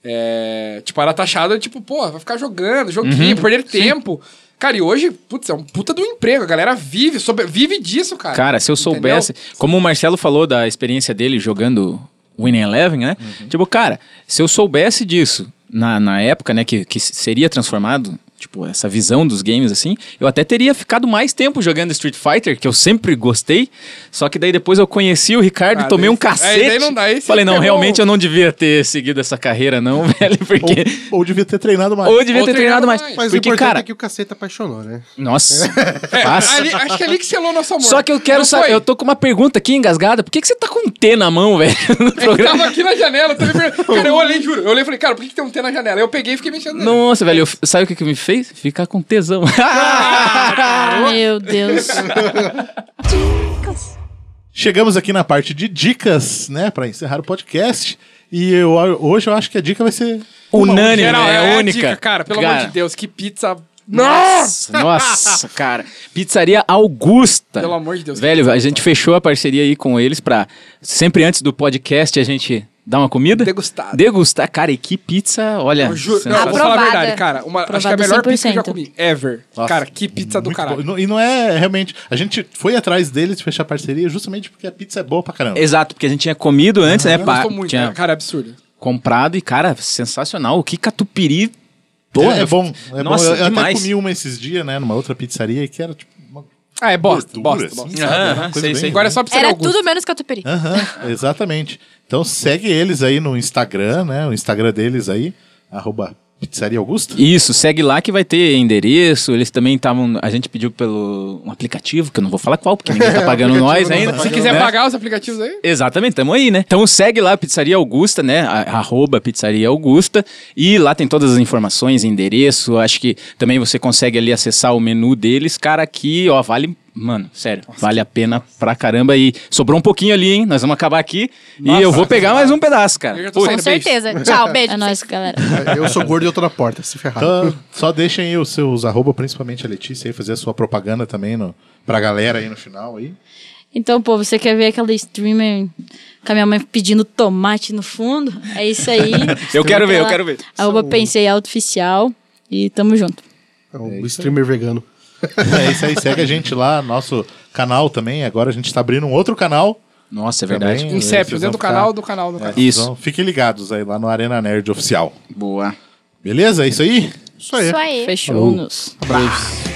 Speaker 3: É, tipo, era taxada, tipo, pô, vai ficar jogando,
Speaker 4: Uhum.
Speaker 3: joguinho, perder tempo. Cara, e hoje, putz, é um puta do emprego. A galera vive, sobre, vive disso, cara.
Speaker 4: Cara, se eu
Speaker 3: Entendeu?
Speaker 4: soubesse. Como o Marcelo falou da experiência dele jogando Winning Eleven, né?
Speaker 3: Uhum.
Speaker 4: Tipo, cara, se eu soubesse disso na, na época, né, que, que seria transformado. Tipo, essa visão dos games, assim, eu até teria ficado mais tempo jogando Street Fighter, que eu sempre gostei. Só que daí depois eu conheci o Ricardo
Speaker 3: Ah,
Speaker 4: e tomei
Speaker 3: daí-
Speaker 4: um cacete.
Speaker 3: aí daí não dá, aí você
Speaker 4: Falei, não,
Speaker 3: pegou-
Speaker 4: realmente eu não devia ter seguido essa carreira, não, velho, porque.
Speaker 2: Ou, ou devia ter treinado mais.
Speaker 4: Ou, devia
Speaker 3: Ou
Speaker 4: ter
Speaker 3: treinado
Speaker 4: treinado mais.
Speaker 3: mais.
Speaker 5: Mas o
Speaker 4: Porque,
Speaker 5: importante
Speaker 4: cara.
Speaker 5: é que o cacete apaixonou, né?
Speaker 4: Nossa,
Speaker 3: É,
Speaker 4: fácil.
Speaker 3: ali- acho que é ali que selou nosso amor.
Speaker 4: Só que eu quero
Speaker 3: Não
Speaker 4: saber.
Speaker 3: foi?
Speaker 4: Eu tô com uma pergunta aqui engasgada. Por que, que você tá com um T na mão, velho? No
Speaker 3: Eu
Speaker 4: programa.
Speaker 3: tava aqui na janela, eu tô me perguntando. Cara, eu olhei, juro. Eu olhei e falei, cara, por que, que tem um T na janela? Eu peguei e fiquei mexendo nele.
Speaker 4: Nossa, velho, eu, sabe o que, que me fez? Ficar com tesão.
Speaker 6: Ah.
Speaker 7: Meu Deus.
Speaker 2: Chegamos aqui na parte de dicas, né, pra encerrar o podcast. E eu, hoje eu acho que a dica vai ser
Speaker 4: Unânime,
Speaker 3: Geral,
Speaker 4: né?
Speaker 3: é,
Speaker 4: É
Speaker 3: a
Speaker 4: única.
Speaker 3: dica, cara, pelo amor de Deus, que pizza.
Speaker 4: Nossa, nossa, cara. Pizzaria Augusta.
Speaker 3: Pelo amor de Deus.
Speaker 4: Velho, a gente fechou a parceria aí com eles pra sempre antes do podcast a gente dar uma comida.
Speaker 3: Degustada.
Speaker 4: Degustar, cara, e que pizza, olha.
Speaker 3: Eu juro, não,
Speaker 4: sensacional.
Speaker 3: vou falar a
Speaker 6: Aprovada.
Speaker 3: verdade, cara. Uma, acho que é a
Speaker 7: Aprovada
Speaker 3: melhor pizza que eu já
Speaker 7: 100%.
Speaker 3: comi. Ever.
Speaker 2: Nossa,
Speaker 3: cara, que pizza do
Speaker 2: muito
Speaker 3: caralho.
Speaker 2: boa. E não é realmente. A gente foi atrás deles fechar parceria justamente porque a pizza é boa pra caramba.
Speaker 4: Exato, porque a gente tinha comido antes, né?
Speaker 3: Eu
Speaker 4: pá,
Speaker 3: gostou muito,
Speaker 4: tinha
Speaker 3: né? cara, é absurdo.
Speaker 4: comprado e, cara, sensacional. Que catupiry.
Speaker 2: é, é bom. É
Speaker 4: Nossa,
Speaker 2: bom. Eu, eu até
Speaker 4: demais.
Speaker 2: comi uma esses dias, né, numa outra pizzaria que era tipo uma
Speaker 3: Ah, é bosta,
Speaker 2: gordura,
Speaker 3: bosta,
Speaker 2: assim,
Speaker 3: bosta.
Speaker 2: sabe?
Speaker 4: Aham,
Speaker 2: Uma
Speaker 4: aham,
Speaker 2: coisa
Speaker 4: sei,
Speaker 2: bem-
Speaker 4: sei.
Speaker 3: Agora é só pra
Speaker 6: Era
Speaker 3: Augusto.
Speaker 6: tudo menos catupiry.
Speaker 2: Aham, exatamente. Então segue eles aí no Instagram, né? O Instagram deles aí, arroba Pizzaria Augusta.
Speaker 4: Isso, segue lá que vai ter endereço. Eles também estavam. A gente pediu pelo um aplicativo, que eu não vou falar qual, porque ninguém tá pagando nós
Speaker 5: não tá
Speaker 4: ainda.
Speaker 5: pagando.
Speaker 3: Se quiser
Speaker 4: né?
Speaker 3: pagar os aplicativos aí.
Speaker 4: Exatamente, tamo aí, né? Então segue lá, Pizzaria Augusta, né? A- Arroba Pizzaria Augusta. E lá tem todas as informações, endereço. Acho que também você consegue ali acessar o menu deles. Cara, aqui, ó, vale. Mano, sério, vale a pena pra caramba. E sobrou um pouquinho ali, hein? Nós vamos acabar aqui. e eu vou pegar mais um pedaço, cara.
Speaker 3: Eu já tô
Speaker 4: Pô,
Speaker 3: saindo.
Speaker 6: Com certeza. Tchau, beijo.
Speaker 7: É nóis, galera.
Speaker 5: Eu sou gordo e eu tô na porta, se ferrar.
Speaker 2: Então, só deixem aí os seus arroba, principalmente a Letícia aí, fazer a sua propaganda também no, pra galera aí no final aí.
Speaker 7: Então, pô, você quer ver aquela streamer com a minha mãe pedindo tomate no fundo? É isso aí.
Speaker 4: Eu quero ver, eu
Speaker 7: Aquela-
Speaker 4: quero ver.
Speaker 7: Arroba Pensei Alto Oficial e tamo junto.
Speaker 5: É um streamer vegano.
Speaker 2: É isso aí, segue a gente lá, nosso canal também. Agora a gente tá abrindo um outro canal.
Speaker 4: Nossa, é verdade.
Speaker 2: Também. Vocês
Speaker 3: Inception, dentro
Speaker 2: vão
Speaker 3: do
Speaker 2: ficar-
Speaker 3: canal, do canal, do
Speaker 2: É,
Speaker 3: canal.
Speaker 4: Isso.
Speaker 2: então fiquem ligados aí lá no Arena Nerd Oficial.
Speaker 4: Boa.
Speaker 2: Beleza? É isso aí?
Speaker 6: Isso aí.
Speaker 7: Fechou-nos.
Speaker 3: Abraço.